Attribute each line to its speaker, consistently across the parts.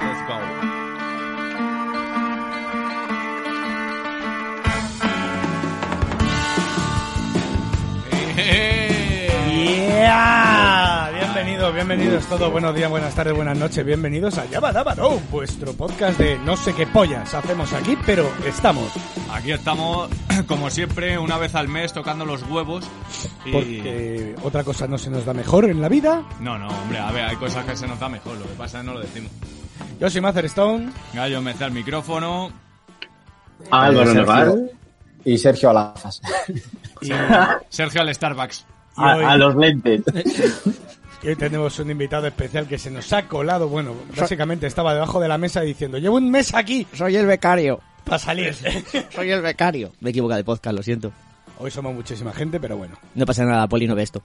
Speaker 1: Let's go.
Speaker 2: ¡Yeah! Bienvenidos, bienvenidos todos. Buenos días, buenas tardes, buenas noches. Bienvenidos a Yabadabado, vuestro podcast de no sé qué pollas hacemos aquí, pero estamos.
Speaker 1: Aquí estamos, como siempre, una vez al mes tocando los huevos. Y...
Speaker 2: Porque otra cosa no se nos da mejor en la vida.
Speaker 1: No, no, hombre, a ver, hay cosas que se nos da mejor, lo que pasa es que no lo decimos.
Speaker 2: Yo soy Master Stone.
Speaker 1: Gallo, me está el micrófono.
Speaker 3: Álvaro
Speaker 4: Sergio.
Speaker 3: Neval y Sergio Alafas.
Speaker 2: Y,
Speaker 1: Sergio al Starbucks.
Speaker 2: y
Speaker 3: A,
Speaker 2: hoy,
Speaker 3: a los lentes.
Speaker 2: y hoy tenemos un invitado especial que se nos ha colado. Bueno, básicamente estaba debajo de la mesa diciendo: Llevo un mes aquí
Speaker 4: Soy el becario.
Speaker 2: para salir.
Speaker 4: Soy el becario. Me he equivocado de podcast, lo siento.
Speaker 2: hoy somos muchísima gente, pero bueno,
Speaker 4: No pasa nada, Poli no ve esto.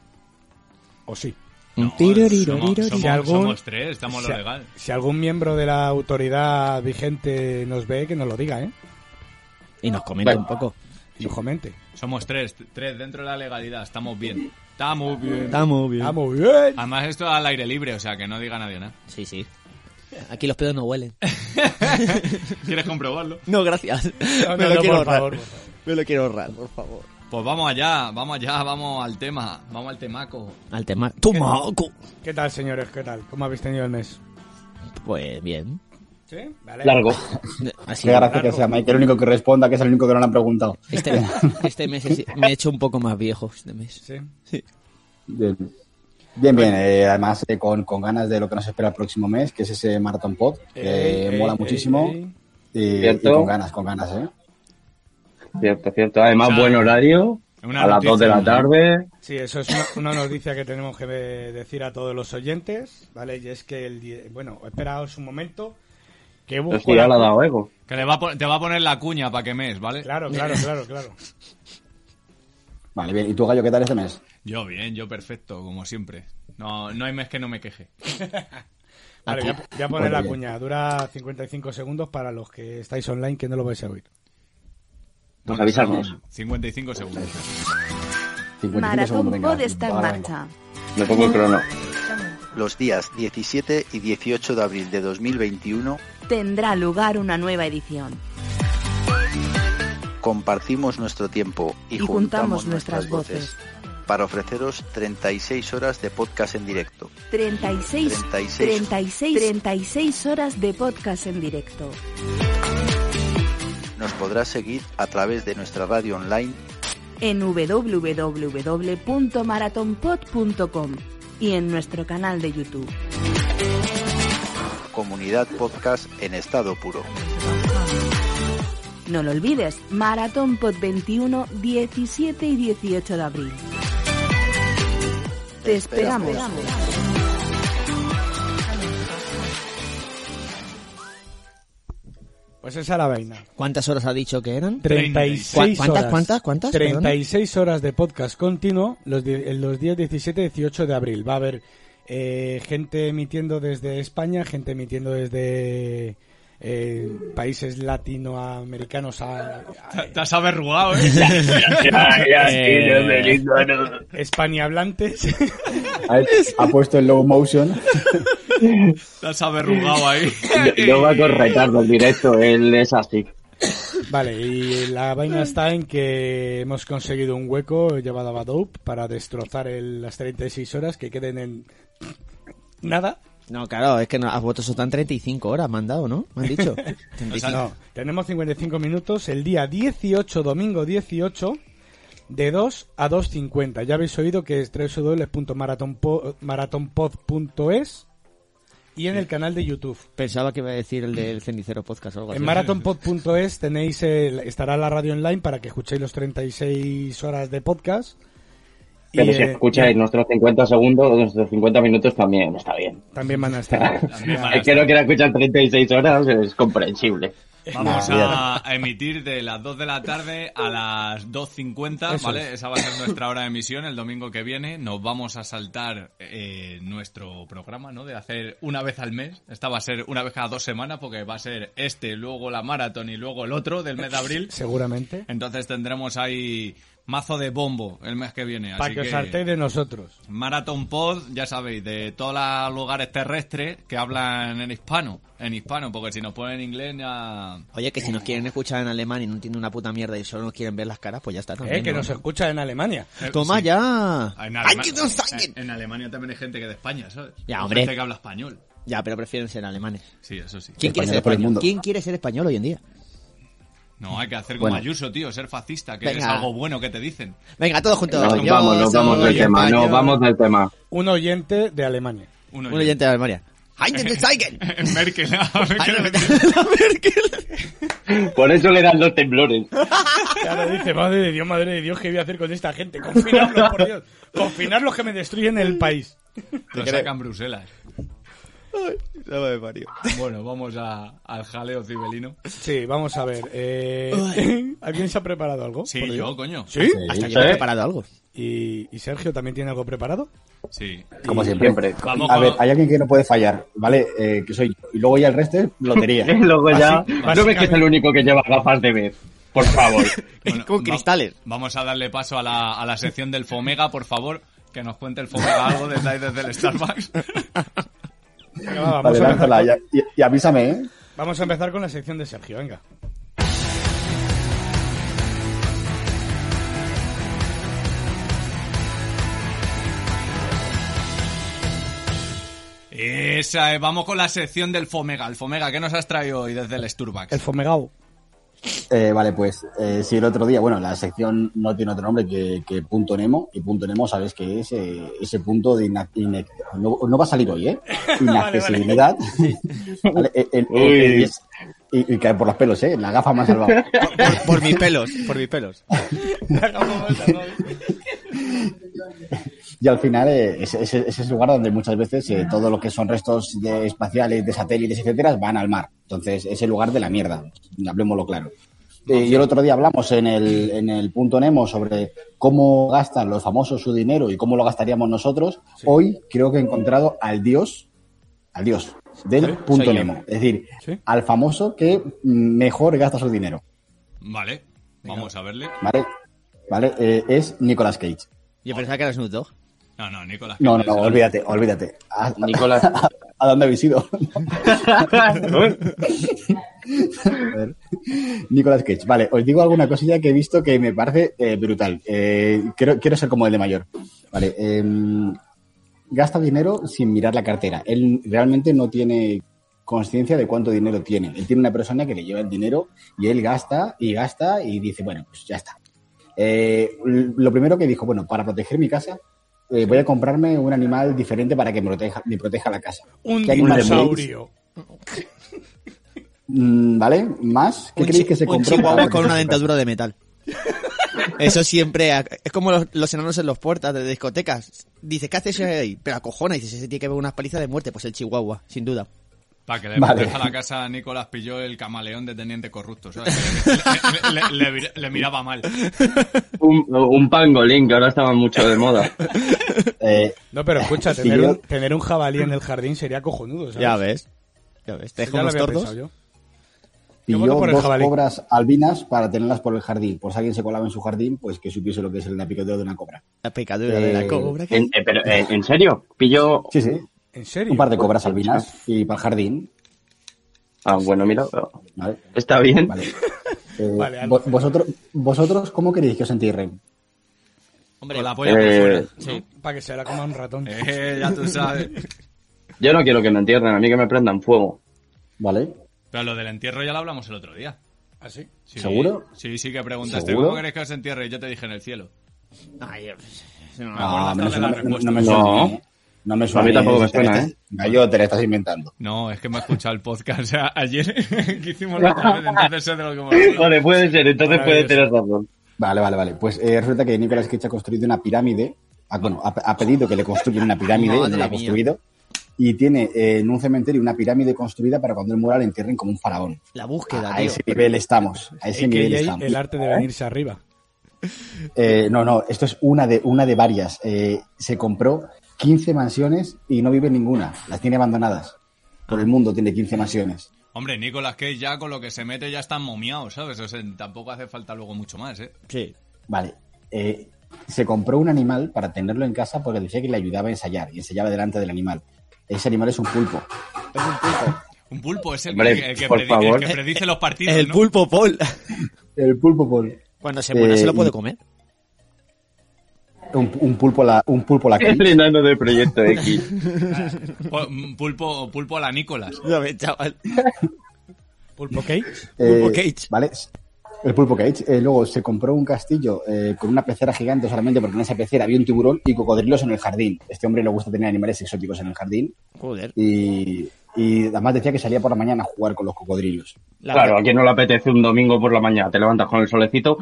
Speaker 2: o sí.
Speaker 4: Un
Speaker 1: No,
Speaker 4: tiroriroriro.
Speaker 1: somos,
Speaker 2: Si
Speaker 1: somos-
Speaker 2: algún-
Speaker 1: somos tres, estamos
Speaker 2: Si
Speaker 1: lo
Speaker 2: a-
Speaker 1: legal.
Speaker 2: Si algún miembro de la autoridad vigente nos ve, que nos lo diga, ¿eh?
Speaker 4: Y nos comenta
Speaker 3: Vale.
Speaker 4: un poco.
Speaker 2: Y nos comente.
Speaker 1: Somos tres, tres dentro de la legalidad, estamos bien. Estamos bien.
Speaker 4: Está muy bien.
Speaker 2: ¡Está Ah, muy bien!
Speaker 1: Además, esto es al aire libre, o sea que no diga nadie nada.
Speaker 4: Sí, sí. Aquí los pedos no huelen.
Speaker 1: ¿Quieres comprobarlo?
Speaker 4: No, gracias.
Speaker 2: No,
Speaker 4: Me
Speaker 2: no,
Speaker 4: lo
Speaker 2: no,
Speaker 4: quiero
Speaker 2: por
Speaker 4: ahorrar.
Speaker 2: favor, por favor.
Speaker 4: Me lo quiero ahorrar, por favor.
Speaker 1: Pues vamos allá, vamos allá, vamos al tema, vamos al temaco.
Speaker 4: Al tema. ¡Toma! co-
Speaker 2: ¿Qué tal, señores? ¿Qué tal? ¿Cómo habéis tenido el mes?
Speaker 4: Pues bien.
Speaker 2: ¿Sí? Vale.
Speaker 3: Largo.
Speaker 4: Así.
Speaker 3: Qué gracia que sea Mike, el único que responda, que es el único que no le han preguntado.
Speaker 4: Este, este mes es- me he hecho un poco más viejo. Este mes.
Speaker 2: Sí.
Speaker 3: Bien, bien, bien, eh, además eh, con, con ganas de lo que nos espera el próximo mes, que es ese Marathon Pod, que
Speaker 2: Ey,
Speaker 3: Eh, mola
Speaker 2: ey,
Speaker 3: muchísimo.
Speaker 2: ey, ey.
Speaker 3: Y- Y,
Speaker 5: Cierto.
Speaker 3: con ganas, con ganas, ¿eh?
Speaker 5: Cierto, cierto. Además,
Speaker 1: O sea,
Speaker 5: buen horario.
Speaker 1: una
Speaker 5: a las
Speaker 1: noticia,
Speaker 5: 2 de la
Speaker 1: ¿no?
Speaker 5: tarde.
Speaker 2: Sí, eso es una, una noticia que tenemos que decir a todos los oyentes, ¿vale? Y es que el... die- Bueno, esperaos un momento que busco...
Speaker 5: Es que ya
Speaker 2: la-
Speaker 5: la ha dado ego.
Speaker 1: Que le va a pon- te va a poner la cuña para que mes, ¿vale?
Speaker 2: Claro, claro, claro, claro.
Speaker 3: Vale, bien. ¿Y tú, Gallo, qué tal este mes?
Speaker 1: Yo bien, yo perfecto, como siempre. No, no hay mes que no me queje.
Speaker 2: Vale, voy a, voy a poner
Speaker 3: Bueno,
Speaker 2: la
Speaker 3: bien.
Speaker 2: cuña. Dura 55 segundos para los que estáis online que no lo vais a oír.
Speaker 5: Pues avisarnos.
Speaker 1: son 55 segundos.
Speaker 3: 55 segundos,
Speaker 6: Maratón
Speaker 3: venga,
Speaker 6: Pod está en
Speaker 3: va, venga.
Speaker 6: marcha.
Speaker 5: Me pongo el crono.
Speaker 7: Los días 17 y 18 de abril de 2021
Speaker 6: Tendrá lugar una nueva edición.
Speaker 7: compartimos nuestro tiempo y,
Speaker 6: Y
Speaker 7: juntamos, nuestras,
Speaker 6: nuestras
Speaker 7: voces para ofreceros 36 horas de podcast en directo.
Speaker 6: 36,
Speaker 7: 36
Speaker 6: 36, 36 horas de podcast en directo.
Speaker 7: nos podrás seguir a través de nuestra radio online
Speaker 6: En www.maratonpod.com y en nuestro canal de YouTube.
Speaker 7: Comunidad Podcast en estado puro.
Speaker 6: No lo olvides, Maratón Pod 21, 17 y 18 de abril. Te esperamos.
Speaker 2: Pues esa es la vaina.
Speaker 4: ¿Cuántas horas ha dicho que eran?
Speaker 2: 36
Speaker 4: ¿Cuántas,
Speaker 2: horas.
Speaker 4: cuántas, cuántas?
Speaker 2: 36 horas de podcast continuo los, di- en los días 17 y 18 de abril. Va a haber eh, gente emitiendo desde España, gente emitiendo desde eh, países latinoamericanos. a- a-
Speaker 1: Te has averrugado, ¿eh?
Speaker 5: Eh.
Speaker 2: hispanihablantes.
Speaker 3: Ha, ha puesto el low motion.
Speaker 1: Te has averrugado ahí.
Speaker 5: No va con retardo el directo, él es así.
Speaker 2: vale, y la vaina está en que hemos conseguido un hueco llevado a Badoop para destrozar el- las 36 horas que queden en nada.
Speaker 4: No, claro, es que no, a vosotros os dan 35 horas, me han dado, ¿no? Me han dicho.
Speaker 2: No, tenemos 55 minutos el día 18, domingo 18, de 2 a 2.50. Ya habéis oído que es www.maratonpod.es y en el canal de YouTube.
Speaker 4: Pensaba que iba a decir el del cenicero podcast o algo así.
Speaker 2: En marathonpod.es tenéis el- estará la radio online para que escuchéis los 36 horas de podcast Y,
Speaker 5: Pero si
Speaker 2: eh,
Speaker 5: escucháis nuestros 50 segundos o nuestros 50 minutos también está bien.
Speaker 2: También van a estar.
Speaker 1: También van a
Speaker 5: El que no quiera escuchar 36 horas es comprensible.
Speaker 1: Vamos
Speaker 7: Nah,
Speaker 1: a, a emitir de las 2 de la tarde a las 2.50,
Speaker 2: Eso
Speaker 1: ¿vale?
Speaker 2: es.
Speaker 1: Esa va a ser nuestra hora de emisión el domingo que viene. Nos vamos a saltar eh, nuestro programa, ¿no? De hacer una vez al mes. Esta va a ser una vez cada dos semanas porque va a ser este, luego la maratón y luego el otro del mes de abril.
Speaker 2: seguramente.
Speaker 1: Entonces tendremos ahí mazo de bombo el mes que viene.
Speaker 2: Para
Speaker 1: así
Speaker 2: que os
Speaker 1: que-
Speaker 2: hartéis de nosotros. ¿eh?
Speaker 1: Marathon Pod, ya sabéis, de todos los lugares terrestres que hablan en hispano. En hispano, porque si nos ponen en inglés ya...
Speaker 4: Oye, que si nos quieren escuchar en alemán y no entienden una puta mierda y solo nos quieren ver las caras, pues ya está también.
Speaker 2: Eh, que
Speaker 4: ¿no?
Speaker 2: nos escucha en Alemania.
Speaker 1: Eh,
Speaker 4: Toma
Speaker 1: sí. Ah,
Speaker 4: ya.
Speaker 1: En, Eh,
Speaker 4: Ay,
Speaker 1: Alema-
Speaker 4: que no sangre.
Speaker 1: en- en Alemania también hay gente que de España, ¿sabes?
Speaker 4: Ya,
Speaker 1: Hay
Speaker 4: hombre.
Speaker 1: Gente que habla español.
Speaker 4: Ya, pero prefieren ser alemanes.
Speaker 1: Sí, eso sí.
Speaker 4: ¿Quién quiere, ser
Speaker 3: Españoles por el
Speaker 4: español?
Speaker 3: mundo.
Speaker 4: ¿Quién quiere ser español hoy en día?
Speaker 1: No, hay que hacer como
Speaker 3: Bueno.
Speaker 1: Ayuso, tío, ser fascista, que
Speaker 4: Venga.
Speaker 1: es algo bueno que te dicen.
Speaker 4: Venga, todos juntos.
Speaker 5: Nos
Speaker 4: Yo
Speaker 5: vamos, nos vamos
Speaker 4: soy
Speaker 5: del tema,
Speaker 4: español.
Speaker 5: nos vamos del tema.
Speaker 2: Un oyente de Alemania.
Speaker 1: Uno
Speaker 4: Un oyente de Alemania. Ay, que no sangre.
Speaker 1: Merkel.
Speaker 4: Ay, la Merkel.
Speaker 5: Por eso le dan los temblores.
Speaker 2: Ya le dice, madre de Dios, madre de Dios, ¿qué voy a hacer con esta gente? Confinarlos, por Dios. Confinarlos que me destruyen el país.
Speaker 1: Lo sacan Bruselas. Bueno, vamos a- al jaleo cibelino.
Speaker 2: Sí, vamos a ver. Eh... ¿Alguien se ha preparado algo?
Speaker 1: Sí,
Speaker 2: por Dios?
Speaker 1: yo, coño.
Speaker 2: ¿Sí?
Speaker 4: Hasta
Speaker 5: Sí.
Speaker 4: yo me he preparado algo.
Speaker 2: ¿Y, y Sergio también tiene algo preparado?
Speaker 1: Sí.
Speaker 3: Como siempre.
Speaker 5: Siempre.
Speaker 1: Vamos
Speaker 3: Eh, a
Speaker 1: con
Speaker 3: ver,
Speaker 1: lo-
Speaker 3: hay alguien que no puede fallar, ¿vale? Eh, que soy yo. Y luego ya el resto es lotería.
Speaker 5: Luego ya. ¿No ves que es
Speaker 2: básicamente-
Speaker 5: el único que lleva gafas de ver? Por favor.
Speaker 1: Bueno,
Speaker 4: Con
Speaker 1: va-
Speaker 4: cristales.
Speaker 1: Vamos a darle paso a la, a la sección del Fomega, por favor, que nos cuente el Fomega algo desde ahí, desde el Starbucks.
Speaker 2: Venga, va, vamos,
Speaker 3: Vale,
Speaker 2: a empezar,
Speaker 3: lánzala ya- y, y avísame, ¿eh?
Speaker 2: vamos a empezar con la sección de Sergio, venga.
Speaker 1: Esa, eh, vamos con la sección del Fomega. El Fomega, ¿qué nos has traído hoy desde el Starbucks?
Speaker 2: El Fomegao.
Speaker 3: Eh, Vale, pues eh, si el otro día, bueno, la sección no tiene otro nombre que, que punto Nemo, y punto Nemo sabes que es eh, ese punto de inac- inac- no, no va a salir hoy, ¿eh? Inaccesibilidad. Vale, eh, el- el- el-
Speaker 5: Uy.
Speaker 3: y es- y, y cae por los pelos, ¿eh? La gafa más salvado.
Speaker 4: Por, por mis pelos, por mis pelos.
Speaker 3: Y al final eh, ese, ese- ese es el lugar donde muchas veces eh, todo lo que son restos de espaciales, de satélites, etcétera, van al mar. Entonces es el lugar de la mierda, hablemoslo claro. Eh, y el otro día hablamos en el, en el punto Nemo sobre cómo gastan los famosos su dinero y cómo lo gastaríamos nosotros. Hoy creo que he encontrado al dios, al dios del punto
Speaker 4: soy yo.
Speaker 3: Nemo. Es decir,
Speaker 2: Sí.
Speaker 3: al famoso que mejor gasta su dinero.
Speaker 1: Vale, vamos a verle.
Speaker 3: ¿Vale? ¿Vale? Eh, es Nicolas Cage.
Speaker 4: Yo pensaba que era Snoop Dogg.
Speaker 1: No, no, Nicolás.
Speaker 3: No, no,
Speaker 1: Cage,
Speaker 3: no,
Speaker 1: el-
Speaker 3: olvídate, olvídate. Ah,
Speaker 5: Nicolás.
Speaker 3: ¿A dónde habéis ido? Nicolas Cage. Vale, os digo alguna cosilla que he visto que me parece eh, brutal. Eh, quiero, quiero ser como el de mayor. Vale, em, gasta dinero sin mirar la cartera. Él realmente no tiene conciencia de cuánto dinero tiene. Él tiene una persona que le lleva el dinero y él gasta y gasta y dice, bueno, pues ya está. Eh, lo primero que dijo, bueno, para proteger mi casa, eh, voy a comprarme un animal diferente para que me proteja, me proteja la casa.
Speaker 2: Un
Speaker 3: ¿Qué animal
Speaker 2: dinosaurio.
Speaker 3: veis? Mm, ¿Vale? ¿Más? ¿Qué
Speaker 4: Un
Speaker 3: creéis
Speaker 4: chi-
Speaker 3: que se
Speaker 4: un
Speaker 3: compró?
Speaker 4: chihuahua
Speaker 3: para
Speaker 4: con una
Speaker 3: proteger su casa?
Speaker 4: dentadura de metal. Eso siempre ha- es como los, los enanos en los portas de discotecas. Dices, ¿qué haces ahí? Pero acojona, y dices, ese tiene que ver unas palizas de muerte. Pues el chihuahua, sin duda.
Speaker 1: Para que le
Speaker 3: Vale.
Speaker 1: proteja la casa, Nicolás pilló el camaleón de teniente corrupto, ¿sabes? Que Le, le- le- le- le miraba mal.
Speaker 5: Un, un pangolín, que ahora estaba mucho de moda.
Speaker 3: Eh,
Speaker 2: No, pero escucha,
Speaker 3: Sí,
Speaker 2: tener,
Speaker 3: yo-
Speaker 2: un, tener un jabalí en el jardín sería cojonudo, ¿sabes?
Speaker 4: Ya ves. Ya ves. Te
Speaker 2: Eso ya
Speaker 4: dejo
Speaker 2: lo
Speaker 4: unos
Speaker 2: había
Speaker 4: tordos.
Speaker 2: pensado yo. Yo
Speaker 3: pilló
Speaker 2: voto por el
Speaker 3: dos
Speaker 2: jabalí.
Speaker 3: cobras albinas para tenerlas por el jardín. Por si alguien se colaba en su jardín, pues que supiese lo que es el picoteo de una cobra.
Speaker 4: La picadura de la
Speaker 3: Eh,
Speaker 4: cobra. que-
Speaker 5: En, eh, pero, eh, ¿en serio? Pillo.
Speaker 3: Sí, sí.
Speaker 2: ¿En serio?
Speaker 3: Un par de
Speaker 5: pues,
Speaker 3: cobras albinas y para el jardín.
Speaker 5: Ah, bueno, mira.
Speaker 3: ¿Vale?
Speaker 5: Está bien.
Speaker 3: Vale. Eh,
Speaker 2: Vale, Alba.
Speaker 3: vo- vosotros, ¿Vosotros cómo queréis que os sentís, Rey?
Speaker 4: Hombre,
Speaker 1: Con la polla por
Speaker 5: Eh,
Speaker 1: fuera.
Speaker 2: Sí, para que se la coma un ratón.
Speaker 1: Eh, ya tú sabes.
Speaker 5: Yo no quiero que me entierren, a mí que me prendan fuego.
Speaker 3: ¿Vale?
Speaker 1: Pero lo del entierro ya lo hablamos el otro día.
Speaker 2: ¿Así?
Speaker 1: Sí.
Speaker 3: ¿Seguro?
Speaker 1: Sí, sí, que preguntaste,
Speaker 3: ¿Seguro?
Speaker 1: ¿cómo queréis que os entierre? Y yo te dije en el cielo.
Speaker 4: Ay, eh, no.
Speaker 3: Ah,
Speaker 1: hasta
Speaker 3: me
Speaker 1: de la
Speaker 3: suena- No,
Speaker 1: respuesta.
Speaker 3: no me
Speaker 5: No.
Speaker 3: suena. ¿eh? No me suena.
Speaker 5: A mí tampoco me
Speaker 3: Te la
Speaker 5: suena,
Speaker 3: estás-
Speaker 5: ¿eh?
Speaker 3: Gallo, te la estás inventando.
Speaker 1: No, es que me he escuchado el podcast a- ayer que hicimos la otra vez, entonces sé de lo que hemos hablado.
Speaker 5: Vale, puede ser, entonces puede tener razón.
Speaker 3: Vale, vale, vale. Pues eh, resulta que Nicolas Cage ha construido una pirámide ha, bueno, ha, ha pedido que le construyan una pirámide,
Speaker 4: Madre
Speaker 3: no la ha
Speaker 4: mía.
Speaker 3: construido, y tiene eh, en un cementerio una pirámide construida para cuando él muera le entierren como un faraón.
Speaker 4: La búsqueda,
Speaker 3: A
Speaker 4: tío.
Speaker 3: ese nivel estamos, a ese nivel
Speaker 2: AKA,
Speaker 3: estamos.
Speaker 2: el arte de venirse arriba.
Speaker 3: Eh, no, no, esto es una de, una de varias. Eh, se compró 15 mansiones y no vive en ninguna, las tiene abandonadas. Por el mundo tiene 15 mansiones.
Speaker 1: Hombre, Nicolas Cage ya con lo que se mete ya está momiado, ¿sabes? O sea, tampoco hace falta luego mucho más, ¿eh?
Speaker 4: Sí.
Speaker 3: Vale. eh, se compró un animal para tenerlo en casa porque decía que le ayudaba a ensayar y ensayaba delante del animal. Ese animal es un pulpo.
Speaker 1: Un pulpo es el,
Speaker 5: Hombre,
Speaker 1: que, el que
Speaker 5: por
Speaker 1: predice,
Speaker 5: favor.
Speaker 1: el que predice los partidos,
Speaker 4: El
Speaker 1: ¿no?
Speaker 4: pulpo Paul.
Speaker 3: El pulpo, Paul.
Speaker 4: Cuando se muera se lo
Speaker 3: Eh,
Speaker 4: puede
Speaker 3: y-
Speaker 4: comer.
Speaker 3: Un, un pulpo la, un pulpo la
Speaker 5: Estrenando de Proyecto X.
Speaker 1: Pu- mm, Pulpo, pulpo a la Nicolas.
Speaker 4: Ya ves, chaval.
Speaker 2: Pulpo Cage.
Speaker 3: Eh,
Speaker 4: Pulpo Cage.
Speaker 3: Vale. El pulpo cage. Eh, luego se compró un castillo eh, con una pecera gigante solamente porque en esa pecera había un tiburón y cocodrilos en el jardín. Este hombre le gusta tener animales exóticos en el jardín
Speaker 4: Joder.
Speaker 3: y, y además decía que salía por la mañana a jugar con los cocodrilos.
Speaker 4: La-
Speaker 5: Claro, a quien no le apetece un domingo por la mañana, te levantas con el solecito.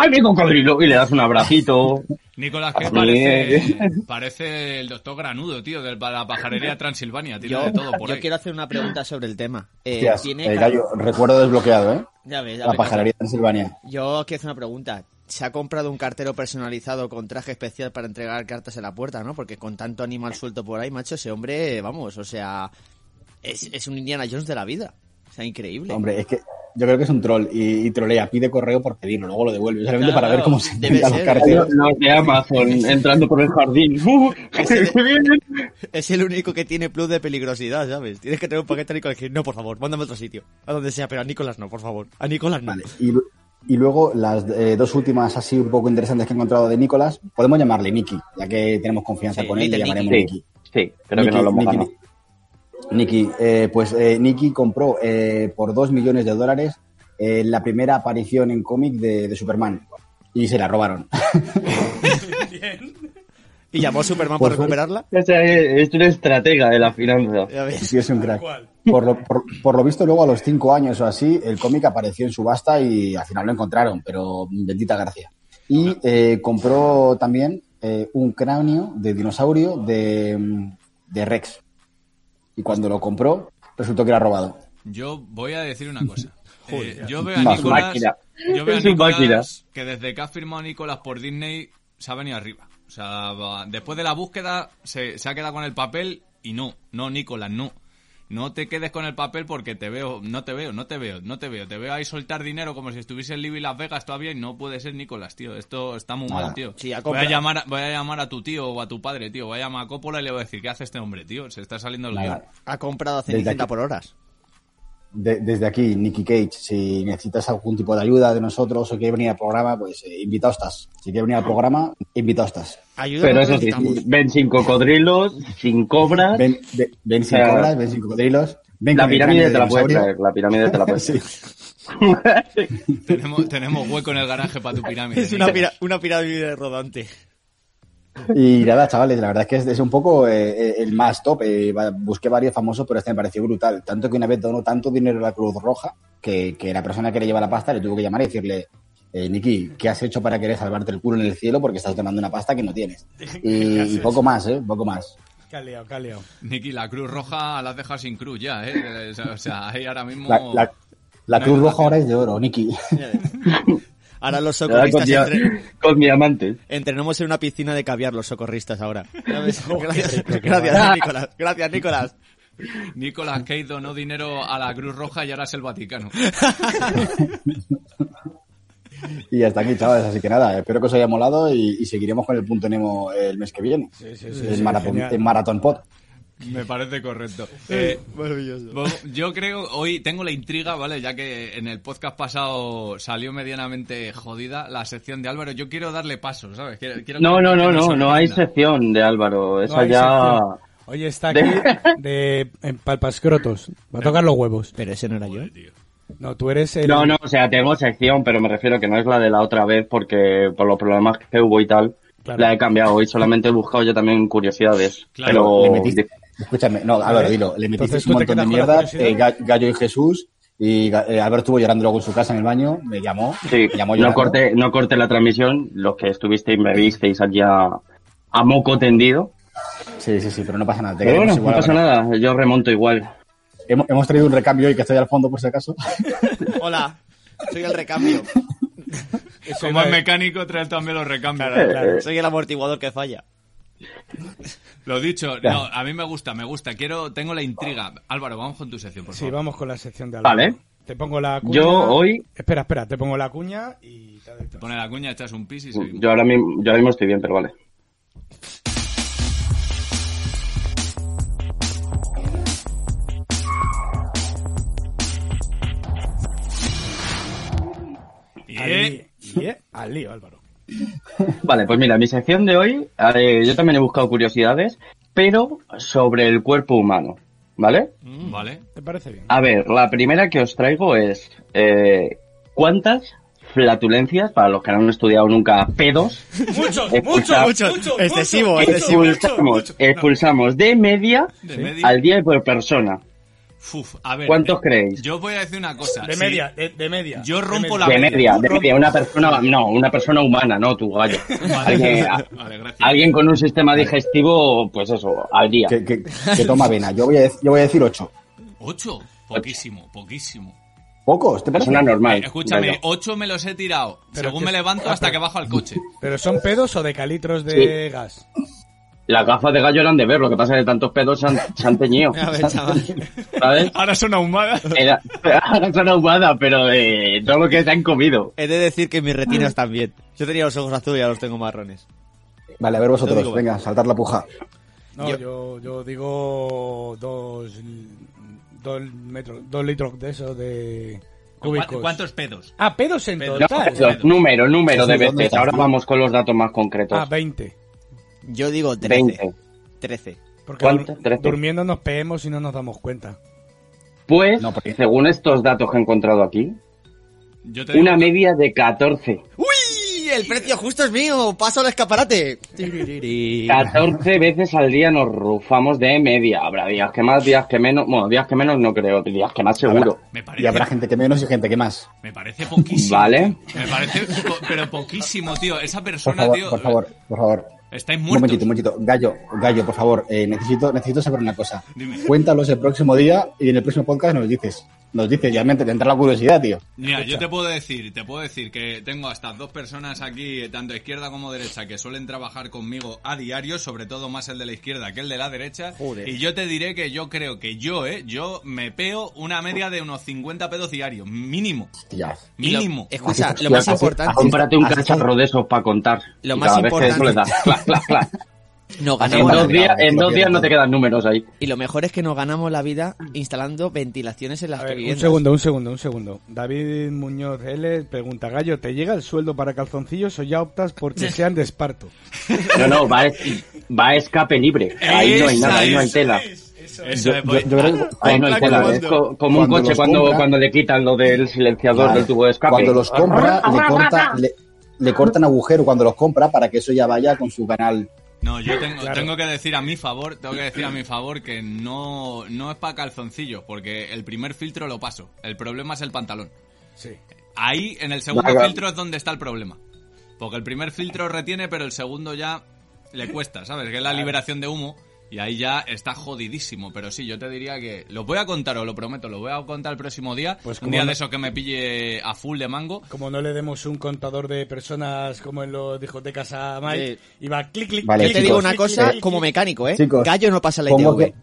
Speaker 5: ¡Ay, mi cocodrilo! Y le das un abracito.
Speaker 1: Nicolas Cage
Speaker 5: Así
Speaker 1: parece, parece el doctor Granudo, tío, de la pajarería Transilvania. Tiene
Speaker 4: Yo,
Speaker 1: de todo por
Speaker 4: yo
Speaker 1: ahí.
Speaker 4: quiero hacer una pregunta sobre el tema. Eh,
Speaker 3: Hostias,
Speaker 4: ¿tiene
Speaker 3: eh,
Speaker 4: ca-
Speaker 3: gallo, recuerdo desbloqueado, ¿eh?
Speaker 4: Ya ves, ya
Speaker 3: La
Speaker 4: ves.
Speaker 3: pajarería de Transilvania.
Speaker 4: Yo quiero hacer una pregunta. Se ha comprado un cartero personalizado con traje especial para entregar cartas en la puerta, ¿no? Porque con tanto animal suelto por ahí, macho, ese hombre, vamos, o sea, es, es un Indiana Jones de la vida. O sea, increíble.
Speaker 3: Hombre, es que yo creo que es un troll y, y trolea, pide correo por pedirlo, luego lo devuelve, solamente
Speaker 4: Claro,
Speaker 3: para ver
Speaker 4: claro,
Speaker 3: cómo se
Speaker 4: debe
Speaker 3: enfrentan los
Speaker 4: ser.
Speaker 3: carteros.
Speaker 5: Los de Amazon entrando por el jardín. ¡Uh! ¡Qué bien!
Speaker 4: Es el único que tiene plus de peligrosidad, ¿sabes? Tienes que tener un paquete a Nicolás que no, por favor, mándame a otro sitio. A donde sea, pero a Nicolás no, por favor. A Nicolás no.
Speaker 3: Vale, y, y luego las eh, dos últimas así un poco interesantes que he encontrado de Nicolás, podemos llamarle Nicky, ya que tenemos confianza
Speaker 4: Sí,
Speaker 3: con él, le
Speaker 4: Little
Speaker 3: llamaremos
Speaker 5: Sí,
Speaker 3: Nicky.
Speaker 5: sí, creo que
Speaker 3: Nicky,
Speaker 5: no lo hemos
Speaker 3: Nicky,
Speaker 5: ganado.
Speaker 3: Nicky, eh, pues eh, Nicky compró eh, por 2 millones de dólares eh, la primera aparición en cómic de, de Superman y se la robaron.
Speaker 4: Y llamó a Superman
Speaker 3: Por
Speaker 4: por recuperarla.
Speaker 5: O sea, Pues es una estratega de la finanza.
Speaker 4: Ya ves.
Speaker 3: Sí, es un crack. Por lo, por, por lo visto, luego a los cinco años o así, el cómic apareció en subasta y al final lo encontraron, pero bendita gracia. Y eh, compró también eh, un cráneo de dinosaurio de, mm, de Rex. Y cuando lo compró, resultó que era robado.
Speaker 1: Yo voy a decir una cosa. Eh, yo veo a
Speaker 3: Es un
Speaker 1: Nicolás,
Speaker 5: máquina.
Speaker 1: yo veo a
Speaker 5: Es un
Speaker 1: Nicolás
Speaker 5: máquina.
Speaker 1: que desde que ha firmado Nicolás por Disney se ha venido arriba. O sea, va- después de la búsqueda se, se ha quedado con el papel y no, no Nicolás, no. No te quedes con el papel porque te veo, no te veo, no te veo, no te veo. Te veo ahí soltar dinero como si estuviese en Libby Las Vegas todavía y no puede ser Nicolás, tío. Esto está muy mal,
Speaker 3: Nada.
Speaker 1: tío.
Speaker 4: Sí, ha
Speaker 1: voy, a
Speaker 4: comprado.
Speaker 1: llamar, voy a llamar a tu tío o a tu padre, tío. Voy a llamar a Coppola y le voy a decir, ¿qué hace este hombre, tío? Se está saliendo el guión.
Speaker 3: Nada.
Speaker 4: Ha comprado a
Speaker 3: Desde
Speaker 4: Cenicienta
Speaker 3: aquí.
Speaker 4: por horas.
Speaker 3: De- desde aquí, Nicky Cage, si necesitas algún tipo de ayuda de nosotros o quieres venir al programa, pues eh, invitado estás. Si quieres venir al programa, invitado estás.
Speaker 4: Ayuda
Speaker 5: Pero
Speaker 4: que
Speaker 5: eso sí,
Speaker 4: necesitamos.
Speaker 5: ven sin cocodrilos, sin cobras.
Speaker 3: Ven, ve- ven sin
Speaker 5: Ah. O sea,
Speaker 3: cobras, ven sin cocodrilos. Ven
Speaker 5: la
Speaker 3: con el cráneo
Speaker 5: pirámide
Speaker 3: de
Speaker 5: te la puedes
Speaker 3: dinosaurio.
Speaker 5: traer, la pirámide te la
Speaker 3: pues,
Speaker 5: puedes traer.
Speaker 1: Tenemos, tenemos hueco en el garaje para tu pirámide.
Speaker 4: Es una,
Speaker 1: Nicolás.
Speaker 4: pira- una pirámide rodante.
Speaker 3: Y nada, chavales, la verdad es que es, es un poco eh, eh, el más top. Eh, va- busqué varios famosos, pero este me pareció brutal. Tanto que una vez donó tanto dinero a la Cruz Roja que, que la persona que le lleva la pasta le tuvo que llamar y decirle, eh, Nicky, ¿qué has hecho para querer salvarte el culo en el cielo porque estás donando una pasta que no tienes? Y, y poco más, ¿eh? Poco más.
Speaker 2: Caleo, caleo.
Speaker 1: Niki, la Cruz Roja la has dejado sin cruz ya, ¿eh? O sea, ahí ahora mismo...
Speaker 3: La, la- la
Speaker 1: No hay
Speaker 3: Cruz
Speaker 1: relación.
Speaker 3: Roja ahora es de oro, Nicky.
Speaker 4: Ahora los
Speaker 5: Ahora Con,
Speaker 4: socorristas
Speaker 5: dia-
Speaker 4: entre-
Speaker 5: con diamantes.
Speaker 4: entrenamos en una piscina de caviar los socorristas ahora. ¿Sabes? Gracias,
Speaker 2: rico, qué
Speaker 4: gracias, Nicolás. Gracias, Nicolás.
Speaker 1: Nicolas Cage donó dinero a la Cruz Roja y ahora es el Vaticano.
Speaker 3: Y hasta aquí, chavales. Así que nada, espero que os haya molado y, y seguiremos con el punto Nemo el mes que viene.
Speaker 2: sí, sí,
Speaker 3: en,
Speaker 2: sí,
Speaker 3: Maratón-
Speaker 2: genial.
Speaker 3: en Maratón Pod.
Speaker 1: Me parece correcto. Eh,
Speaker 4: Maravilloso.
Speaker 1: Bueno, Yo creo, hoy tengo la intriga, ¿vale? Ya que en el podcast pasado salió medianamente jodida la sección de Álvaro. Yo quiero darle paso, ¿sabes? Quiero- quiero
Speaker 5: No,
Speaker 1: que-
Speaker 5: no,
Speaker 1: que
Speaker 5: no,
Speaker 1: nos
Speaker 5: no, no hay
Speaker 1: sorprenda.
Speaker 5: sección de Álvaro.
Speaker 2: No
Speaker 5: Esa
Speaker 2: hay
Speaker 5: ya.
Speaker 2: sección. Hoy está aquí de en palpascrotos. Va a tocar los huevos.
Speaker 4: Pero ese no era yo.
Speaker 2: No, tú eres el.
Speaker 5: No, no, o sea, tengo sección, pero me refiero que no es la de la otra vez porque por los problemas que hubo y tal,
Speaker 2: Claro.
Speaker 5: la he cambiado hoy. Solamente he buscado yo también curiosidades.
Speaker 1: Claro,
Speaker 3: Le
Speaker 5: pero
Speaker 3: metiste, escúchame, no, Álvaro, dilo. Le metiste
Speaker 2: Entonces,
Speaker 3: un
Speaker 2: ¿tú te quedas
Speaker 3: montón de
Speaker 2: con la
Speaker 3: mierda.
Speaker 2: curiosidad?
Speaker 3: eh, Ga- Gallo y Jesús. Y Ga- eh, Álvaro estuvo llorando luego en su casa en el baño. Me llamó.
Speaker 5: sí,
Speaker 3: me llamó
Speaker 5: no
Speaker 3: llorando.
Speaker 5: corté, no corté la transmisión. Los que estuvisteis me visteis allí a, a moco tendido.
Speaker 3: Sí, sí, sí, pero no pasa nada. te
Speaker 5: Pero bueno,
Speaker 3: queremos
Speaker 5: no
Speaker 3: igual,
Speaker 5: pasa
Speaker 3: Álvaro.
Speaker 5: nada, yo remonto igual.
Speaker 3: Hemos, hemos traído un recambio hoy que estoy al fondo por si acaso.
Speaker 4: Hola, soy el recambio.
Speaker 1: Como es mecánico, trae también los recambios.
Speaker 4: Soy el amortiguador que falla.
Speaker 1: Lo dicho, no, a mí me gusta, me gusta. Quiero, tengo la intriga. Álvaro, vamos con tu sección, por
Speaker 2: Sí,
Speaker 1: favor.
Speaker 2: vamos con la sección de Álvaro.
Speaker 5: Vale.
Speaker 2: Te pongo la cuña.
Speaker 5: Yo hoy-
Speaker 2: Espera, espera, te pongo la cuña y te adelanto.
Speaker 1: Te pone la cuña, echas un pis y seguimos.
Speaker 5: Yo ahora mismo, yo ahora mismo estoy bien, pero vale.
Speaker 2: Al
Speaker 1: Eh,
Speaker 2: lío, eh, al lío, Álvaro.
Speaker 5: Vale, pues mira, mi sección de hoy, eh, yo también he buscado curiosidades, pero sobre el cuerpo humano, ¿vale?
Speaker 1: Vale.
Speaker 2: ¿Te parece bien?
Speaker 5: A ver, la primera que os traigo es eh, ¿cuántas flatulencias, para los que no han estudiado nunca pedos,
Speaker 8: Muchos,
Speaker 5: Expulsar.
Speaker 8: muchos, muchos.
Speaker 4: Excesivo,
Speaker 8: muchos,
Speaker 4: excesivo.
Speaker 8: muchos,
Speaker 5: expulsamos,
Speaker 8: muchos.
Speaker 5: expulsamos de media
Speaker 1: De media.
Speaker 5: al día y por persona?
Speaker 1: Uf, a ver.
Speaker 5: ¿Cuántos
Speaker 1: eh,
Speaker 5: creéis?
Speaker 1: Yo voy a decir una cosa.
Speaker 8: De
Speaker 1: Sí,
Speaker 8: media, de, de media.
Speaker 1: Yo
Speaker 8: De
Speaker 1: rompo
Speaker 8: media.
Speaker 1: la
Speaker 5: De
Speaker 1: media.
Speaker 5: media, de media, una persona, no, una persona humana, no tu gallo. Alguien, ah, a-
Speaker 1: Vale, gracias.
Speaker 5: alguien con un sistema digestivo, pues eso, al día.
Speaker 3: Que, que- que toma avena. Yo voy, a, dec- yo voy a decir ocho.
Speaker 1: ¿Ocho? Poquísimo, poquísimo.
Speaker 3: ¿Pocos? ¿Te parece?
Speaker 5: Persona normal.
Speaker 1: Escúchame,
Speaker 5: gallo.
Speaker 1: ocho me los he tirado.
Speaker 2: Pero
Speaker 1: según
Speaker 2: que-
Speaker 1: me levanto hasta que bajo al coche.
Speaker 2: ¿Pero son pedos o decalitros de gas?
Speaker 5: Las gafas de gallo eran de ver, lo que pasa es que tantos pedos se han, se han teñido,
Speaker 4: A ver, chaval.
Speaker 5: ¿sabes?
Speaker 1: Ahora son ahumadas.
Speaker 5: Era, ahora son ahumada, pero de todo lo que se han comido.
Speaker 4: He de decir que mis retinas también. Yo tenía los ojos azules y ahora los tengo marrones.
Speaker 3: Vale, a ver
Speaker 4: Yo digo,
Speaker 3: vosotros.
Speaker 1: eh.
Speaker 3: Venga, saltar la puja.
Speaker 2: No,
Speaker 4: Yo-
Speaker 2: yo, yo, digo dos, dos, metros, dos litros de eso de cúbicos.
Speaker 1: ¿Cuántos pedos?
Speaker 2: Ah, pedos en
Speaker 1: Pedos.
Speaker 5: No,
Speaker 2: total.
Speaker 5: los número, número de
Speaker 3: Sí, ¿dónde
Speaker 5: veces.
Speaker 3: estás?
Speaker 5: Ahora vamos con los datos más concretos.
Speaker 2: Ah, 20.
Speaker 4: Yo digo 13.
Speaker 5: 20.
Speaker 4: 13.
Speaker 2: Porque
Speaker 5: ¿Cuánto?
Speaker 2: dur-
Speaker 5: Trece.
Speaker 2: durmiendo nos peemos y no nos damos cuenta.
Speaker 5: Pues,
Speaker 3: No, porque-
Speaker 5: según estos datos que he encontrado aquí,
Speaker 1: Yo te
Speaker 5: una
Speaker 1: digo-
Speaker 5: media de 14.
Speaker 4: ¡Uy! ¡El precio justo es mío! ¡Paso al escaparate! Tiririri.
Speaker 5: 14 veces al día nos rufamos de media. Habrá días que más, días que menos. Bueno, días que menos no creo, días que más seguro.
Speaker 1: Me parece,
Speaker 3: Y habrá gente que menos y gente que más.
Speaker 1: me parece poquísimo.
Speaker 5: Vale.
Speaker 1: tío. Me parece, po- pero poquísimo, tío. Esa
Speaker 3: Por
Speaker 1: persona,
Speaker 3: favor,
Speaker 1: tío. eh,
Speaker 3: por favor, por favor.
Speaker 1: Estáis
Speaker 3: Un
Speaker 1: muertos.
Speaker 3: momentito, un momentito. Gallo, Gallo, por favor, eh, necesito, necesito saber una cosa.
Speaker 1: Dime.
Speaker 3: Cuéntalos el próximo día y en el próximo podcast nos dices. Nos dices, ya me te entra la curiosidad, tío.
Speaker 1: Mira, yo te puedo decir, te puedo decir que tengo a estas dos personas aquí, tanto izquierda como derecha, que suelen trabajar conmigo a diario, sobre todo más el de la izquierda que el de la derecha.
Speaker 4: Joder.
Speaker 1: Y yo te diré que yo creo que yo, eh, yo me peo una media de unos 50 pedos diarios, mínimo,
Speaker 3: Hostias.
Speaker 4: Y lo-
Speaker 1: mínimo.
Speaker 4: escucha,
Speaker 3: Así-
Speaker 4: lo más
Speaker 3: así-
Speaker 4: importante.
Speaker 3: así-
Speaker 5: Cómprate un
Speaker 3: así-
Speaker 5: cacharro de esos para contar.
Speaker 4: Lo
Speaker 5: Y
Speaker 4: más
Speaker 5: cada vez que eso
Speaker 4: importante-
Speaker 5: le das, clac, clac, clac.
Speaker 4: Nos
Speaker 5: En
Speaker 4: ganamos
Speaker 3: Así
Speaker 4: la
Speaker 5: dos,
Speaker 3: es.
Speaker 4: vida.
Speaker 5: días, en dos días no te quedan números ahí.
Speaker 4: Y lo mejor es que nos ganamos la vida instalando ventilaciones en las
Speaker 2: A ver, un
Speaker 4: viviendas.
Speaker 2: segundo, un segundo, un segundo. David Muñoz L pregunta, Gallo, ¿te llega el sueldo para calzoncillos o ya optas porque sean de esparto?
Speaker 5: No, no, va a, va a escape libre. Ahí no hay nada, ahí no hay tela.
Speaker 1: Eso es,
Speaker 3: Yo, yo creo que
Speaker 5: Ahí no hay
Speaker 3: cuando-
Speaker 5: tela. Es co- como un
Speaker 3: ¿eh? cuando
Speaker 5: coche
Speaker 3: los
Speaker 5: cuando,
Speaker 3: compra-
Speaker 5: cuando le quitan lo del silenciador
Speaker 3: Vale.
Speaker 5: del tubo de escape.
Speaker 3: Cuando los compra, le, corta, le, le cortan agujero cuando los compra para que eso ya vaya con su canal.
Speaker 1: No, yo tengo, tengo que decir a mi favor, tengo que decir a mi favor que no, no es para calzoncillos, porque el primer filtro lo paso. El problema es el pantalón.
Speaker 2: Sí.
Speaker 1: Ahí, en el segundo
Speaker 5: Venga.
Speaker 1: filtro es donde está el problema. Porque el primer filtro retiene, pero el segundo ya le cuesta, ¿sabes? Que es la liberación de humo. Y ahí ya está jodidísimo. Pero sí, yo te diría que... Lo voy a contar, os lo prometo. Lo voy a contar el próximo día.
Speaker 2: Pues
Speaker 1: un
Speaker 2: como
Speaker 1: día
Speaker 2: no-
Speaker 1: de esos que me pille a full de mango.
Speaker 2: Como no le demos un contador de personas como en los discotecas a Mike,
Speaker 4: Sí. pues.
Speaker 2: y va clic, clic,
Speaker 3: Vale,
Speaker 2: clic,
Speaker 4: Yo te digo
Speaker 3: Chicos,
Speaker 4: una
Speaker 2: clic,
Speaker 4: cosa
Speaker 2: clic,
Speaker 4: como
Speaker 2: clic.
Speaker 4: mecánico, ¿eh?
Speaker 3: Chicos,
Speaker 4: Gallo no pasa la
Speaker 3: Pongo
Speaker 4: ITV.
Speaker 3: que-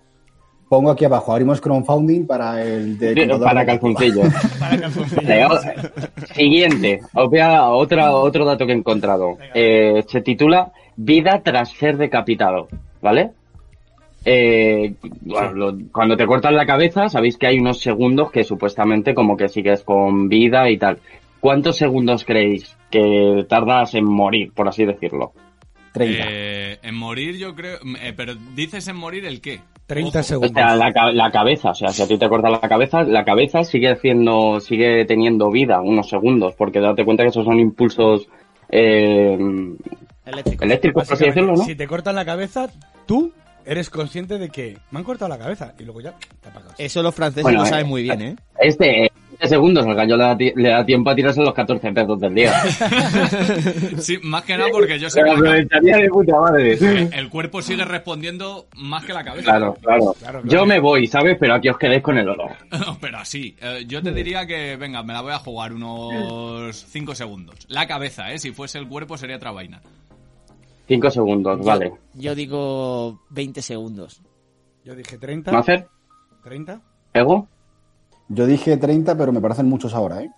Speaker 3: pongo aquí abajo, abrimos crowdfunding para el de
Speaker 5: Bien,
Speaker 3: contador
Speaker 5: Para
Speaker 3: de-
Speaker 5: calzoncillos. Vale, o- Siguiente. Os voy a- otra, otro dato que he encontrado. Eh, se titula Vida tras ser decapitado. ¿Vale? Eh, bueno, lo- cuando te cortan la cabeza, sabéis que hay unos segundos que supuestamente como que sigues con vida y tal. ¿Cuántos segundos creéis que tardas en morir, por así decirlo?
Speaker 3: 30.
Speaker 1: Eh, en morir yo creo... eh, pero dices en morir el qué.
Speaker 2: 30
Speaker 1: Ojo.
Speaker 5: O
Speaker 2: segundos.
Speaker 5: sea, la, ca- la cabeza, o sea, si a ti te cortan la cabeza, la cabeza sigue haciendo, sigue teniendo vida unos segundos, porque date cuenta que esos son impulsos eh,
Speaker 4: Eléctrico.
Speaker 5: eléctricos, por
Speaker 2: Básicamente,
Speaker 5: así decirlo, ¿no?
Speaker 2: Si te cortan la cabeza, tú eres consciente de que me han cortado la cabeza y luego ya te apagas.
Speaker 4: Eh. Eso los franceses
Speaker 5: Bueno,
Speaker 4: lo saben
Speaker 5: eh,
Speaker 4: muy bien, ¿eh?
Speaker 5: Este, este segundos, al gallo le da, ti- le da tiempo a tirarse los 14 pedos del día.
Speaker 1: Sí, más que nada porque yo sé
Speaker 5: Pero
Speaker 1: que la-
Speaker 5: aprovecharía de puta madre.
Speaker 1: el cuerpo sigue respondiendo más que la cabeza.
Speaker 5: Claro, claro.
Speaker 2: Claro, claro.
Speaker 5: Yo me voy, ¿sabes? Pero aquí os quedéis con el olor.
Speaker 1: Pero así, eh, yo te diría que, venga, me la voy a jugar unos 5 segundos. La cabeza, ¿eh? Si fuese el cuerpo sería otra vaina.
Speaker 5: Cinco segundos, vale.
Speaker 4: Yo digo 20 segundos.
Speaker 2: Yo dije 30.
Speaker 5: ¿No hacer?
Speaker 2: ¿30?
Speaker 5: ¿Ego?
Speaker 3: Yo dije 30, pero me parecen muchos ahora, ¿eh?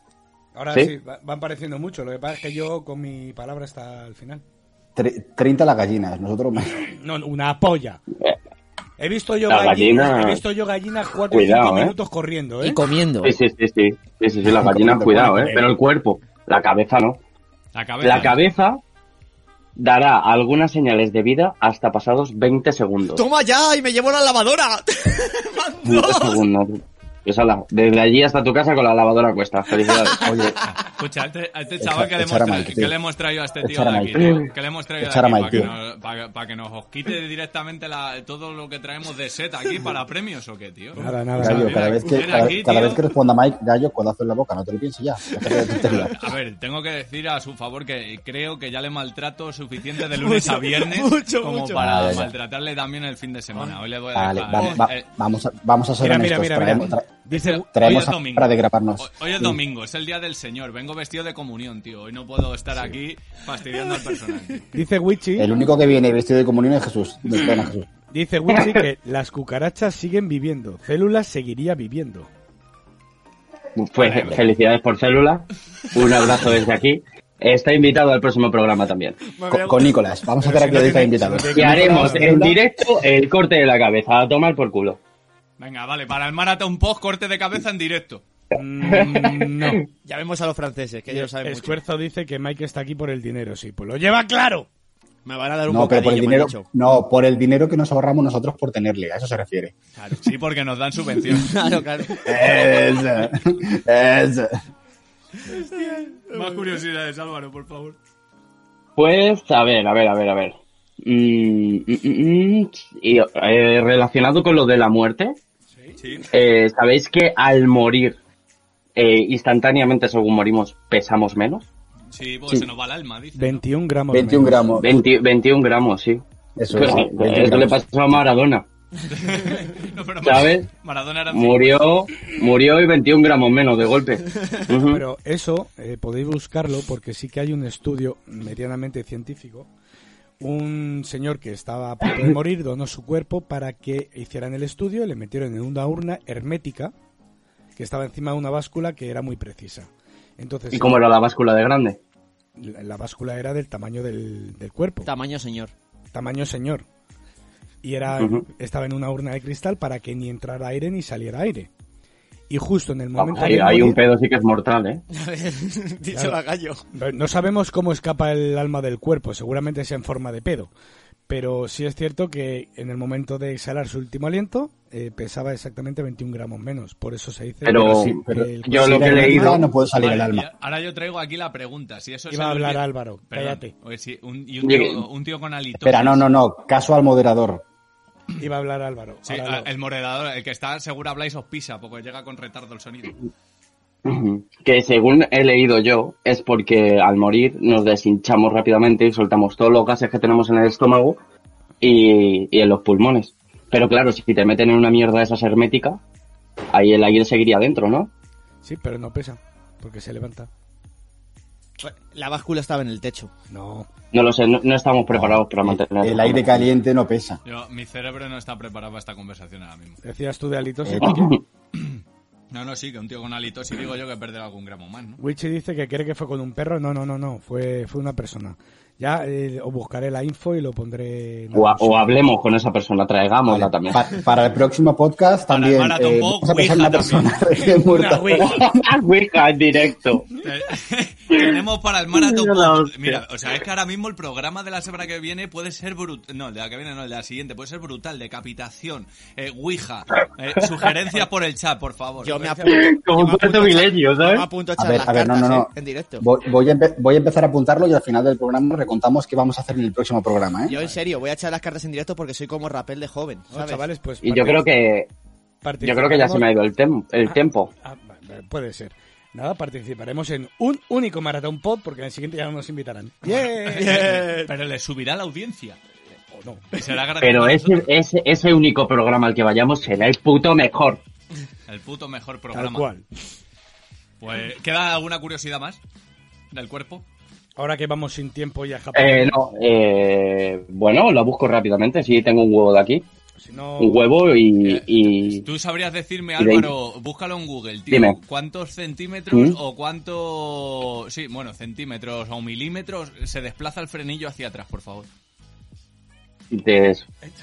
Speaker 2: Ahora sí,
Speaker 5: ¿Sí?
Speaker 2: va- van pareciendo mucho. Lo que pasa es que yo con mi palabra está al final.
Speaker 3: Tre- 30 las gallinas, nosotros más.
Speaker 2: No, una polla. He visto yo
Speaker 5: La
Speaker 2: gallinas,
Speaker 5: gallina-
Speaker 2: he visto yo gallinas 4 o
Speaker 5: Cuidado,
Speaker 2: 5
Speaker 5: ¿eh?
Speaker 2: minutos corriendo, ¿eh?
Speaker 4: Y comiendo.
Speaker 5: Sí, sí, sí, sí. Sí, sí, sí, las gallinas,
Speaker 3: Comiendo,
Speaker 5: cuidado,
Speaker 3: comiendo.
Speaker 5: ¿eh? Pero el cuerpo, la cabeza no.
Speaker 1: La cabeza.
Speaker 5: La cabeza dará algunas señales de vida hasta pasados 20 segundos.
Speaker 4: ¡Toma ya! ¡Y me llevo la lavadora! ¡Van
Speaker 5: 20
Speaker 4: dos!
Speaker 5: segundos. Pues ala, desde allí hasta tu casa con la lavadora a cuesta. Felicidades.
Speaker 3: Oye,
Speaker 1: Escucha, a este, a este chaval que,
Speaker 3: Echa-
Speaker 1: le
Speaker 3: echar a
Speaker 1: hemos tra-
Speaker 3: Mike,
Speaker 1: que
Speaker 3: tío.
Speaker 1: le hemos traído a este tío
Speaker 3: Echar a
Speaker 1: de aquí,
Speaker 3: Mike,
Speaker 1: tío,
Speaker 3: tío.
Speaker 1: Que le hemos traído
Speaker 3: Echar a
Speaker 1: de aquí para
Speaker 3: Mike,
Speaker 1: que,
Speaker 3: tío.
Speaker 1: nos, para, para que nos os quite directamente la- todo lo que traemos de set aquí para premios o qué, tío.
Speaker 2: Nada, nada.
Speaker 3: Gallo,
Speaker 1: Mira,
Speaker 3: cada vez que,
Speaker 1: mira
Speaker 3: cada,
Speaker 1: aquí,
Speaker 3: cada
Speaker 1: tío.
Speaker 3: vez que responda Mike, Gallo, codazo en la boca, no te lo pienses ya. Déjate de tonterías.
Speaker 1: A ver, tengo que decir a su favor que creo que ya le maltrato suficiente de lunes a viernes
Speaker 4: mucho,
Speaker 1: como
Speaker 4: mucho.
Speaker 1: para
Speaker 3: Vale, ya.
Speaker 1: maltratarle también el fin de semana. Hoy le voy a
Speaker 3: Vale,
Speaker 1: dejar-
Speaker 3: va- va-
Speaker 1: eh,
Speaker 3: vamos, a, vamos a ser
Speaker 2: Mira, mira,
Speaker 3: honestos.
Speaker 2: mira,
Speaker 3: traemos
Speaker 2: mira.
Speaker 3: tra-
Speaker 2: Dice,
Speaker 1: Hoy
Speaker 3: traemos
Speaker 1: es
Speaker 3: a-
Speaker 1: domingo.
Speaker 3: para de grabarnos.
Speaker 1: Hoy, hoy es domingo, es el día del Señor. Vengo vestido de comunión, tío. Hoy no puedo estar aquí fastidiando al personal. tío.
Speaker 2: dice Wichi,
Speaker 3: El único que viene vestido de comunión es Jesús. Me suena, Jesús.
Speaker 2: dice Wichi que las cucarachas siguen viviendo, células seguiría viviendo.
Speaker 5: Pues eh, felicidades por célula. Un abrazo desde aquí. Está invitado al próximo programa también.
Speaker 3: Con, con Nicolás. Vamos a hacer aquí
Speaker 2: no
Speaker 3: la lista de
Speaker 2: tiene-
Speaker 3: invitados.
Speaker 2: si no
Speaker 5: Y haremos en
Speaker 3: Célula.
Speaker 5: directo el corte de la cabeza. A tomar por culo.
Speaker 1: Venga, vale, para el Marathon Post, corte de cabeza en directo.
Speaker 2: Mm, no.
Speaker 4: Ya vemos a los franceses, que ellos saben mucho.
Speaker 2: Esfuerzo dice que Mike está aquí por el dinero, sí, pues lo lleva claro.
Speaker 4: Me van a dar un
Speaker 3: No, pero por el
Speaker 4: bocadillo, me han
Speaker 3: dinero,
Speaker 4: dicho.
Speaker 3: no, por el dinero que nos ahorramos nosotros por tenerle, a eso se refiere.
Speaker 1: Claro, sí, porque nos dan subvención.
Speaker 4: Claro, claro.
Speaker 3: Eso, eso.
Speaker 1: Más curiosidades, Álvaro, por favor.
Speaker 5: Pues, a ver, a ver, a ver, a ver. Mm, mm, mm, mm. y, eh, relacionado con lo de la muerte,
Speaker 1: Sí.
Speaker 5: eh, ¿sabéis que al morir, eh, instantáneamente según morimos, pesamos menos?
Speaker 1: Sí, porque
Speaker 5: Sí.
Speaker 1: se nos va el alma, dice.
Speaker 2: 21 gramos.
Speaker 3: 21
Speaker 2: menos.
Speaker 3: gramos.
Speaker 5: 20 21 gramos, sí.
Speaker 3: Eso
Speaker 5: Pues,
Speaker 3: es.
Speaker 5: eh,
Speaker 3: 21
Speaker 5: esto le
Speaker 3: gramos.
Speaker 5: pasó a Maradona.
Speaker 1: No, pero
Speaker 5: ¿Sabes?
Speaker 1: Maradona era
Speaker 5: Murió, murió y 21 gramos menos de golpe. Ujú.
Speaker 2: Pero eso eh, podéis buscarlo porque sí que hay un estudio medianamente científico. Un señor que estaba a punto de morir donó su cuerpo para que hicieran el estudio y le metieron en una urna hermética que estaba encima de una báscula que era muy precisa. Entonces,
Speaker 5: ¿Y cómo era la báscula de grande?
Speaker 2: la, la báscula era del tamaño del, del cuerpo,
Speaker 4: Tamaño, señor.
Speaker 2: tamaño señor. Y era,
Speaker 5: Ujú.
Speaker 2: estaba en una urna de cristal para que ni entrara aire ni saliera aire. Y justo en el momento...
Speaker 5: Ah, Hay,
Speaker 2: de
Speaker 5: hay un
Speaker 2: morir-
Speaker 5: pedo sí que es mortal, ¿eh?
Speaker 4: A ver, dicho
Speaker 2: Claro.
Speaker 4: la gallo.
Speaker 2: No sabemos cómo escapa el alma del cuerpo, seguramente sea en forma de pedo. Pero sí es cierto que en el momento de exhalar su último aliento eh, pesaba exactamente 21 gramos menos. Por eso se dice
Speaker 5: Pero-
Speaker 2: que
Speaker 3: Sí, pero
Speaker 2: el-
Speaker 5: yo
Speaker 3: si
Speaker 5: lo
Speaker 3: era
Speaker 5: que he
Speaker 3: el alma,
Speaker 5: leído-
Speaker 3: No puedo salir el
Speaker 1: Vale,
Speaker 3: alma.
Speaker 1: y ahora yo traigo aquí la pregunta. Si eso es
Speaker 2: Iba a
Speaker 1: el
Speaker 2: hablar
Speaker 1: último-
Speaker 2: Álvaro,
Speaker 1: Perdón.
Speaker 2: cállate.
Speaker 1: Oye, sí, un, y un tío, un tío con alitos.
Speaker 3: Espera, no, no, no. Caso al moderador.
Speaker 2: iba a hablar Álvaro.
Speaker 1: Sí,
Speaker 2: Ahora
Speaker 1: a-
Speaker 2: lo-
Speaker 1: el moredador, el que está seguro habláis os pisa, porque llega con retardo el sonido.
Speaker 5: Ujú. Que según he leído yo, es porque al morir nos deshinchamos rápidamente y soltamos todos los gases que tenemos en el estómago y, y en los pulmones. Pero claro, si te meten en una mierda de esas hermética, ahí el aire seguiría adentro, ¿no?
Speaker 2: Sí, pero no pesa, porque se levanta.
Speaker 4: La báscula estaba en el techo.
Speaker 2: No.
Speaker 5: No lo sé, no, no estamos preparados para mantener
Speaker 3: El aire caliente no pesa.
Speaker 1: Yo, mi cerebro no está preparado para esta conversación ahora mismo.
Speaker 2: Decías tú de alitos.
Speaker 3: Eh,
Speaker 1: No, no, sí, que un tío con alitos y digo yo que perderá algún gramo más, ¿no?
Speaker 2: Wichi dice que cree que fue con un perro. No, no, no, no. Fue, fue una persona. Ya eh, os buscaré la info y lo pondré. en la
Speaker 5: O, ha-
Speaker 2: descripción.
Speaker 5: o hablemos con esa persona, traigámosla
Speaker 3: Vale,
Speaker 5: también.
Speaker 3: pa- para el próximo podcast
Speaker 1: Para
Speaker 3: también
Speaker 1: el Marathon
Speaker 3: eh,
Speaker 1: Bowl,
Speaker 3: vamos a pensar en
Speaker 1: Ouija
Speaker 3: una persona muerta.
Speaker 5: Ouija en directo.
Speaker 1: Tenemos para el maratón.
Speaker 5: Mira la hostia.
Speaker 1: Mira, o sea, es que ahora mismo el programa de la semana que viene puede ser brutal. No, el de la que viene no, el de la siguiente. Puede ser brutal. Decapitación, eh, Ouija, eh, sugerencias por el chat, por favor.
Speaker 4: Yo me
Speaker 1: Sugerencias-
Speaker 4: apunto. yo
Speaker 5: Como
Speaker 4: me
Speaker 5: un
Speaker 4: apunto
Speaker 5: puto
Speaker 4: a echar-
Speaker 5: milenio,
Speaker 4: yo
Speaker 5: ¿sabes?
Speaker 4: me apunto a
Speaker 3: A
Speaker 4: echar
Speaker 3: ver,
Speaker 4: las
Speaker 3: a ver, no,
Speaker 4: cartas
Speaker 3: no, no.
Speaker 4: ¿eh? en directo.
Speaker 3: Voy, voy a empe- voy a empezar a apuntarlo y al final del programa recontamos qué vamos a hacer en el próximo programa, ¿eh?
Speaker 4: Yo en serio, voy a echar las cartas en directo porque soy como rapel de joven,
Speaker 2: No,
Speaker 4: ¿sabes?
Speaker 2: chavales, pues.
Speaker 5: Y yo creo que
Speaker 2: participamos-
Speaker 5: yo creo que ya se me ha ido el, tem- el tiempo.
Speaker 2: Ah, va- va- eh, puede ser. Nada, participaremos en un único maratón pod porque en el siguiente ya no nos invitarán.
Speaker 1: Pero le subirá la audiencia.
Speaker 2: O no.
Speaker 1: Y será gratis
Speaker 5: Pero
Speaker 1: para
Speaker 5: ese,
Speaker 1: nosotros.
Speaker 5: ese, ese único programa al que vayamos será el puto mejor.
Speaker 1: El puto mejor
Speaker 2: Tal
Speaker 1: programa.
Speaker 2: cual.
Speaker 1: Pues, ¿queda alguna curiosidad más del cuerpo?
Speaker 2: Ahora que vamos sin tiempo y a Japón.
Speaker 5: Eh, no, eh, bueno, lo busco rápidamente. Sí, tengo un huevo de aquí.
Speaker 2: si no-
Speaker 5: Un huevo y... y-
Speaker 1: Tú sabrías decirme,
Speaker 5: y de ahí-
Speaker 1: Álvaro, búscalo en Google, tío.
Speaker 5: Dime.
Speaker 1: ¿Cuántos centímetros
Speaker 5: ¿Mm?
Speaker 1: o cuánto... Sí, bueno, centímetros o milímetros se desplaza el frenillo hacia atrás, por favor.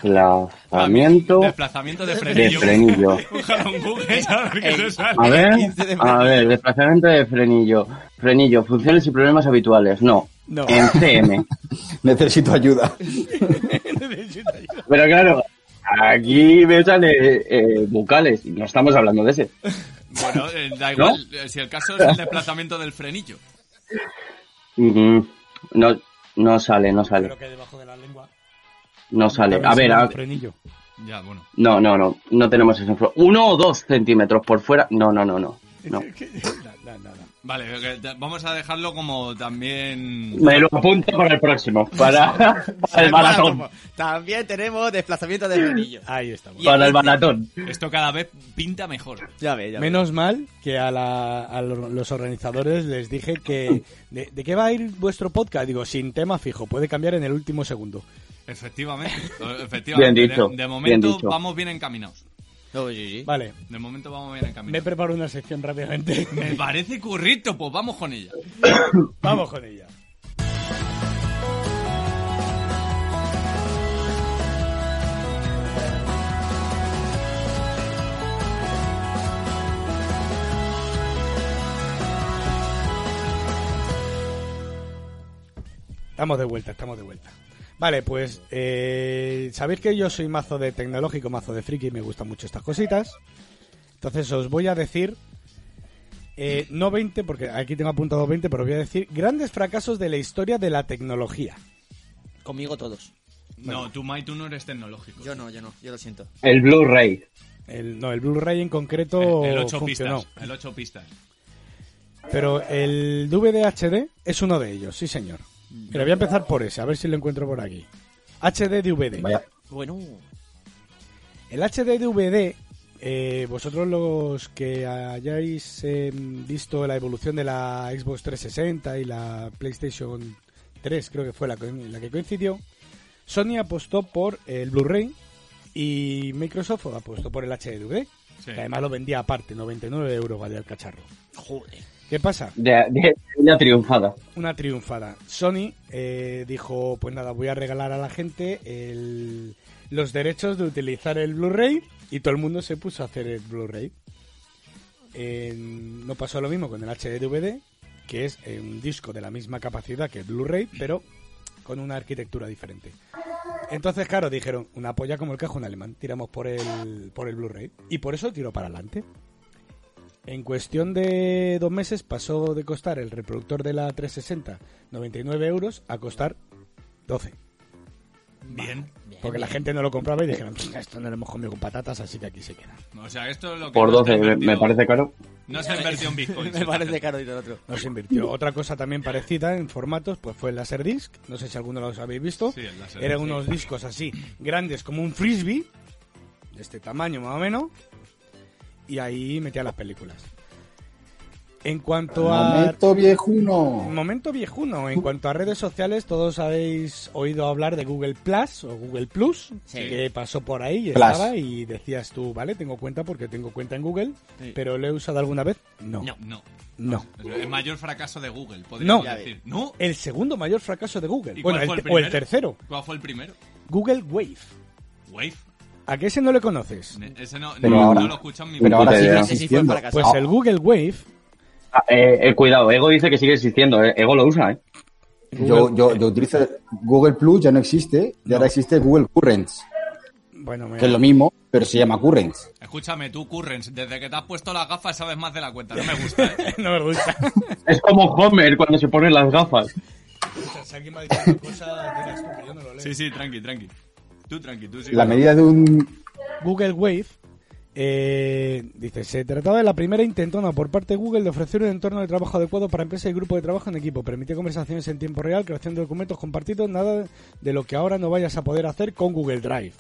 Speaker 5: Desplazamiento
Speaker 1: Desplazamiento de
Speaker 5: de
Speaker 1: frenillo.
Speaker 5: frenillo.
Speaker 1: Búscalo en Google, ¿sabes qué te sale?
Speaker 5: A ver,
Speaker 4: 15 de
Speaker 5: a ver, desplazamiento de frenillo. Frenillo, funciones y problemas habituales. No,
Speaker 2: No.
Speaker 5: en CM.
Speaker 3: Necesito ayuda.
Speaker 5: Pero claro, aquí me sale eh, bucales y no estamos hablando de ese.
Speaker 1: Bueno, eh, da
Speaker 5: ¿No?
Speaker 1: igual, eh, si el caso es el desplazamiento del frenillo.
Speaker 5: Mm, No, no sale, no sale,
Speaker 2: Creo que debajo de la lengua.
Speaker 5: no sale. A
Speaker 2: También
Speaker 5: ver,
Speaker 2: será
Speaker 5: a-
Speaker 2: un frenillo.
Speaker 1: Ya, bueno.
Speaker 5: no, no, no, no tenemos ese info. Uno o dos centímetros por fuera. No, no, no, no. no.
Speaker 2: Na- na- nada.
Speaker 1: Vale, ok, te- vamos a dejarlo como también...
Speaker 5: Me lo apunto para el próximo, para, para el maratón.
Speaker 4: También tenemos desplazamiento de frenillo.
Speaker 2: Ahí estamos.
Speaker 5: Para el maratón.
Speaker 1: Esto cada vez pinta mejor.
Speaker 4: Ya ve, ya ve.
Speaker 2: Menos mal que a, la- a lo- los organizadores les dije que... ¿de, de qué va a ir vuestro podcast? Digo, sin tema fijo, puede cambiar en el último segundo.
Speaker 1: Efectivamente, efectivamente.
Speaker 5: Bien dicho,
Speaker 1: De, de
Speaker 5: bien
Speaker 1: momento
Speaker 5: dicho.
Speaker 1: vamos bien encaminados.
Speaker 4: No, sí, sí.
Speaker 2: Vale,
Speaker 1: De momento vamos bien
Speaker 2: me
Speaker 1: encaminados.
Speaker 2: preparo una sección rápidamente.
Speaker 1: Me, parece currito, pues vamos con ella.
Speaker 2: Vamos con ella. Estamos de vuelta, estamos de vuelta. Vale, pues eh, sabéis que yo soy mazo de tecnológico, mazo de friki y me gustan mucho estas cositas. Entonces os voy a decir eh, no 20, porque aquí tengo apuntado 20, pero voy a decir grandes fracasos de la historia de la tecnología.
Speaker 4: Conmigo todos.
Speaker 1: No, tú, Mai, tú no eres tecnológico.
Speaker 4: Yo no, yo no, yo lo siento.
Speaker 5: El Blu-ray.
Speaker 2: El, no, el Blu-ray en
Speaker 1: El-
Speaker 2: concreto
Speaker 1: el 8
Speaker 2: funcionó.
Speaker 1: pistas. El 8 pistas.
Speaker 2: Pero el DVD HD es uno de ellos, sí señor. Pero voy a empezar por ese, a ver si lo encuentro por aquí. HD DVD.
Speaker 3: Vaya,
Speaker 4: Bueno,
Speaker 2: El HD DVD, eh, vosotros los que hayáis eh, visto la evolución de la Xbox 360 y la PlayStation 3, creo que fue la, co- la que coincidió, Sony apostó por el Blu-ray y Microsoft apostó por el HDVD,
Speaker 1: Sí.
Speaker 2: que además lo vendía aparte, 99 euros valía el cacharro.
Speaker 4: joder.
Speaker 2: ¿Qué pasa?
Speaker 5: De, de- de triunfada.
Speaker 2: Una triunfada. Sony eh, dijo, pues nada, voy a regalar a la gente el- los derechos de utilizar el Blu-ray y todo el mundo se puso a hacer el Blu-ray. Eh, no pasó lo mismo con el HDVD, que es eh, un disco de la misma capacidad que el Blu-ray, pero con una arquitectura diferente. Entonces, claro, dijeron, una polla como el cajón alemán, tiramos por el, por el Blu-ray. Y por eso tiró para adelante. En cuestión de dos meses pasó de costar el reproductor de la 360 99 euros a costar 12.
Speaker 1: Bien.
Speaker 2: Porque la gente no lo compraba y dijeron, "Pff, esto no lo hemos comido con patatas, así que aquí se queda.
Speaker 1: O sea, esto es lo que.
Speaker 5: Por
Speaker 1: no se ha
Speaker 5: 12, me, me
Speaker 1: invertido-
Speaker 5: parece caro.
Speaker 1: No se ha invertido en Bitcoin.
Speaker 4: Me parece caro y el otro.
Speaker 2: No se invirtió. Otra cosa también parecida en formatos pues fue el Laserdisc. No sé si alguno los habéis visto.
Speaker 1: Sí, el Laserdisc.
Speaker 2: Eran unos discos así, grandes como un frisbee, de este tamaño más o menos, y ahí metía las películas. En cuanto a
Speaker 3: momento viejuno.
Speaker 2: Momento viejuno. En cuanto a redes sociales, todos habéis oído hablar de Google Plus o Google Plus,
Speaker 4: Sí.
Speaker 2: que pasó por ahí y
Speaker 3: Plus.
Speaker 2: estaba y decías tú, vale, tengo cuenta porque tengo cuenta en Google,
Speaker 4: Sí.
Speaker 2: pero ¿lo he usado alguna vez? No.
Speaker 4: No.
Speaker 1: No.
Speaker 2: No.
Speaker 1: El mayor fracaso de Google,
Speaker 2: No.
Speaker 1: podríamos decir. No.
Speaker 2: El segundo mayor fracaso de Google.
Speaker 1: ¿Y
Speaker 2: Bueno,
Speaker 1: cuál
Speaker 2: el
Speaker 1: fue el
Speaker 2: te- o el
Speaker 1: primero?
Speaker 2: tercero.
Speaker 1: ¿Cuál fue el primero?
Speaker 2: Google Wave.
Speaker 1: Wave.
Speaker 2: ¿A qué ese no le conoces?
Speaker 1: Ne- Ese no,
Speaker 3: Pero
Speaker 1: no-
Speaker 3: ahora-
Speaker 1: no lo escuchan mi
Speaker 3: Pero
Speaker 5: puta
Speaker 3: ahora
Speaker 5: idea.
Speaker 3: sigue
Speaker 5: No
Speaker 4: sé si fue
Speaker 3: existiendo.
Speaker 4: para casa.
Speaker 2: Pues el Google Wave.
Speaker 5: Ah, eh, eh, cuidado, Ego dice que sigue existiendo. eh. Ego lo usa, ¿eh?
Speaker 3: Yo, yo, yo utilizo Google Plus, ya no existe, y ahora existe Google Currents,
Speaker 2: Bueno, me-
Speaker 3: que es lo mismo, pero se llama Currents.
Speaker 1: Escúchame, tú, Currens, desde que te has puesto las gafas sabes más de la cuenta. No me gusta, ¿eh?
Speaker 2: no me gusta.
Speaker 5: Es como Homer cuando se pone las gafas.
Speaker 2: si alguien me ha dicho una cosa, dirás tú que yo no lo leo.
Speaker 1: Sí, sí, tranqui, tranqui. Tú, tranqui, tú sí.
Speaker 3: La medida de un
Speaker 2: Google Wave Eh, dice, se trataba de la primera intentona por parte de Google de ofrecer un entorno de trabajo adecuado para empresa y grupo de trabajo en equipo. Permite conversaciones en tiempo real, creación de documentos compartidos, nada de lo que ahora no vayas a poder hacer con Google Drive.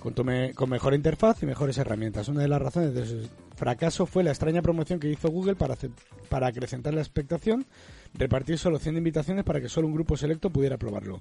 Speaker 2: Con, tu me- con mejor interfaz y mejores herramientas. Una de las razones de su fracaso fue la extraña promoción que hizo Google para, ace- para acrecentar la expectación, repartir solo 100 invitaciones para que solo un grupo selecto pudiera probarlo.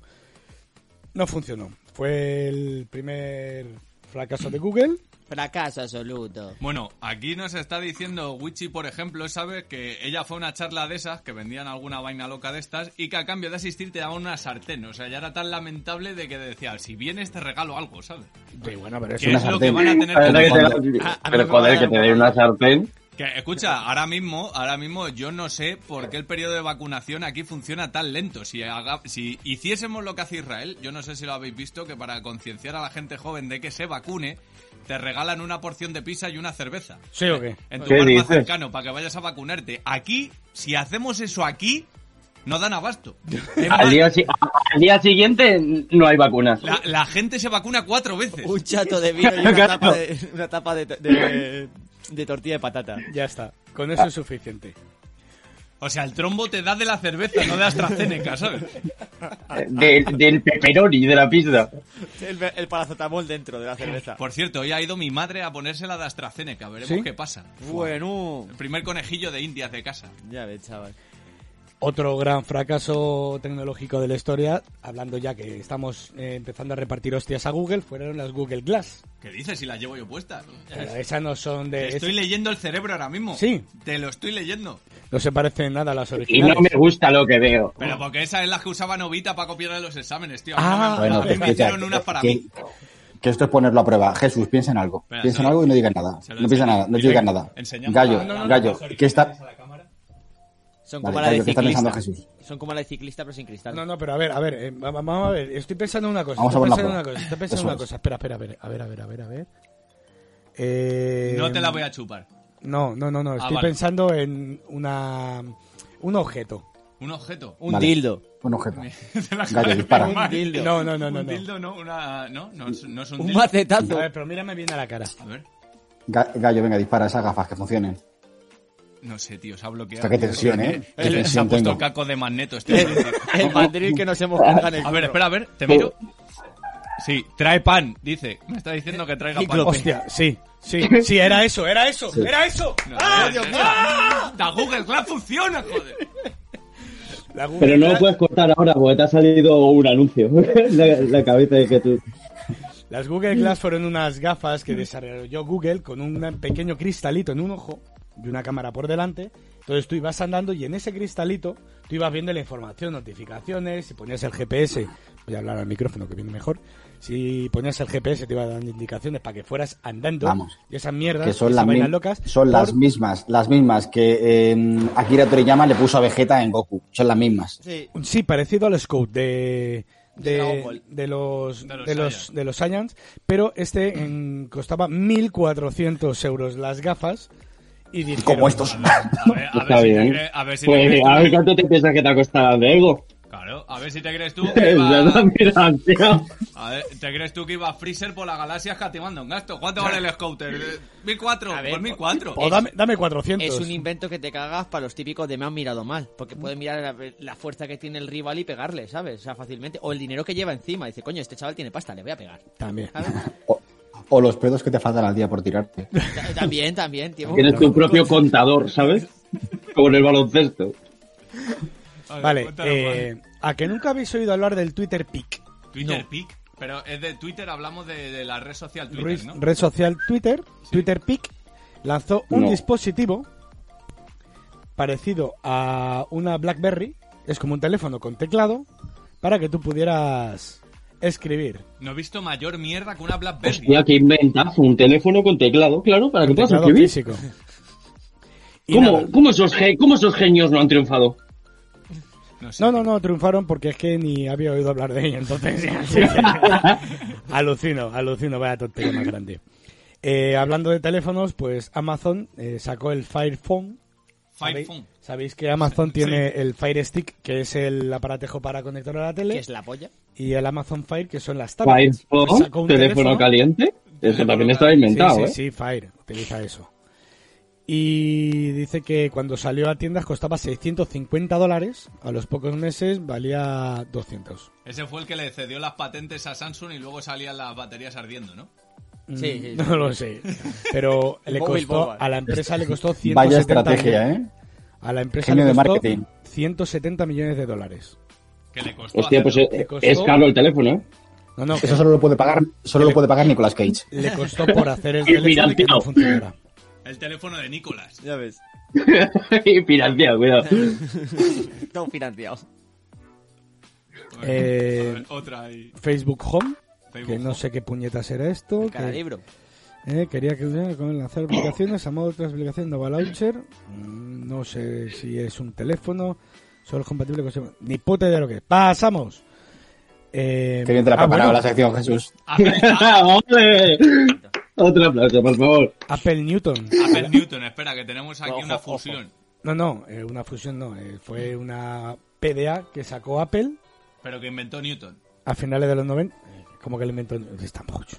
Speaker 2: No funcionó. Fue el primer fracaso de Google.
Speaker 4: Fracaso absoluto.
Speaker 1: Bueno, aquí nos está diciendo Wichi, por ejemplo, sabe que ella fue a una charla de esas, que vendían alguna vaina loca de estas, y que a cambio de asistir te daban una sartén. O sea, ya era tan lamentable de que decía, si vienes te regalo algo, ¿sabes?
Speaker 2: Sí, bueno, pero es
Speaker 1: ¿Qué
Speaker 3: una
Speaker 1: es lo que
Speaker 3: sartén.
Speaker 1: van a tener
Speaker 5: Pero,
Speaker 1: que
Speaker 5: que te
Speaker 1: hacer?
Speaker 5: da-
Speaker 4: Ah, a mí me va
Speaker 5: pero
Speaker 4: a
Speaker 5: joder,
Speaker 4: dar
Speaker 5: que
Speaker 4: un
Speaker 5: te den
Speaker 4: poco.
Speaker 5: una sartén.
Speaker 1: Que, escucha, ahora mismo, ahora mismo yo no sé por qué el periodo de vacunación aquí funciona tan lento. Si, haga- si hiciésemos lo que hace Israel, yo no sé si lo habéis visto, que para concienciar a la gente joven de que se vacune, te regalan una porción de pizza y una cerveza.
Speaker 2: ¿Sí o qué?
Speaker 1: En tu
Speaker 5: ¿Qué
Speaker 1: bar más
Speaker 5: dices?
Speaker 1: cercano, para que vayas a vacunarte. Aquí, si hacemos eso aquí, no dan abasto. Es más,
Speaker 5: Al día, si- al día siguiente no hay vacunas.
Speaker 1: ah. la, la gente se vacuna cuatro veces.
Speaker 4: Un chato de vino y una tapa de, una tapa de, de- de tortilla de patata.
Speaker 2: Ya está. Con eso es suficiente.
Speaker 1: O sea, el trombo te da de la cerveza, no de AstraZeneca, ¿sabes?
Speaker 5: Del- del pepperoni, de la pizza.
Speaker 4: El, el paracetamol dentro de la cerveza.
Speaker 1: Por cierto, hoy ha ido mi madre a ponérsela de AstraZeneca. Veremos
Speaker 2: ¿Sí?
Speaker 1: qué pasa.
Speaker 4: Bueno.
Speaker 1: El primer conejillo de indias de casa.
Speaker 4: Ya ves, chaval.
Speaker 2: Otro gran fracaso tecnológico de la historia, hablando ya que estamos eh, empezando a repartir hostias a Google, fueron las Google Glass.
Speaker 1: ¿Qué dices? Si las llevo yo puestas.
Speaker 2: Pero esas no son
Speaker 1: Te
Speaker 2: de...
Speaker 1: estoy
Speaker 2: Eh, es-
Speaker 1: leyendo el cerebro ahora mismo.
Speaker 2: Sí.
Speaker 1: Te lo estoy leyendo.
Speaker 2: no se parecen nada a las
Speaker 5: Y
Speaker 2: originales.
Speaker 5: no me gusta lo que veo.
Speaker 1: Pero porque esas es las que usaba Novita para copiarle los exámenes, tío.
Speaker 2: Ah,
Speaker 1: A mí no me- a mí
Speaker 3: Bueno, que
Speaker 1: me
Speaker 3: escucha,
Speaker 1: hicieron unas para
Speaker 3: que,
Speaker 1: mí.
Speaker 3: que esto es ponerlo a prueba. Jesús, piensa en algo.
Speaker 1: Espera,
Speaker 3: piensa
Speaker 1: se
Speaker 3: en
Speaker 1: lo-
Speaker 3: algo y no digas nada.
Speaker 1: se lo
Speaker 3: No piensa
Speaker 1: enseño.
Speaker 3: nada, no digas nada.
Speaker 1: Enseñamos
Speaker 3: Gallo,
Speaker 1: la- no, no, no,
Speaker 3: gallo,
Speaker 1: los
Speaker 3: ¿qué está...?
Speaker 1: originales a la cámara.
Speaker 4: Son
Speaker 3: Vale,
Speaker 4: como la de
Speaker 3: Jairo, ¿qué está
Speaker 4: ciclista.
Speaker 3: pensando Jesús?
Speaker 4: Son como la de ciclista, pero sin cristal.
Speaker 2: No, no, pero a ver, a ver, eh, va- va- vamos a ver, estoy pensando en una cosa,
Speaker 3: Vamos a
Speaker 2: estoy
Speaker 3: poner la
Speaker 2: pensando en una
Speaker 3: prueba.
Speaker 2: cosa, estoy pensando en
Speaker 3: Eso
Speaker 2: una
Speaker 3: es.
Speaker 2: cosa, espera, espera, a ver, a ver, a ver, a ver, a ver. Eh,
Speaker 1: No te la voy a chupar.
Speaker 2: No, no, no, no, estoy
Speaker 1: vale.
Speaker 2: pensando en una un objeto.
Speaker 1: Un objeto.
Speaker 4: Un
Speaker 3: Vale.
Speaker 4: dildo.
Speaker 3: Un objeto.
Speaker 1: Te la
Speaker 3: Gallo,
Speaker 1: acabas de
Speaker 3: dispara.
Speaker 1: firmar.
Speaker 4: Un dildo.
Speaker 2: No, no, no, no,
Speaker 1: Un
Speaker 2: no.
Speaker 1: dildo, no, una... No, no, es- no es un
Speaker 4: Un
Speaker 1: dildo.
Speaker 4: macetazo.
Speaker 2: A ver, pero mírame bien a la cara.
Speaker 1: A ver.
Speaker 3: Ga- Gallo, venga, dispara esas gafas que funcionen.
Speaker 1: No sé, tío, se ha bloqueado.
Speaker 3: Hostia, qué tensión, ¿eh? Qué
Speaker 1: Se ha
Speaker 3: tensión
Speaker 1: puesto
Speaker 3: tengo.
Speaker 1: caco de magneto este.
Speaker 4: El,
Speaker 1: tío.
Speaker 4: el mandril que nos hemos cargado en el
Speaker 1: A ver,
Speaker 4: curro.
Speaker 1: espera, a ver, te miro. Sí, trae pan, dice. Me está diciendo que traiga pan.
Speaker 4: Cíclope.
Speaker 2: Hostia, sí, sí, sí, era eso, era eso, era eso.
Speaker 1: No,
Speaker 2: ¡Ah!
Speaker 1: eh, eh, La Google Glass funciona, joder.
Speaker 2: La Google
Speaker 8: Pero no lo
Speaker 2: Glass-
Speaker 3: pues.
Speaker 8: puedes cortar ahora porque te ha salido un anuncio. la, la cabeza de que tú.
Speaker 2: Las Google Glass fueron unas gafas que desarrolló Google con un pequeño cristalito en un ojo y una cámara por delante. Entonces tú ibas andando y en ese cristalito tú ibas viendo la información, notificaciones, si ponías el GPS, voy a hablar al micrófono que viene mejor, si ponías el GPS te iba dando indicaciones para que fueras andando
Speaker 3: Vamos.
Speaker 2: y esas mierdas,
Speaker 3: Que son,
Speaker 2: esas
Speaker 3: las, mi-
Speaker 2: vainas locas,
Speaker 3: son las
Speaker 2: por-
Speaker 3: mismas, las mismas que eh, Akira Toriyama le puso a Vegeta en Goku. Son las mismas.
Speaker 4: Sí.
Speaker 2: Sí, parecido al scope de
Speaker 4: De
Speaker 2: de,
Speaker 4: Dragon Ball.
Speaker 2: de los
Speaker 1: De los
Speaker 2: de los
Speaker 1: Saiyans.
Speaker 2: de los Saiyans, pero este en- costaba 1400 euros las gafas y dijeron,
Speaker 3: Como estos.
Speaker 1: A ver, a ver
Speaker 8: Está
Speaker 1: si te
Speaker 8: bien.
Speaker 1: crees, a ver si te
Speaker 8: Pues,
Speaker 1: crees
Speaker 8: a ver
Speaker 1: tú.
Speaker 8: cuánto te piensas que te ha costado el de Ego.
Speaker 1: Claro, a ver si te crees tú que
Speaker 8: Es verdad,
Speaker 1: iba...
Speaker 8: mira, tío.
Speaker 1: A ver, ¿te crees tú que iba a Freezer por la galaxia escatimando un gasto? ¿Cuánto vale el scouter? Eh,
Speaker 4: A
Speaker 1: ¿1004?
Speaker 4: ver,
Speaker 1: Por 1004.
Speaker 2: "O "Oh, dame, dame 400."
Speaker 4: Es un invento que te cagas para los típicos de me han mirado mal. Porque pueden mirar la, la fuerza que tiene el rival y pegarle, ¿sabes? O sea, fácilmente. O el dinero que lleva encima. Dice, coño, este chaval tiene pasta, le voy a pegar.
Speaker 2: También.
Speaker 4: ¿Sabes?
Speaker 3: O, o los pedos que te faltan al día por tirarte.
Speaker 4: Ta- también, también, tío.
Speaker 8: Tienes tu propio contador, ¿sabes? Como en el baloncesto.
Speaker 1: A ver,
Speaker 2: Vale,
Speaker 1: cuéntanos,
Speaker 2: eh, a que nunca habéis oído hablar del Twitter Pic,
Speaker 1: Juan. Twitter Pic. Pero es de Twitter, hablamos de, de la red social Twitter,
Speaker 2: Ruiz-
Speaker 1: ¿no?
Speaker 2: red social Twitter, Twitter Pic lanzó un
Speaker 7: No.
Speaker 2: dispositivo parecido a una BlackBerry, es como un teléfono con teclado para que tú pudieras escribir.
Speaker 1: No he visto mayor mierda que una BlackBerry.
Speaker 8: Hostia, que inventas un teléfono con teclado, claro, para que puedas
Speaker 2: Teclado
Speaker 8: escribir.
Speaker 2: físico. Y nada.
Speaker 8: ¿Cómo, cómo esos, ge- ¿Cómo esos genios no han triunfado?
Speaker 1: No, sé.
Speaker 2: No, no, no, triunfaron porque es que ni había oído hablar de ello, entonces. alucino, alucino, vaya tontería más grande. Eh, hablando de teléfonos, pues Amazon eh, sacó el Fire Phone.
Speaker 1: Fire
Speaker 2: ¿Sabéis-
Speaker 1: Phone.
Speaker 2: Sabéis que Amazon tiene el Fire Stick, que es el aparatejo para conectar a la
Speaker 4: Que
Speaker 2: tele,
Speaker 4: es la polla.
Speaker 2: y el Amazon Fire, que son las tablets.
Speaker 8: Firefox,
Speaker 2: Pues sacó un
Speaker 8: teléfono caliente.
Speaker 5: Eso también estaba inventado,
Speaker 2: sí,
Speaker 5: ¿eh?
Speaker 2: sí, sí, Fire, utiliza eso. Y dice que cuando salió a tiendas costaba 650 dólares, a los pocos meses valía 200.
Speaker 1: Ese fue el que le cedió las patentes a Samsung y luego salían las baterías ardiendo, ¿no?
Speaker 2: Mm,
Speaker 4: Sí, sí, sí.
Speaker 2: No lo sé. Pero le
Speaker 4: Móvil
Speaker 2: costó,
Speaker 4: boba.
Speaker 2: a la empresa le costó 170
Speaker 3: Vaya estrategia, ¿eh?
Speaker 2: A la empresa
Speaker 3: Genio
Speaker 2: le
Speaker 3: de
Speaker 2: costó
Speaker 3: marketing.
Speaker 2: 170 millones de dólares.
Speaker 1: Que le costó
Speaker 5: Hostia, pues
Speaker 1: hacerlo.
Speaker 5: eh,
Speaker 2: Te costó-
Speaker 5: es caro el teléfono, ¿eh?
Speaker 2: No, no,
Speaker 3: Eso solo lo puede pagar, solo lo puede pagar Nicolas Cage.
Speaker 2: le costó por hacer el
Speaker 5: Y
Speaker 2: teléfono y que no
Speaker 5: financiado.
Speaker 2: funcionara.
Speaker 1: El teléfono de Nicolás.
Speaker 4: Ya ves.
Speaker 5: y financiado, cuidado.
Speaker 4: Todo financiado.
Speaker 1: A
Speaker 2: Eh,
Speaker 1: ver, otra ahí.
Speaker 2: Facebook Home,
Speaker 1: Facebook
Speaker 2: que no sé qué puñetas era esto. que-
Speaker 4: Cada libro.
Speaker 2: Eh, quería que eh, con lanzar aplicaciones a modo de aplicación Nova Launcher. Mm, No sé si es un teléfono, solo es compatible con. Ni puta idea de lo que es. ¡Pasamos! Eh,
Speaker 3: Que bien te la ha
Speaker 2: ah,
Speaker 3: preparado
Speaker 2: bueno,
Speaker 3: la sección, Jesús.
Speaker 1: Apple,
Speaker 5: ¡Hombre! Otro aplauso, por favor.
Speaker 2: Apple Newton.
Speaker 1: Apple Newton, espera, que tenemos aquí
Speaker 4: Ojo,
Speaker 1: una
Speaker 4: ojo.
Speaker 1: fusión.
Speaker 2: No, no, eh, una fusión no. eh, fue una PDA que sacó Apple
Speaker 1: Pero que inventó Newton.
Speaker 2: a finales de los 90. eh, Como que le inventó. Está mucho.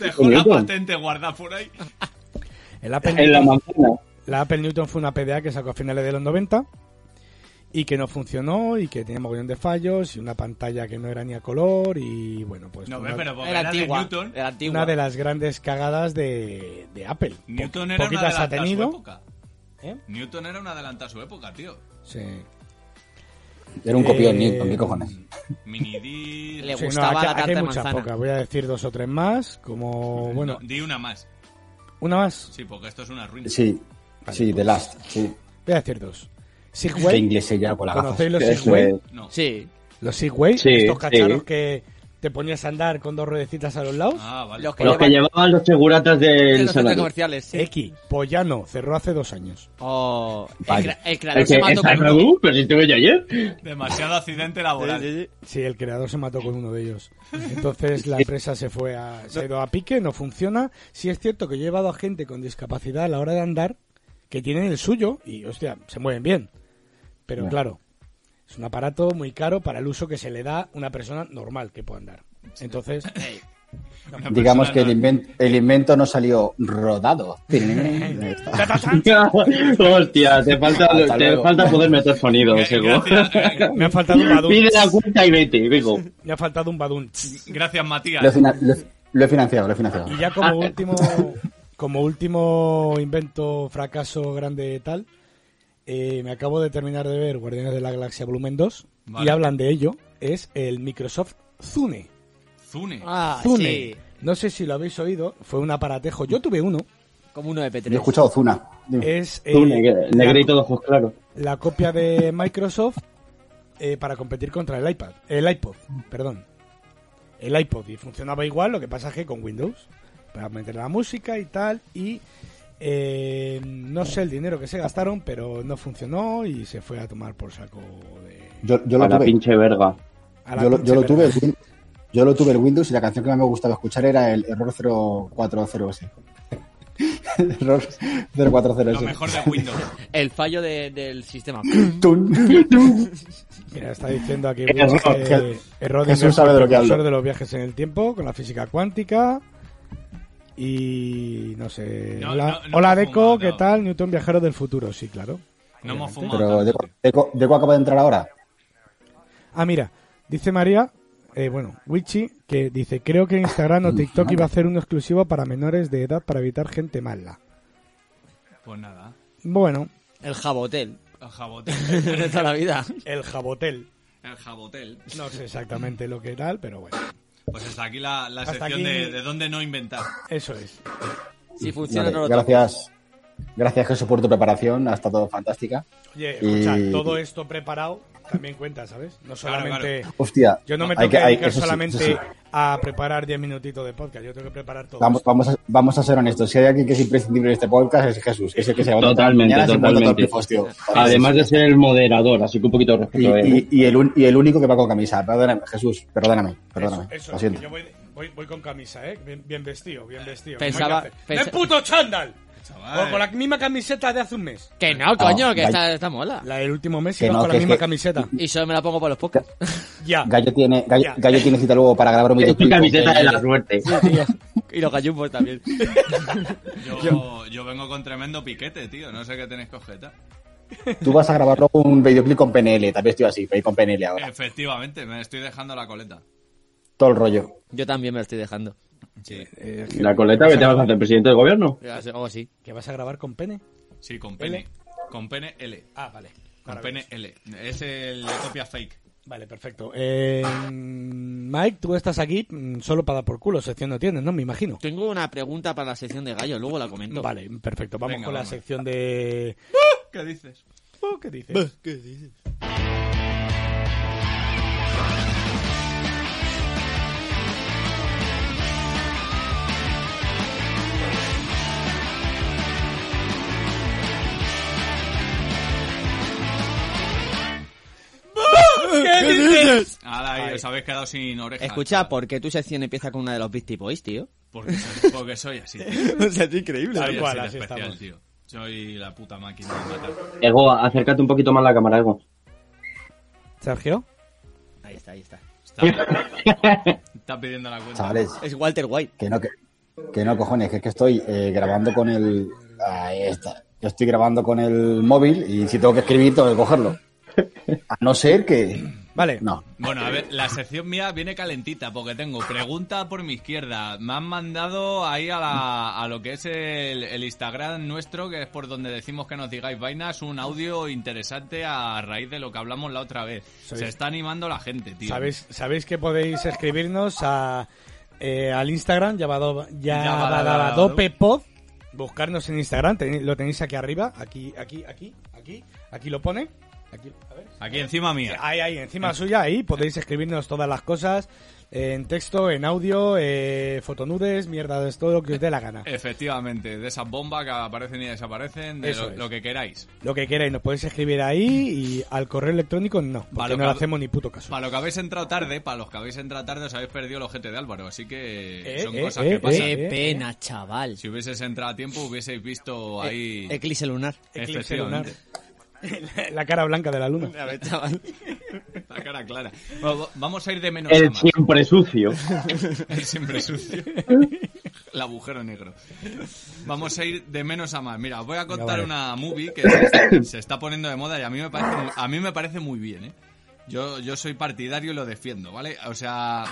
Speaker 1: Dejó la patente guardada por ahí.
Speaker 2: El Apple
Speaker 5: En la
Speaker 2: Newton-
Speaker 5: manzana.
Speaker 2: La Apple Newton fue una PDA que sacó a finales de los 90 y que no funcionó y que tenía mogollón de fallos y una pantalla que no era ni a color y bueno, pues
Speaker 1: No,
Speaker 2: una,
Speaker 1: ve, pero porque
Speaker 4: Era
Speaker 1: era de
Speaker 4: antigua.
Speaker 1: Newton.
Speaker 4: Era
Speaker 2: una
Speaker 4: antigua.
Speaker 2: de las grandes cagadas de, de Apple. Po-
Speaker 1: Newton era un
Speaker 2: poquitas ha
Speaker 1: adelantado a su
Speaker 2: tenido.
Speaker 1: época.
Speaker 2: ¿Eh?
Speaker 1: Newton era un adelantado a su época, tío.
Speaker 2: Sí.
Speaker 3: Era un copión,
Speaker 2: Eh,
Speaker 3: Newton, ¿qué cojones?
Speaker 1: Mini D.
Speaker 4: Le
Speaker 2: sí, no,
Speaker 4: gustaba
Speaker 2: aquí-
Speaker 4: la
Speaker 2: aquí
Speaker 4: tarta
Speaker 2: hay
Speaker 4: de
Speaker 2: muchas
Speaker 4: manzana.
Speaker 2: pocas. Voy a decir dos o tres más, como bueno,
Speaker 1: Di una más.
Speaker 2: una más.
Speaker 1: Sí, porque esto es una ruina.
Speaker 3: Sí, sí, The Last, sí.
Speaker 2: Voy a decir dos.
Speaker 3: De
Speaker 2: Segway,
Speaker 3: inglés ya con la gafas.
Speaker 2: ¿conocéis los
Speaker 5: Eso
Speaker 2: Segway?
Speaker 5: es.
Speaker 1: No.
Speaker 4: Sí.
Speaker 2: Los Segway,
Speaker 5: Sí,
Speaker 2: estos cacharros
Speaker 5: sí.
Speaker 2: que te ponías a andar con dos ruedecitas a los lados.
Speaker 1: Ah, vale.
Speaker 4: Los que
Speaker 5: Los que
Speaker 4: llevan
Speaker 5: llevaban los seguratas
Speaker 4: en
Speaker 5: del
Speaker 4: los centros
Speaker 5: salario.
Speaker 4: comerciales. Sí.
Speaker 2: X, Pollano, cerró hace dos años.
Speaker 4: Oh, el,
Speaker 3: Vaya.
Speaker 4: cra- el creador
Speaker 5: Es que
Speaker 4: se mató
Speaker 5: esa es
Speaker 4: con
Speaker 5: la
Speaker 4: uno.
Speaker 5: U, pero si estuve yo ayer.
Speaker 1: Demasiado accidente laboral.
Speaker 2: Sí, el creador se mató con uno de ellos. Entonces la empresa se fue a, se ha ido a pique, no funciona. Sí es cierto que yo he llevado a gente con discapacidad a la hora de andar que tienen el suyo y, hostia, se mueven bien. Pero
Speaker 3: Ya.
Speaker 2: claro, es un aparato muy caro para el uso que se le da una persona normal que pueda andar. Entonces,
Speaker 1: Una
Speaker 3: Digamos que
Speaker 1: persona
Speaker 3: el,
Speaker 1: no-
Speaker 3: inven- el invento no salió rodado. Pero
Speaker 5: Hostia, te falta,
Speaker 3: Hasta
Speaker 5: te
Speaker 3: luego.
Speaker 5: falta poder meter sonido,
Speaker 1: Gra-
Speaker 5: seguro.
Speaker 1: Gracias,
Speaker 2: me ha faltado un badún.
Speaker 5: Pide la cuenta y vete, vengo.
Speaker 2: Me ha faltado un badún.
Speaker 1: eh, gracias, Matías.
Speaker 3: Lo he, fina- lo he- lo he financiado, lo he financiado.
Speaker 2: Y ya como último, como último invento, fracaso grande tal, eh, me acabo de terminar de ver Guardianes de la Galaxia Volumen 2 y
Speaker 1: Vale.
Speaker 2: hablan de ello, es el Microsoft Zune.
Speaker 1: Zune.
Speaker 4: Ah,
Speaker 2: Zune.
Speaker 4: sí.
Speaker 2: No sé si lo habéis oído, fue un aparatejo, yo tuve uno,
Speaker 4: Como uno de P3.
Speaker 3: Yo he escuchado Zuna. Dime.
Speaker 2: es eh,
Speaker 5: Tú, negre-
Speaker 2: la-
Speaker 5: negrito de ojos claros.
Speaker 2: la, copia de Microsoft eh, para competir contra el iPad, el iPod, perdón. El iPod y funcionaba igual, lo que pasa es que con Windows, para meter la música y tal y eh, no sé el dinero que se gastaron, pero no funcionó y se fue a tomar por saco de
Speaker 3: Yo, yo
Speaker 5: A
Speaker 3: lo
Speaker 5: la
Speaker 3: tuve.
Speaker 5: pinche verga.
Speaker 2: a la
Speaker 3: Yo lo,
Speaker 2: pinche
Speaker 3: yo lo
Speaker 2: verga.
Speaker 3: tuve. el Win- Yo lo tuve el Windows y la canción que más me gustaba escuchar era el Error 040S. Error
Speaker 1: Lo
Speaker 3: 040S.
Speaker 1: mejor de Windows.
Speaker 4: El fallo de- del sistema.
Speaker 3: Tun.
Speaker 2: Mira, está diciendo aquí
Speaker 5: Error,
Speaker 2: que
Speaker 3: Je-
Speaker 2: error
Speaker 3: Jesús sabe de lo que
Speaker 2: precursor
Speaker 3: hablo.
Speaker 2: de los viajes en el tiempo con la física cuántica y no sé.
Speaker 1: No,
Speaker 2: hola,
Speaker 1: no, no
Speaker 2: hola,
Speaker 1: hemos
Speaker 2: Deco,
Speaker 1: fumado,
Speaker 2: ¿qué
Speaker 1: no.
Speaker 2: tal? Newton viajero del futuro, sí, claro.
Speaker 1: No hemos
Speaker 2: Obviamente.
Speaker 1: fumado.
Speaker 3: Pero Deco, Deco- Deco acaba de entrar ahora.
Speaker 2: Ah, mira, dice María, eh, bueno, Wichi, que dice, creo que Instagram o TikTok iba a hacer uno exclusivo para menores de edad para evitar gente mala.
Speaker 1: Pues nada.
Speaker 2: Bueno,
Speaker 4: El jabotel.
Speaker 1: El jabotel.
Speaker 4: De toda la vida.
Speaker 2: el jabotel.
Speaker 1: El jabotel.
Speaker 2: No sé exactamente lo que tal, pero bueno,
Speaker 1: Pues hasta aquí la, la
Speaker 2: Hasta
Speaker 1: sección
Speaker 2: aquí-
Speaker 1: de, de dónde no inventar.
Speaker 2: eso es.
Speaker 4: Si funciona,
Speaker 3: Vale,
Speaker 4: no lo toco.
Speaker 3: gracias. Gracias, Jesús, por tu preparación. Ha estado fantástica.
Speaker 2: Oye, escucha,
Speaker 3: Y-
Speaker 2: todo esto preparado también cuenta, ¿sabes? No
Speaker 1: Claro,
Speaker 2: solamente...
Speaker 3: Hostia.
Speaker 2: Yo no me
Speaker 3: hay
Speaker 2: tengo que,
Speaker 3: hay-
Speaker 2: dedicar
Speaker 3: eso sí, eso
Speaker 2: solamente
Speaker 3: sí.
Speaker 2: a preparar 10 minutitos de podcast, yo tengo que preparar todo.
Speaker 3: Vamos,
Speaker 2: esto.
Speaker 3: vamos, a, vamos a ser honestos. Si hay alguien que es imprescindible en este podcast es Jesús. Es el que se va
Speaker 5: Totalmente,
Speaker 3: mañana, se monta todo el
Speaker 5: totalmente.
Speaker 3: pifostio.
Speaker 5: Además de ser el moderador, así que un poquito de
Speaker 3: Y,
Speaker 5: respeto.
Speaker 3: y-
Speaker 5: eh.
Speaker 3: y el, un- y el único que va con camisa. Perdóname, Jesús, perdóname. Perdóname.
Speaker 2: Eso, eso,
Speaker 3: lo siento.
Speaker 2: yo voy, voy- voy con camisa, ¿eh? Bien, bien vestido, bien vestido.
Speaker 4: Pensaba-
Speaker 2: ¿Cómo hay que hacer?
Speaker 4: pensa-
Speaker 2: ¡De puto chándal!
Speaker 1: chaval.
Speaker 2: O con la misma camiseta de hace un mes.
Speaker 4: Que no, coño, que
Speaker 3: vaya.
Speaker 4: está, está mola.
Speaker 2: La del último mes
Speaker 3: Que
Speaker 2: iba
Speaker 3: no,
Speaker 2: con la
Speaker 3: que es
Speaker 2: misma
Speaker 3: que-
Speaker 2: camiseta.
Speaker 4: Y solo me la pongo para los podcasts.
Speaker 2: Ya.
Speaker 3: Gallo tiene, Gallo,
Speaker 2: Ya.
Speaker 3: Gallo tiene cita luego para grabar un
Speaker 5: Es
Speaker 3: vídeo.
Speaker 5: tu camiseta de la suerte.
Speaker 4: y los gallumbos también.
Speaker 1: Yo, yo vengo con tremendo piquete, tío. No sé qué tenéis que objetar.
Speaker 3: Tú vas a grabar luego un videoclip con PNL, también estoy así, voy con PNL ahora.
Speaker 1: Efectivamente, me estoy dejando la coleta.
Speaker 3: Todo el rollo.
Speaker 4: Yo también me lo estoy dejando.
Speaker 1: Sí,
Speaker 7: La coleta que te vas a hacer, presidente del gobierno.
Speaker 4: O así.
Speaker 2: ¿Que vas a grabar con pene?
Speaker 1: sí con pene. Con pene L.
Speaker 2: Ah, vale.
Speaker 1: Con pene L. Es el copia fake.
Speaker 2: Vale, perfecto. Eh, Mike, tú estás aquí mm, solo para dar por culo, sección no tienes, ¿no? Me imagino.
Speaker 4: Tengo una pregunta para la sección de gallo, luego la comento.
Speaker 2: Vale, perfecto. Vamos
Speaker 1: Venga,
Speaker 2: con
Speaker 1: vamos. ¡Uh!
Speaker 2: la sección de...
Speaker 1: ¿Qué dices?
Speaker 2: Oh, ¿Qué dices?
Speaker 1: Ahora ahí os habéis quedado sin orejas.
Speaker 4: Escucha, ¿por qué tu sección empieza con una de los Beastie Boys, tío?
Speaker 1: Porque soy, porque soy así. tío.
Speaker 4: o sea, es increíble.
Speaker 2: Tal
Speaker 1: Soy
Speaker 2: cual,
Speaker 1: así
Speaker 2: así
Speaker 1: de especial,
Speaker 2: estamos.
Speaker 1: tío. Soy la puta máquina de matar.
Speaker 7: Ego, acércate un poquito más a la cámara, Ego.
Speaker 2: Sergio.
Speaker 4: Ahí está, ahí está.
Speaker 1: Está, está pidiendo la cuenta.
Speaker 3: Chavales,
Speaker 4: Es Walter White.
Speaker 3: que no, que, que no, cojones, que es que estoy eh, grabando con el. Ahí está. Yo estoy grabando con el móvil y si tengo que escribir, tengo que cogerlo. A no ser que.
Speaker 2: Vale.
Speaker 3: No.
Speaker 1: Bueno, a ver, la sección mía viene calentita porque tengo pregunta por mi izquierda. Me han mandado ahí a, la- a lo que es el, el Instagram nuestro, que es por donde decimos que nos digáis vainas, un audio interesante a raíz de lo que hablamos la otra vez. Se está animando la gente, tío.
Speaker 2: ¿Sabéis, sabéis que podéis escribirnos a, eh, al Instagram, llamado pod Buscarnos en Instagram, teni- lo tenéis aquí arriba, aquí, aquí, aquí, aquí, aquí lo pone. Aquí, a ver.
Speaker 1: Aquí encima mía.
Speaker 2: Ahí, ahí,
Speaker 1: Eh.
Speaker 2: encima suya, ahí podéis escribirnos todas las cosas, eh, en texto, en audio, eh, fotonudes, mierda, es todo lo que os dé la gana.
Speaker 1: Eh. Efectivamente, de esas bombas que aparecen y desaparecen, de
Speaker 2: Eso
Speaker 1: lo,
Speaker 2: es.
Speaker 1: lo que queráis.
Speaker 2: Lo que queráis, nos podéis escribir ahí y al correo electrónico no, porque
Speaker 1: Vale,
Speaker 2: no le
Speaker 1: claro.
Speaker 2: hacemos ni puto caso.
Speaker 1: Para los que habéis entrado tarde, para los que habéis entrado tarde, os habéis perdido el ojete de Álvaro, así que
Speaker 2: Eh,
Speaker 1: son
Speaker 2: eh,
Speaker 1: cosas
Speaker 2: eh,
Speaker 1: que
Speaker 2: eh.
Speaker 1: pasan.
Speaker 4: Pues, Qué
Speaker 2: eh,
Speaker 4: pena, chaval. E-
Speaker 1: Si hubieses entrado a tiempo, hubieseis visto
Speaker 2: Eh,
Speaker 1: ahí.
Speaker 4: Eclipse lunar.
Speaker 2: Eclipse lunar.
Speaker 1: efectivamente.
Speaker 2: La cara blanca de la luna.
Speaker 4: A ver, chaval.
Speaker 1: La cara clara. Bueno, va- vamos a ir de menos a
Speaker 7: El
Speaker 1: más.
Speaker 7: siempre sucio.
Speaker 1: El siempre sucio. El agujero negro. Vamos a ir de menos a más. Mira, os voy a contar
Speaker 2: vale.
Speaker 1: una movie que se está, se está poniendo de moda y a mí me parece, mu- a mí me parece muy bien, ¿eh? Yo, yo soy partidario y lo defiendo, ¿vale? O sea,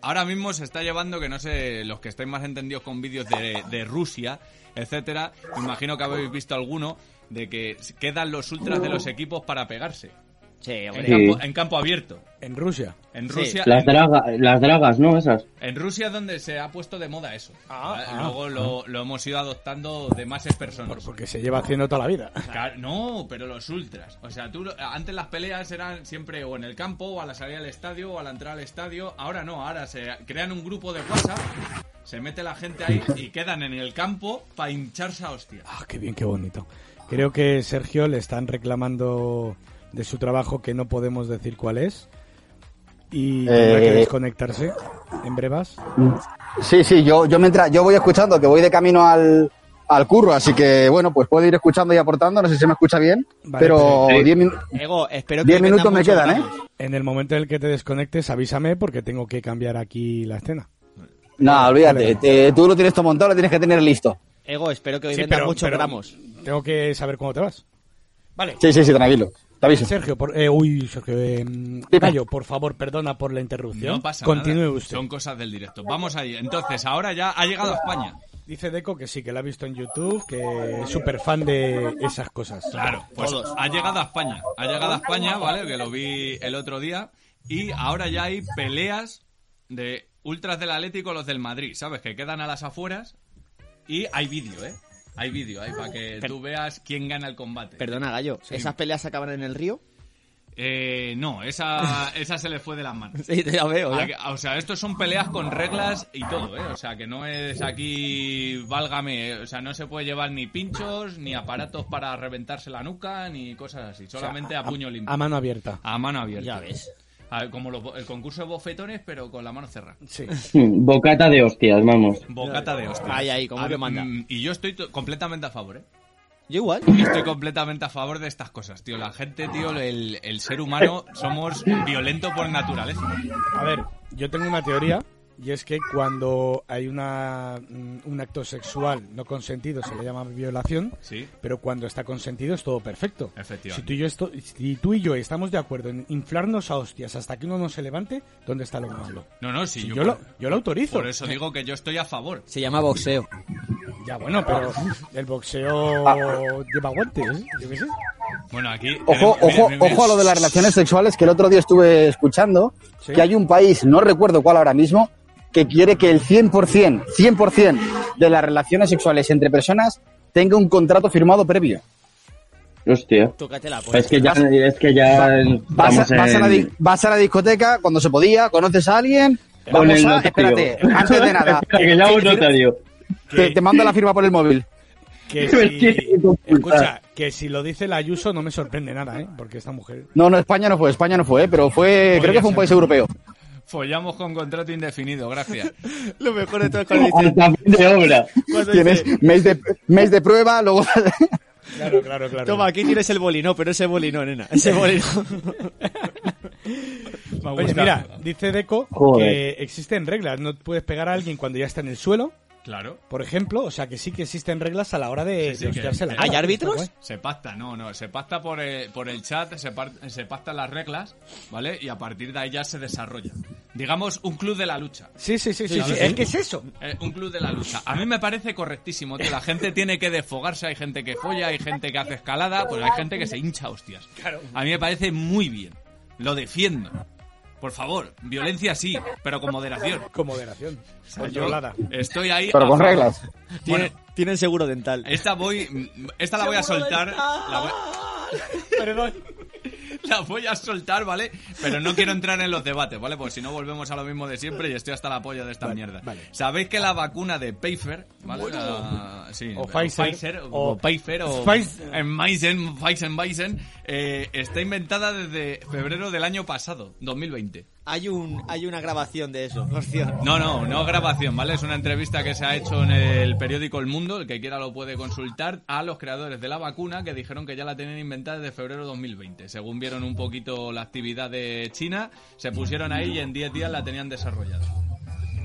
Speaker 1: ahora mismo se está llevando que no sé, los que estáis más entendidos con vídeos de, de Rusia, etcétera, me imagino que habéis visto alguno de que quedan los ultras de los equipos para pegarse.
Speaker 4: Sí,
Speaker 1: En
Speaker 4: hombre.
Speaker 1: campo, en campo abierto.
Speaker 2: En Rusia.
Speaker 1: En
Speaker 4: Sí.
Speaker 1: Rusia,
Speaker 7: Las,
Speaker 1: en-
Speaker 7: draga- las dragas, ¿no? Esas.
Speaker 1: en Rusia es donde se ha puesto de moda eso.
Speaker 2: Ah,
Speaker 1: ¿Vale?
Speaker 2: ah,
Speaker 1: Luego lo, lo hemos ido adoptando de más personas.
Speaker 2: Porque se lleva haciendo toda la vida.
Speaker 1: Claro, No, pero los ultras. O sea, tú lo- antes las peleas eran siempre o en el campo, o a la salida del estadio, o a la entrada al estadio. Ahora no, ahora se crean un grupo de WhatsApp, se mete la gente ahí y quedan en el campo para hincharse a hostia.
Speaker 2: Ah, qué bien, qué bonito. Creo que Sergio le están reclamando de su trabajo que no podemos decir cuál es. Y tendrá que
Speaker 3: Eh.
Speaker 2: desconectarse en brevas.
Speaker 3: Sí, sí, yo, yo mientras. Yo voy escuchando, que voy de camino al. Al curro, así que bueno, pues puedo ir escuchando y aportando. No sé si se me escucha bien,
Speaker 2: Vale,
Speaker 3: pero 10 min-
Speaker 4: Ego, espero que.
Speaker 3: diez
Speaker 4: no metan
Speaker 3: minutos me
Speaker 4: mucho
Speaker 3: quedan, ¿eh?
Speaker 4: gramos.
Speaker 2: En el momento en el que te desconectes, avísame porque tengo que cambiar aquí la escena.
Speaker 3: No, olvídate, te- tú lo tienes todo montado, lo tienes que tener listo.
Speaker 4: Ego, espero que hoy vendan muchos gramos.
Speaker 2: Tengo que saber cómo te vas. Vale.
Speaker 3: Sí, sí, sí, tranquilo. Te aviso.
Speaker 2: Sergio, por, eh, uy, Sergio, eh, Gallo, por favor, perdona por la interrupción.
Speaker 1: No pasa
Speaker 2: Continúe
Speaker 1: nada.
Speaker 2: usted.
Speaker 1: Son cosas del directo. Vamos ahí. Entonces, ahora ya ha llegado a España.
Speaker 2: Dice Deco que sí, que la ha visto en YouTube, que es súper fan de esas cosas.
Speaker 1: Claro, pues ha llegado a España. Ha llegado a España, ¿vale? Que lo vi el otro día. Y ahora ya hay peleas de ultras del Atlético, los del Madrid, ¿sabes? Que quedan a las afueras. Y hay vídeo, ¿eh? Hay vídeo, ahí para que tú veas quién gana el combate.
Speaker 4: Perdona, gallo. ¿Esas peleas acaban en el río?
Speaker 1: Eh, no, esa, esa se le fue de las manos.
Speaker 4: Sí, te la veo.
Speaker 1: Ah, que- O sea, estos son peleas con reglas y todo, ¿eh? O sea, que no es aquí, válgame, eh, o sea, no se puede llevar ni pinchos, ni aparatos para reventarse la nuca, ni cosas así, solamente a puño limpio.
Speaker 2: A mano abierta.
Speaker 1: A mano abierta.
Speaker 4: Ya ves.
Speaker 1: A ver, como lo- el concurso de bofetones, pero con la mano cerrada.
Speaker 2: Sí.
Speaker 5: Hmm, Bocata de hostias, vamos.
Speaker 1: Bocata de hostia.
Speaker 4: Ay, ay, ¿cómo que manda?
Speaker 1: mm, Y yo estoy to- completamente a favor, ¿eh?
Speaker 4: Yo igual.
Speaker 1: Yo estoy completamente a favor de estas cosas, tío. La gente, tío, el, el ser humano, somos violentos por naturaleza.
Speaker 2: A ver, yo tengo una teoría y es que cuando hay una, mm, un acto sexual no consentido se le llama violación,
Speaker 1: Sí.
Speaker 2: pero cuando está consentido es todo perfecto.
Speaker 1: Efectivamente.
Speaker 2: Si tú, y yo esto- si tú y yo estamos de acuerdo en inflarnos a hostias hasta que uno no se levante, ¿dónde está lo malo?
Speaker 1: No, no, Ah, sí.
Speaker 2: Si yo, lo, yo lo autorizo.
Speaker 1: Por eso digo que yo estoy a favor.
Speaker 4: Se llama boxeo.
Speaker 2: Ya bueno, pero el boxeo lleva guantes, ¿eh? yo qué sé.
Speaker 1: Bueno, aquí.
Speaker 3: Ojo,
Speaker 1: tenemos- mira,
Speaker 3: ojo,
Speaker 1: mira, mira.
Speaker 3: ojo a lo de las relaciones sexuales que el otro día estuve escuchando,
Speaker 2: Sí.
Speaker 3: que hay un país, no recuerdo cuál ahora mismo, que quiere que el 100%, 100% de las relaciones sexuales entre personas tenga un contrato firmado previo.
Speaker 5: Hostia.
Speaker 4: Tócate la polla.
Speaker 5: Es que ya, es que ya
Speaker 3: Vas, a,
Speaker 5: estamos
Speaker 3: vas a la,
Speaker 5: en-
Speaker 3: di- vas a la discoteca cuando se podía, conoces a alguien,
Speaker 5: Con
Speaker 3: vamos
Speaker 5: el
Speaker 3: a,
Speaker 5: notario.
Speaker 3: espérate, antes de nada,
Speaker 5: Espera, que llamo un
Speaker 3: Sí, sí.
Speaker 5: notario.
Speaker 3: te, te mando la firma por el móvil.
Speaker 2: Que
Speaker 5: Me tiene
Speaker 2: si,
Speaker 5: que consultar.
Speaker 2: escucha, que si lo dice la Ayuso no me sorprende nada, ¿eh? Porque esta mujer...
Speaker 3: No, no, España no fue, España no fue, ¿eh? pero fue, creo que fue un país europeo.
Speaker 1: Follamos con contrato indefinido, gracias.
Speaker 4: Lo mejor de todo es cuando
Speaker 5: Al
Speaker 4: dice-
Speaker 5: tapón de obra.
Speaker 4: cuando
Speaker 3: Pues- Tienes
Speaker 4: dice,
Speaker 3: mes de, mes de prueba, luego...
Speaker 2: Claro, claro, claro.
Speaker 4: Toma, aquí tienes el bolino, pero ese bolino, nena. Ese bolino.
Speaker 1: Me
Speaker 2: Oye,
Speaker 1: gusta.
Speaker 2: mira, dice Deco
Speaker 5: Joder.
Speaker 2: que existen reglas. No puedes pegar a alguien cuando ya está en el suelo,
Speaker 1: Claro.
Speaker 2: por ejemplo. O sea, que sí que existen reglas a la hora de,
Speaker 1: Sí, sí,
Speaker 2: de
Speaker 1: que-
Speaker 2: hostiarse la
Speaker 1: ¿Hay
Speaker 2: cara.
Speaker 4: árbitros?
Speaker 2: Está guay.
Speaker 1: Se pacta, no, no. Se pacta por el, por el chat, se, par- se pactan las reglas, ¿vale? Y a partir de ahí ya se desarrolla. Digamos, un club de la lucha.
Speaker 2: Sí, sí, sí, sí.
Speaker 1: Sí,
Speaker 2: sí.
Speaker 1: sí.
Speaker 2: Es que es eso.
Speaker 1: Eh, un club de la lucha. A mí me parece correctísimo, tío. La gente tiene que desfogarse. Hay gente que folla, hay gente que hace escalada, pues hay gente que se hincha a hostias. A mí me parece muy bien. Lo defiendo. Por favor, violencia sí, pero con moderación.
Speaker 2: Con moderación.
Speaker 1: O sea, yo
Speaker 2: Controlada.
Speaker 1: estoy ahí. a
Speaker 3: Pero con
Speaker 1: favor.
Speaker 3: reglas.
Speaker 4: Tiene- Tienen seguro dental.
Speaker 1: Esta voy. Esta la voy a soltar. La voy,
Speaker 2: Perdón.
Speaker 1: la voy a soltar, ¿vale? Pero no quiero entrar en los debates, ¿vale? Porque si no volvemos a lo mismo de siempre y estoy hasta la polla de esta mierda. Sabéis que la vacuna de Pfizer, ¿vale? La- sí,
Speaker 2: O Pfizer,
Speaker 1: o,
Speaker 2: o-
Speaker 1: Pfizer o
Speaker 2: Pfizer.
Speaker 1: en Meissen, Pfizer, Meissen, eh, está inventada desde febrero del año pasado, 2020.
Speaker 4: Hay, un, hay una grabación de eso, por cierto.
Speaker 1: No, no, no grabación, ¿vale? Es una entrevista que se ha hecho en el periódico El Mundo, el que quiera lo puede consultar, a los creadores de la vacuna que dijeron que ya la tenían inventada desde febrero de 2020. Según vieron un poquito la actividad de China, se pusieron ahí y en 10 días la tenían desarrollada.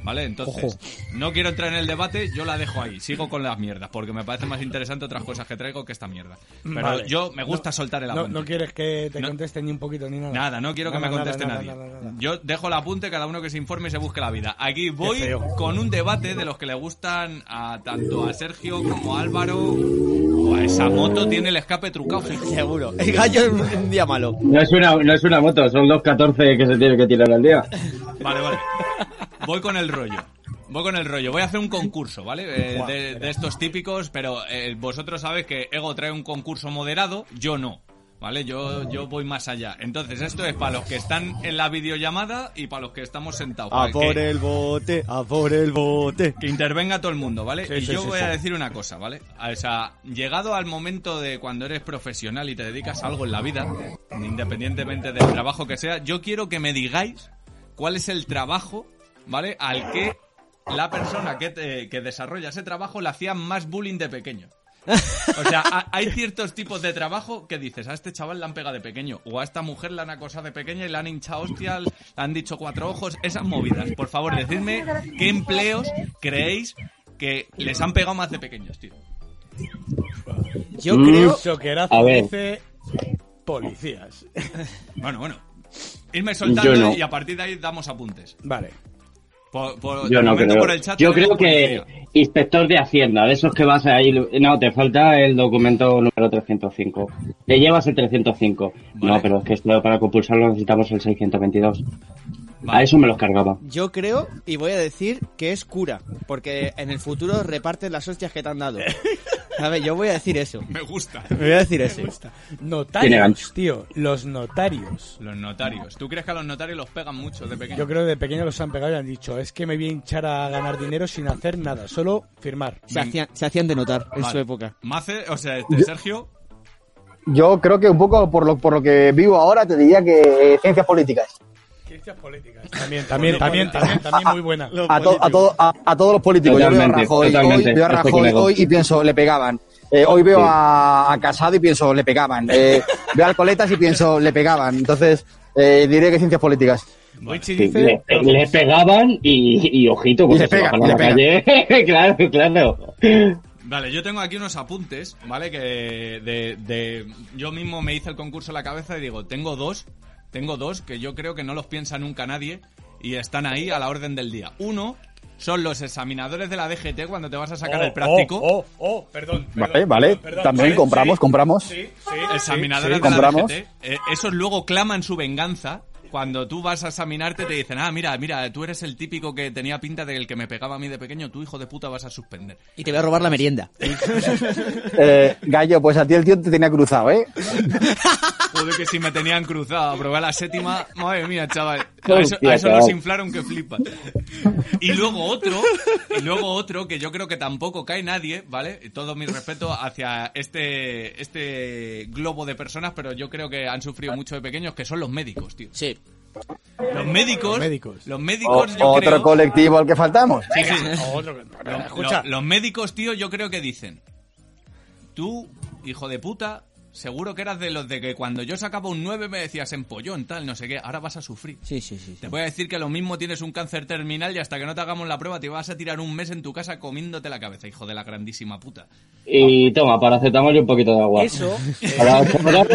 Speaker 1: ¿Vale? Entonces, no quiero entrar en el debate, yo la dejo ahí, sigo con las mierdas, porque me parece más interesante otras cosas que traigo que esta mierda. Pero
Speaker 2: Vale.
Speaker 1: yo me gusta soltar el
Speaker 2: No,
Speaker 1: apunte.
Speaker 2: no quieres que te
Speaker 1: No.
Speaker 2: conteste ni un poquito ni nada.
Speaker 1: Nada, no quiero que
Speaker 2: Nada,
Speaker 1: me conteste
Speaker 2: nada,
Speaker 1: nadie.
Speaker 2: nada, nada, nada.
Speaker 1: Yo dejo el apunte, cada uno que se informe y se busque la vida. Aquí voy
Speaker 2: Qué feo.
Speaker 1: con un debate de los que le gustan a tanto a Sergio como a Álvaro. Buah, esa moto tiene el escape trucado, fijo.
Speaker 4: Seguro. El gallo es un, un día malo.
Speaker 5: No es, una, no es una moto, son los 14 que se tiene que tirar al día.
Speaker 1: Vale, vale. Voy con el rollo. Voy con el rollo. Voy a hacer un concurso, ¿vale? Eh, de, de estos típicos, pero eh, vosotros sabéis que Ego trae un concurso moderado, yo no. ¿Vale? Yo, yo voy más allá. Entonces, esto es para los que están en la videollamada y para los que estamos
Speaker 2: Ah,
Speaker 1: sentados.
Speaker 4: A
Speaker 1: Para el
Speaker 4: por
Speaker 1: que-
Speaker 4: el bote, a por el bote.
Speaker 1: Que intervenga todo el mundo, ¿vale?
Speaker 2: Sí,
Speaker 1: y
Speaker 2: sí,
Speaker 1: yo
Speaker 2: sí,
Speaker 1: voy
Speaker 2: sí.
Speaker 1: a decir una cosa, ¿vale? O sea, llegado al momento de cuando eres profesional y te dedicas a algo en la vida, independientemente del trabajo que sea, yo quiero que me digáis cuál es el trabajo, ¿vale? Al que la persona que, te- que desarrolla ese trabajo le hacía más bullying de pequeño. O sea, ha- hay ciertos tipos de trabajo que dices, a este chaval la han pegado de pequeño, o a esta mujer la han acosado de pequeña y la han hinchado hostias, le han dicho cuatro ojos, esas movidas. Por favor, decidme qué empleos creéis que les han pegado más de pequeños, tío.
Speaker 4: Yo
Speaker 5: Mm.
Speaker 4: creo.
Speaker 2: Choquerazo
Speaker 5: A ver.
Speaker 2: dice policías.
Speaker 1: Bueno, bueno. Irme soltando
Speaker 5: Yo no.
Speaker 1: y a partir de ahí damos apuntes.
Speaker 2: Vale.
Speaker 1: Por, por-
Speaker 5: Yo
Speaker 1: de
Speaker 5: no
Speaker 1: momento
Speaker 5: creo.
Speaker 1: por el chat
Speaker 5: Yo creo
Speaker 1: tenemos
Speaker 5: que
Speaker 1: policía.
Speaker 5: inspector de Hacienda, de esos que vas ahí. No, te falta el documento número 305. Te llevas el 305.
Speaker 1: Vale.
Speaker 5: No, pero es que esto para compulsarlo necesitamos el 622.
Speaker 1: Vale.
Speaker 5: A eso me los cargaba.
Speaker 4: Yo creo, y voy a decir que es cura, porque en el futuro reparten las hostias que te han dado. A ver, yo voy a decir eso.
Speaker 1: Me gusta.
Speaker 4: Me voy a decir eso.
Speaker 5: Tiene
Speaker 2: Notarios,
Speaker 5: gancho.
Speaker 2: tío. Los notarios.
Speaker 1: Los notarios. ¿Tú crees que a los notarios los pegan mucho de pequeño?
Speaker 2: Yo creo que de pequeño los han pegado y han dicho, es que me voy a hinchar a ganar dinero sin hacer nada, solo firmar.
Speaker 4: Se hacían, se hacían de notar en
Speaker 1: Vale.
Speaker 4: su época.
Speaker 1: Mace, o sea, este, Sergio,
Speaker 3: Yo creo que un poco por lo, por lo que vivo ahora te diría que eh, ciencias políticas.
Speaker 2: Ciencias políticas. También, también, también, también, también muy buena.
Speaker 9: a, to- a todo- a- a todos los políticos.
Speaker 5: Totalmente,
Speaker 9: yo veo a Rajoy,
Speaker 5: totalmente.
Speaker 9: hoy, veo a
Speaker 5: Estoy
Speaker 9: Rajoy
Speaker 5: conmigo.
Speaker 9: hoy y pienso, le pegaban. Eh, hoy veo a, a Casado y pienso, le pegaban. Eh, veo a Coletas y pienso, le pegaban. Entonces, eh, diré que ciencias políticas.
Speaker 2: Boichi
Speaker 5: Sí,
Speaker 2: dice,
Speaker 5: le, le pegaban y, y ojito, porque
Speaker 9: le
Speaker 5: se
Speaker 9: pegan,
Speaker 5: bajan a la
Speaker 9: le
Speaker 5: calle. claro, claro.
Speaker 1: Vale, yo tengo aquí unos apuntes, ¿vale? Que de, de- yo mismo me hice el concurso en la cabeza y digo, tengo dos, tengo dos que yo creo que no los piensa nunca nadie y están ahí a la orden del día. Uno son los examinadores de la DGT cuando te vas a sacar
Speaker 2: oh,
Speaker 1: el práctico.
Speaker 2: Oh, oh, oh, perdón. perdón,
Speaker 9: Vale, vale.
Speaker 2: perdón, perdón,
Speaker 9: También
Speaker 2: vale,
Speaker 9: compramos,
Speaker 2: sí,
Speaker 9: compramos.
Speaker 2: Sí, sí,
Speaker 1: examinadores
Speaker 9: sí.
Speaker 1: de la
Speaker 9: Compramos.
Speaker 1: DGT, eh, esos luego claman su venganza. Cuando tú vas a examinarte te dicen, ah, mira, mira, tú eres el típico que tenía pinta del que me pegaba a mí de pequeño, tú hijo de puta vas a suspender.
Speaker 4: Y te voy a robar la merienda.
Speaker 9: Eh, Gallo, pues a ti el tío te tenía cruzado, ¿eh?
Speaker 1: Joder, que si me tenían cruzado, probé la séptima. Madre mía, chaval. A
Speaker 5: Hostia,
Speaker 1: eso, a eso
Speaker 5: chaval.
Speaker 1: nos inflaron que flipa. Y luego otro, y luego otro que yo creo que tampoco cae nadie, ¿vale? Y Todo mi respeto hacia este, este globo de personas, pero yo creo que han sufrido mucho de pequeños, que son los médicos, tío.
Speaker 4: Sí.
Speaker 1: Los médicos.
Speaker 2: Los médicos.
Speaker 1: Los
Speaker 9: O-
Speaker 1: médicos, yo
Speaker 9: otro
Speaker 1: creo-
Speaker 9: colectivo al que faltamos.
Speaker 1: Sí, sí.
Speaker 2: Otro,
Speaker 1: Lo- lo-
Speaker 2: escucha,
Speaker 1: los médicos, tío, yo creo que dicen. Tú, hijo de puta, seguro que eras de los de que cuando yo sacaba un 9 me decías empollón, tal, no sé qué, ahora vas a sufrir.
Speaker 4: Sí, sí, sí.
Speaker 1: Te voy a decir que lo mismo tienes un cáncer terminal y hasta que no te hagamos la prueba te vas a tirar un mes en tu casa comiéndote la cabeza, hijo de la grandísima puta.
Speaker 5: Y toma, paracetamol y un poquito de agua.
Speaker 2: eso,
Speaker 5: Para mejorar.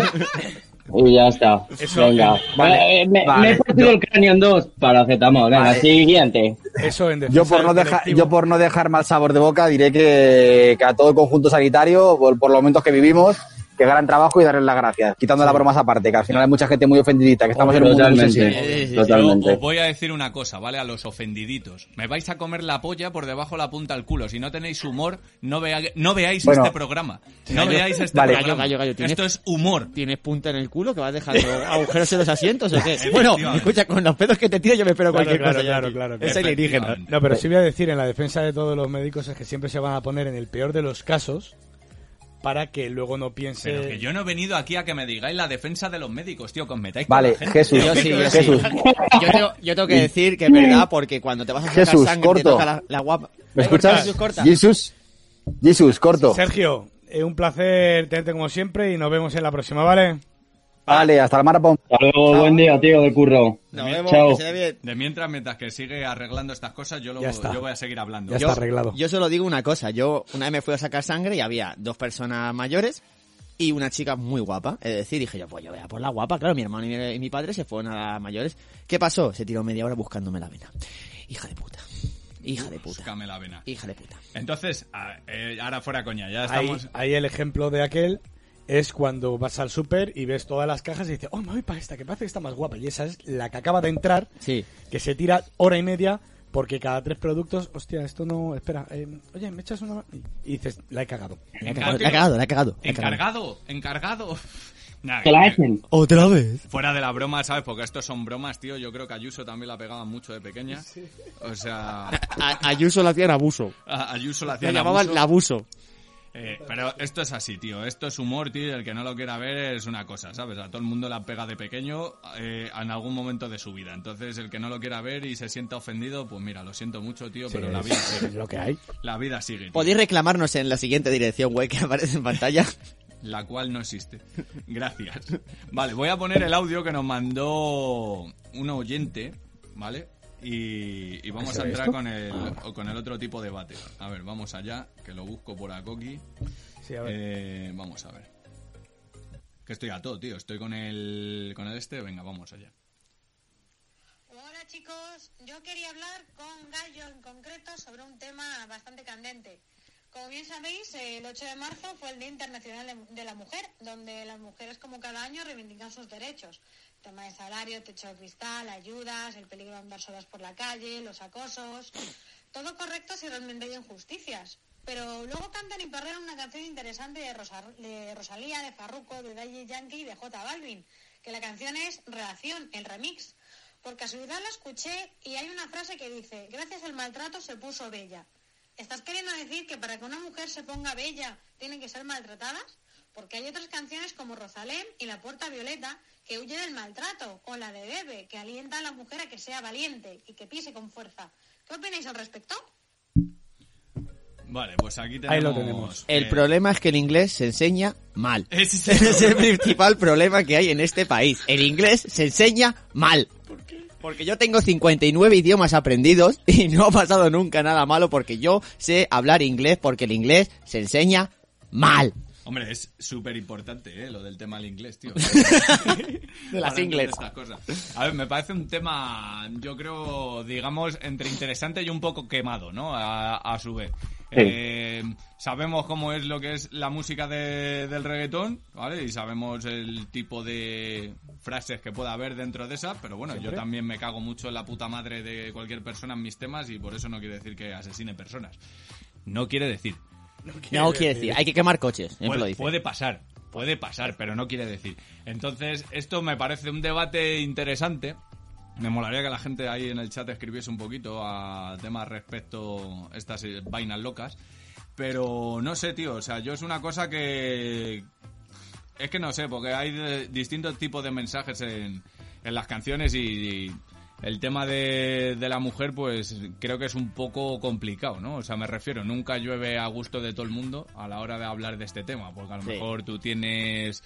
Speaker 5: Y ya está.
Speaker 2: Eso,
Speaker 5: venga.
Speaker 2: eh,
Speaker 9: vale,
Speaker 5: Eh, me,
Speaker 9: vale,
Speaker 5: me he partido
Speaker 9: yo-
Speaker 5: el cráneo en dos. Paracetamol. Venga,
Speaker 9: Vale.
Speaker 5: siguiente.
Speaker 2: eso en defensa
Speaker 9: Yo por, no
Speaker 2: del
Speaker 9: dejar,
Speaker 2: colectivo.
Speaker 9: yo por no dejar mal sabor de boca diré que, que a todo el conjunto sanitario, por, por los momentos que vivimos, que gran trabajo y darles las gracias, quitando las bromas aparte, que al final hay mucha gente muy ofendidita, que estamos en un mundo muy sensible.
Speaker 5: Totalmente.
Speaker 1: Yo
Speaker 5: Totalmente.
Speaker 1: os voy a decir una cosa, ¿vale? A los ofendiditos. Me vais a comer la polla por debajo de la punta al culo. Si no tenéis humor, no, vea- no veáis
Speaker 9: Bueno.
Speaker 1: este programa. No
Speaker 4: Gallo,
Speaker 1: veáis este
Speaker 9: vale.
Speaker 1: programa.
Speaker 4: Gallo, gallo, gallo, tienes-
Speaker 1: Esto es humor.
Speaker 4: ¿Tienes punta en el culo que vas dejando agujeros en los asientos o qué?
Speaker 1: Efectivamente.
Speaker 4: Bueno, escucha, con los pedos que te tiro yo me espero
Speaker 2: Claro,
Speaker 4: cualquier
Speaker 2: claro,
Speaker 4: cosa. ya
Speaker 2: claro,
Speaker 4: aquí.
Speaker 2: claro,
Speaker 4: Es
Speaker 2: claro.
Speaker 4: alienígena.
Speaker 1: Efectivamente.
Speaker 2: No, pero sí voy a decir en la defensa de todos los médicos es que siempre se van a poner en el peor de los casos para que luego no piense.
Speaker 1: Pero que yo no he venido aquí a que me digáis la defensa de los médicos, tío, que os metáis con
Speaker 9: Vale,
Speaker 1: la gente.
Speaker 9: Jesús,
Speaker 4: Yo sí, yo sí.
Speaker 9: Jesús,
Speaker 4: Yo tengo, yo tengo que decir que es verdad, porque cuando te vas a sacar
Speaker 9: Jesús,
Speaker 4: sangre te
Speaker 9: corto.
Speaker 4: toca la, la guapa.
Speaker 9: ¿me escuchas?
Speaker 4: Jesús, corta.
Speaker 9: Jesús, Jesús, corto.
Speaker 2: Sergio, eh, un placer tenerte como siempre y nos vemos en la próxima, ¿vale?
Speaker 9: Vale, hasta el marapón.
Speaker 5: Hasta luego, buen día, tío, de curro.
Speaker 4: Nos vemos,
Speaker 5: Chao.
Speaker 4: que se dé bien.
Speaker 1: De mientras, mientras que sigue arreglando estas cosas, yo, lo,
Speaker 2: Ya está.
Speaker 1: yo voy a seguir hablando.
Speaker 2: Ya
Speaker 1: Yo-
Speaker 2: está arreglado.
Speaker 4: Yo solo digo una cosa, yo una vez me fui a sacar sangre y había dos personas mayores y una chica muy guapa. Es decir, dije yo, pues yo voy a por la guapa. Claro, mi hermano y mi, y mi padre se fueron a las mayores. ¿Qué pasó? Se tiró media hora buscándome la vena. Hija de puta. Hija de puta.
Speaker 1: Búscame la vena.
Speaker 4: Hija de puta.
Speaker 1: Entonces, a- eh, ahora fuera coña, ya
Speaker 2: Ahí,
Speaker 1: estamos.
Speaker 2: ahí el ejemplo de aquel es cuando vas al súper y ves todas las cajas y dices, oh, me voy para esta, que parece que está más guapa. Y esa es la que acaba de entrar,
Speaker 4: Sí.
Speaker 2: que se tira hora y media porque cada tres productos, hostia, esto no, espera, eh, oye, me echas una... Y dices, la he cagado.
Speaker 4: La he cagado, la he cagado, eh. la he cagado. la he cagado.
Speaker 1: Encargado, encargado. Nah,
Speaker 5: Que la
Speaker 1: eh,
Speaker 5: echen.
Speaker 4: ¿Otra vez?
Speaker 1: Fuera de la broma, ¿sabes? Porque estos son bromas, tío. Yo creo que Ayuso también la pegaban mucho de pequeña. O sea,
Speaker 4: A- Ayuso la hacía en abuso.
Speaker 1: a Ayuso la hacía
Speaker 4: La llamaban la abuso.
Speaker 1: Eh, pero esto es así, tío. Esto es humor, tío. y El que no lo quiera ver es una cosa, ¿sabes? A todo el mundo la pega de pequeño eh, en algún momento de su vida. Entonces, el que no lo quiera ver y se sienta ofendido, pues mira, lo siento mucho, tío, pero la vida
Speaker 2: Es
Speaker 1: sigue.
Speaker 2: lo que hay.
Speaker 1: La vida sigue. tío.
Speaker 4: Podéis reclamarnos en la siguiente dirección, güey, que aparece en pantalla.
Speaker 1: La cual no existe. Gracias. Vale, voy a poner el audio que nos mandó un oyente, ¿vale? Y, y vamos a entrar con el, con el otro tipo de debate. A ver, vamos allá, que lo busco por Akoki.
Speaker 2: Sí, a ver.
Speaker 1: Eh, vamos a ver. Que estoy a todo, tío. Estoy con el, con el este. Venga, vamos allá.
Speaker 10: Hola chicos, yo quería hablar con Gallo en concreto sobre un tema bastante candente. Como bien sabéis, eh, el 8 de marzo fue el Día Internacional de- de la Mujer, donde las mujeres como cada año reivindican sus derechos. Tema de salario, techo de cristal, ayudas, el peligro de andar solas por la calle, los acosos. Todo correcto si realmente hay injusticias. Pero luego cantan y perrean una canción interesante de, Rosa- de Rosalía, de Farruko, de Daddy Yankee y de J Balvin, que la canción es Relación, el remix. Por casualidad la escuché y hay una frase que dice, gracias al maltrato se puso bella. ¿Estás queriendo decir que para que una mujer se ponga bella tienen que ser maltratadas? porque hay otras canciones como Rosalén y La Puerta Violeta que huye del maltrato, o la de Bebe, que alienta a la mujer a que sea valiente y que pise con fuerza. ¿Qué opináis al respecto?
Speaker 1: Vale, pues aquí tenemos.
Speaker 4: Ahí lo tenemos. El problema es que el inglés se enseña mal.
Speaker 1: Ese
Speaker 4: es el, principal problema que hay en este país. El inglés se enseña mal. Porque yo tengo 59 idiomas aprendidos y no ha pasado nunca nada malo porque yo sé hablar inglés porque el inglés se enseña mal.
Speaker 1: Hombre, es súper importante ¿eh? lo del tema del inglés, tío.
Speaker 4: De las
Speaker 1: Ahora
Speaker 4: ingles.
Speaker 1: entiendo estas cosas. A ver, me parece un tema, yo creo, digamos, entre interesante y un poco quemado, ¿no? A, a su vez. Eh, sabemos cómo es lo que es la música de- del reggaetón, ¿vale? Y sabemos el tipo de frases que pueda haber dentro de esa, pero bueno, yo
Speaker 11: Siempre.
Speaker 1: también me cago mucho en la puta madre de cualquier persona en mis temas y por eso no quiere decir que asesine personas. No quiere decir.
Speaker 4: No quiere decir, hay que quemar coches. siempre
Speaker 1: Puede,
Speaker 4: lo dice.
Speaker 1: puede pasar, puede pasar, pero no quiere decir. Entonces, esto me parece un debate interesante. Me molaría que la gente ahí en el chat escribiese un poquito a temas respecto a estas eh, vainas locas. Pero no sé, tío, o sea, yo es una cosa que... Es que no sé, porque hay de- distintos tipos de mensajes en, en las canciones y, y el tema de, de la mujer, pues creo que es un poco complicado, ¿no? O sea, me refiero, nunca llueve a gusto de todo el mundo a la hora de hablar de este tema, porque a lo
Speaker 4: Sí.
Speaker 1: mejor tú tienes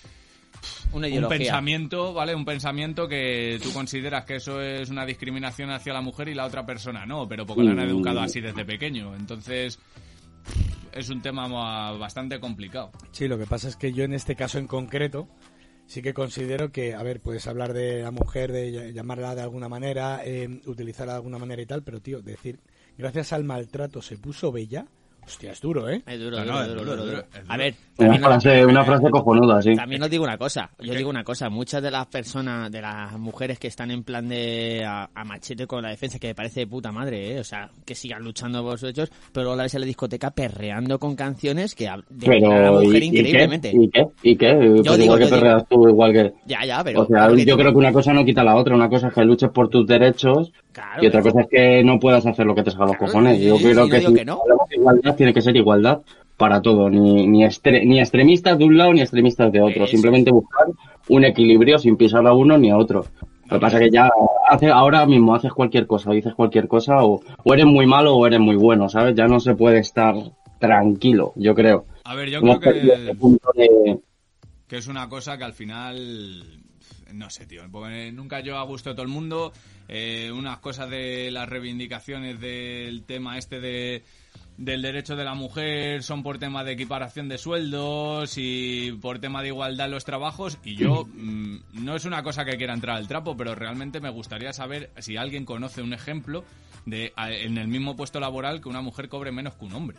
Speaker 4: Una
Speaker 1: un
Speaker 4: ideología.
Speaker 1: pensamiento, ¿vale? Un pensamiento que tú consideras que eso es una discriminación hacia la mujer y la otra persona no, pero porque la han
Speaker 11: Mm.
Speaker 1: educado así desde pequeño. Entonces, es un tema ma- bastante complicado.
Speaker 2: Sí, lo que pasa es que yo en este caso en concreto sí que considero que, a ver, puedes hablar de la mujer, de ll- llamarla de alguna manera, eh, utilizarla de alguna manera y tal, pero tío, decir, gracias al maltrato se puso bella, hostia, es duro, ¿eh?
Speaker 4: Es duro,
Speaker 2: No,
Speaker 4: duro,
Speaker 2: no, es
Speaker 4: duro,
Speaker 2: duro,
Speaker 4: duro,
Speaker 2: es
Speaker 4: duro.
Speaker 2: duro.
Speaker 4: A ver,
Speaker 5: Una
Speaker 4: también-
Speaker 5: frase, una frase cojonuda, sí.
Speaker 4: También os digo una cosa, yo digo una cosa, muchas de las personas, de las mujeres que están en plan de a, a machete con la defensa, que me parece de puta madre, ¿eh? o sea, que sigan luchando por sus hechos, pero luego la ves en la discoteca perreando con canciones que hab- denigran a la
Speaker 5: Pero, ¿y-
Speaker 4: mujer
Speaker 5: ¿y,
Speaker 4: increíblemente.
Speaker 5: qué? ¿Y qué? ¿Y qué? Pues
Speaker 4: digo,
Speaker 5: igual que
Speaker 4: yo
Speaker 5: perreas tú, igual que...
Speaker 4: Ya, ya, pero...
Speaker 5: o sea,
Speaker 4: claro que
Speaker 5: yo
Speaker 4: tú-
Speaker 5: creo que una cosa no quita la otra. Una cosa es que luches por tus derechos
Speaker 4: Claro,
Speaker 5: y otra
Speaker 4: pero-
Speaker 5: cosa es que no puedas hacer lo que te salga a los cojones. Yo
Speaker 4: sí,
Speaker 5: creo
Speaker 4: sí, no
Speaker 5: que,
Speaker 4: digo
Speaker 5: si
Speaker 4: que no.
Speaker 5: hablamos de igualdad tiene que ser igualdad para todo. Ni, ni, extre- ni extremistas de un lado ni extremistas de otro. Simplemente buscar un equilibrio sin pisar a uno ni a otro. Lo que pasa es que ya hace, ahora mismo haces cualquier cosa, dices cualquier cosa o, o eres muy malo o eres muy bueno, ¿sabes? Ya no se puede estar tranquilo, yo creo.
Speaker 1: A ver, yo
Speaker 5: Hemos
Speaker 1: creo que-
Speaker 5: perdido ese punto de-
Speaker 1: Que es una cosa que al final. No sé, tío. porque Nunca yo a gusto de todo el mundo. Eh, unas cosas de las reivindicaciones del tema este de del derecho de la mujer son por tema de equiparación de sueldos y por tema de igualdad en los trabajos y yo mm, no es una cosa que quiera entrar al trapo pero realmente me gustaría saber si alguien conoce un ejemplo de a- en el mismo puesto laboral que una mujer cobre menos que un hombre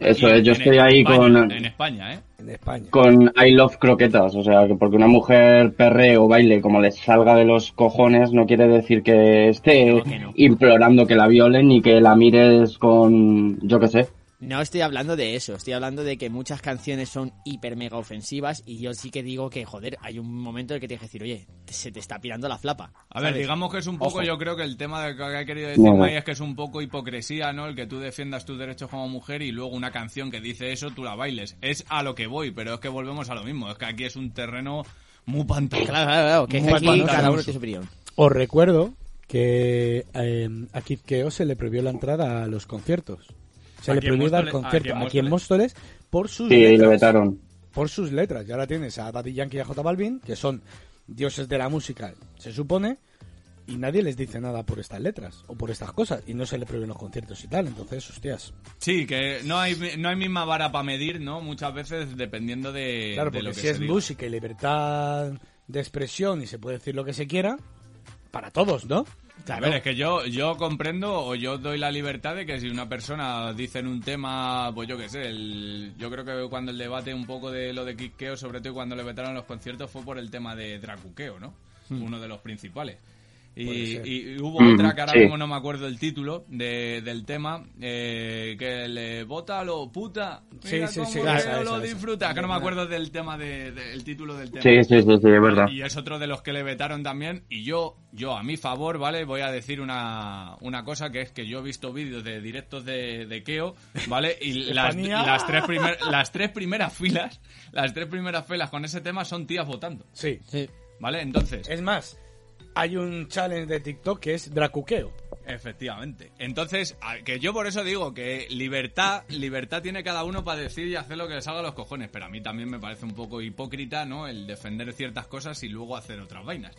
Speaker 5: Eso
Speaker 1: Y
Speaker 5: es, yo
Speaker 1: en
Speaker 5: estoy ahí
Speaker 1: España-
Speaker 5: con-
Speaker 1: en España eh
Speaker 2: en España
Speaker 5: con I love croquetas, o sea, que porque una mujer perree o baile como les salga de los cojones no quiere decir que esté implorando que la violen y que la mires con, yo qué sé.
Speaker 4: No estoy hablando de eso, estoy hablando de que muchas canciones son hiper mega ofensivas y yo sí que digo que, joder, hay un momento en el que tienes que decir, oye, se te está pirando la flapa.
Speaker 1: A ver,
Speaker 4: ¿sabes?
Speaker 1: digamos que es un poco,
Speaker 4: Ojo.
Speaker 1: yo creo que el tema de que ha querido decir
Speaker 4: Bueno.
Speaker 1: May es que es un poco hipocresía, ¿no? El que tú defiendas tus derechos como mujer y luego una canción que dice eso tú la bailes. Es a lo que voy, pero es que volvemos a lo mismo. Es que aquí es un terreno muy pantanoso.
Speaker 4: Claro, claro, claro, que es
Speaker 1: Muy
Speaker 4: que aquí cada
Speaker 1: pantanoso.
Speaker 4: uno tiene su opinión.
Speaker 2: Os recuerdo que eh, a Kid Keo se le prohibió la entrada a los conciertos. Se le
Speaker 1: Aquí en
Speaker 2: prohibió dar
Speaker 1: Móstoles-
Speaker 2: conciertos aquí en Móstoles por sus
Speaker 5: Sí, lo
Speaker 2: letras.
Speaker 5: vetaron.
Speaker 2: por sus letras. Y ahora tienes a Daddy Yankee y a J Balvin, que son dioses de la música, se supone, y nadie les dice nada por estas letras o por estas cosas. Y no se le prohíben los conciertos y tal. Entonces, hostias.
Speaker 1: Sí, que no hay, no hay misma vara para medir, ¿no? Muchas veces dependiendo de,
Speaker 2: claro,
Speaker 1: de
Speaker 2: porque
Speaker 1: lo que
Speaker 2: si
Speaker 1: se
Speaker 2: es
Speaker 1: diga.
Speaker 2: música y libertad de expresión y se puede decir lo que se quiera, para todos, ¿no?
Speaker 1: A ver, es que yo, yo comprendo o yo doy la libertad de que si una persona dice en un tema, pues yo qué sé, el- yo creo que cuando el debate un poco de lo de Quiqueo, sobre todo cuando le vetaron los conciertos, fue por el tema de Dracuqueo, ¿no?
Speaker 11: Hmm.
Speaker 1: Uno de los principales. Y,
Speaker 2: Puede ser.
Speaker 1: y hubo
Speaker 2: Mm,
Speaker 1: otra que ahora
Speaker 2: sí.
Speaker 1: mismo no me acuerdo el título de- del tema, eh, que le bota a lo puta.
Speaker 2: Sí,
Speaker 1: Mira
Speaker 2: sí,
Speaker 1: cómo
Speaker 2: sí,
Speaker 1: que
Speaker 2: esa,
Speaker 1: no
Speaker 2: esa,
Speaker 1: lo
Speaker 2: esa.
Speaker 1: disfruta, que no me acuerdo del tema de- del título del tema.
Speaker 5: Sí, sí, sí, sí, es verdad.
Speaker 1: Y es otro de los que le vetaron también. Y yo, yo a mi favor, ¿vale? Voy a decir una, una cosa que es que yo he visto vídeos de directos de, de Keo, ¿vale? Y las,
Speaker 2: Estefanía.
Speaker 1: las, tres primer- las tres primeras filas, las tres primeras filas con ese tema son tías votando.
Speaker 2: Sí.
Speaker 1: ¿Vale? Entonces,
Speaker 2: Es más, hay un challenge de TikTok que es Dracuqueo.
Speaker 1: Efectivamente. Entonces, a- que yo por eso digo que libertad, libertad tiene cada uno para decir y hacer lo que le salga a los cojones. Pero a mí también me parece un poco hipócrita, ¿no? El defender ciertas cosas y luego hacer otras vainas.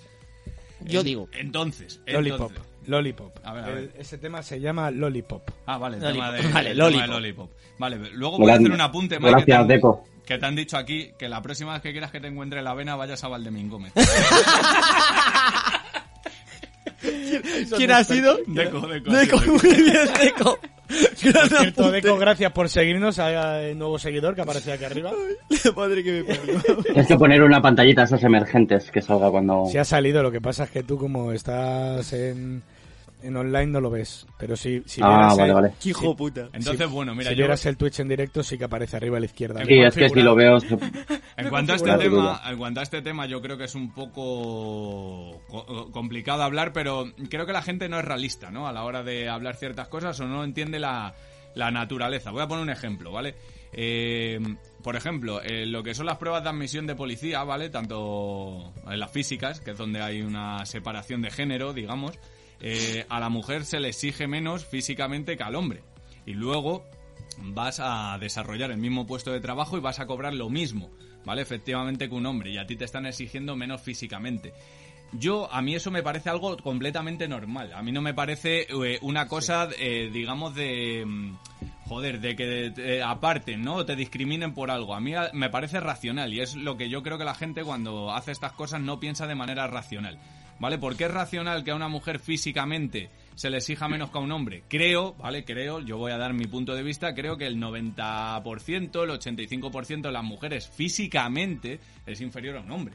Speaker 2: Yo
Speaker 1: En-
Speaker 2: digo.
Speaker 1: Entonces,
Speaker 2: Lollipop.
Speaker 1: entonces-
Speaker 2: Lollipop.
Speaker 1: A ver, a
Speaker 2: El-
Speaker 1: ver.
Speaker 2: ese tema se llama Lollipop.
Speaker 1: Ah, vale, el tema
Speaker 2: Lollipop. Vale,
Speaker 1: de, el tema de
Speaker 2: Lollipop.
Speaker 1: Lollipop. Vale, luego voy a hacer un apunte más.
Speaker 5: Gracias,
Speaker 1: que te han-
Speaker 5: Deco.
Speaker 1: Que te han dicho aquí que la próxima vez que quieras que te encuentre la avena vayas a Valdemín Gómez.
Speaker 4: ¿Quién ha sido?
Speaker 1: Deco, Deco.
Speaker 4: Deco, muy bien, Deco.
Speaker 2: Por cierto, Deco, gracias por seguirnos. Hay eh, nuevo seguidor que aparece aquí arriba.
Speaker 4: Madre que me
Speaker 5: Tienes que poner una pantallita a esas emergentes que salga cuando...
Speaker 2: Si ha salido, lo que pasa es que tú como estás en, en online no lo ves. Pero si, si
Speaker 5: Ah,
Speaker 2: vieras
Speaker 5: vale,
Speaker 2: el-
Speaker 5: vale.
Speaker 2: si-
Speaker 5: Hijo
Speaker 4: puta.
Speaker 1: Entonces,
Speaker 2: si-
Speaker 1: bueno, mira,
Speaker 2: Si
Speaker 1: yo-
Speaker 2: vieras el Twitch en directo sí que aparece arriba a la izquierda.
Speaker 5: Sí, es que si lo veo... se-
Speaker 1: En cuanto, a este
Speaker 5: Claro,
Speaker 1: tema, en cuanto a este tema, yo creo que es un poco co- eh, complicado hablar, pero creo que la gente no es realista, ¿no? A la hora de hablar ciertas cosas o no entiende la, la naturaleza. Voy a poner un ejemplo, ¿vale? Eh, por ejemplo, eh, lo que son las pruebas de admisión de policía, ¿vale? Tanto en las físicas, que es donde hay una separación de género, digamos, eh, a la mujer se le exige menos físicamente que al hombre. Y luego, vas a desarrollar el mismo puesto de trabajo y vas a cobrar lo mismo, ¿vale? Efectivamente que un hombre y a ti te están exigiendo menos físicamente. Yo, a mí eso me parece algo completamente normal. A mí no me parece eh, una cosa, eh, digamos, de... mm, Joder, de que te aparten, ¿no? O te discriminen por algo. A mí a- me parece racional y es lo que yo creo que la gente cuando hace estas cosas no piensa de manera racional. ¿Vale? ¿Por qué es racional que a una mujer físicamente se le exija menos que a un hombre? Creo, ¿vale? Creo, yo voy a dar mi punto de vista, creo que el 90%, el 85% de las mujeres físicamente es inferior a un hombre.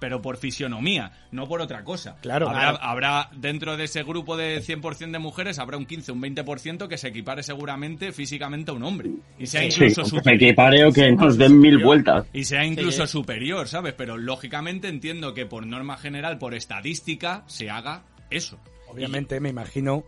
Speaker 1: Pero por fisionomía, no por otra cosa.
Speaker 2: Claro,
Speaker 1: habrá,
Speaker 2: claro.
Speaker 1: habrá dentro de ese grupo de 100% de mujeres, habrá un 15, un 20% que se equipare seguramente físicamente a un hombre. Y sea
Speaker 5: Sí,
Speaker 1: incluso
Speaker 5: aunque me
Speaker 1: superior.
Speaker 5: equipareo que nos den mil vueltas.
Speaker 1: Y sea
Speaker 5: Sí,
Speaker 1: incluso
Speaker 5: eh.
Speaker 1: superior, ¿sabes? Pero lógicamente entiendo que por norma general, por estadística, se haga eso.
Speaker 2: Obviamente me imagino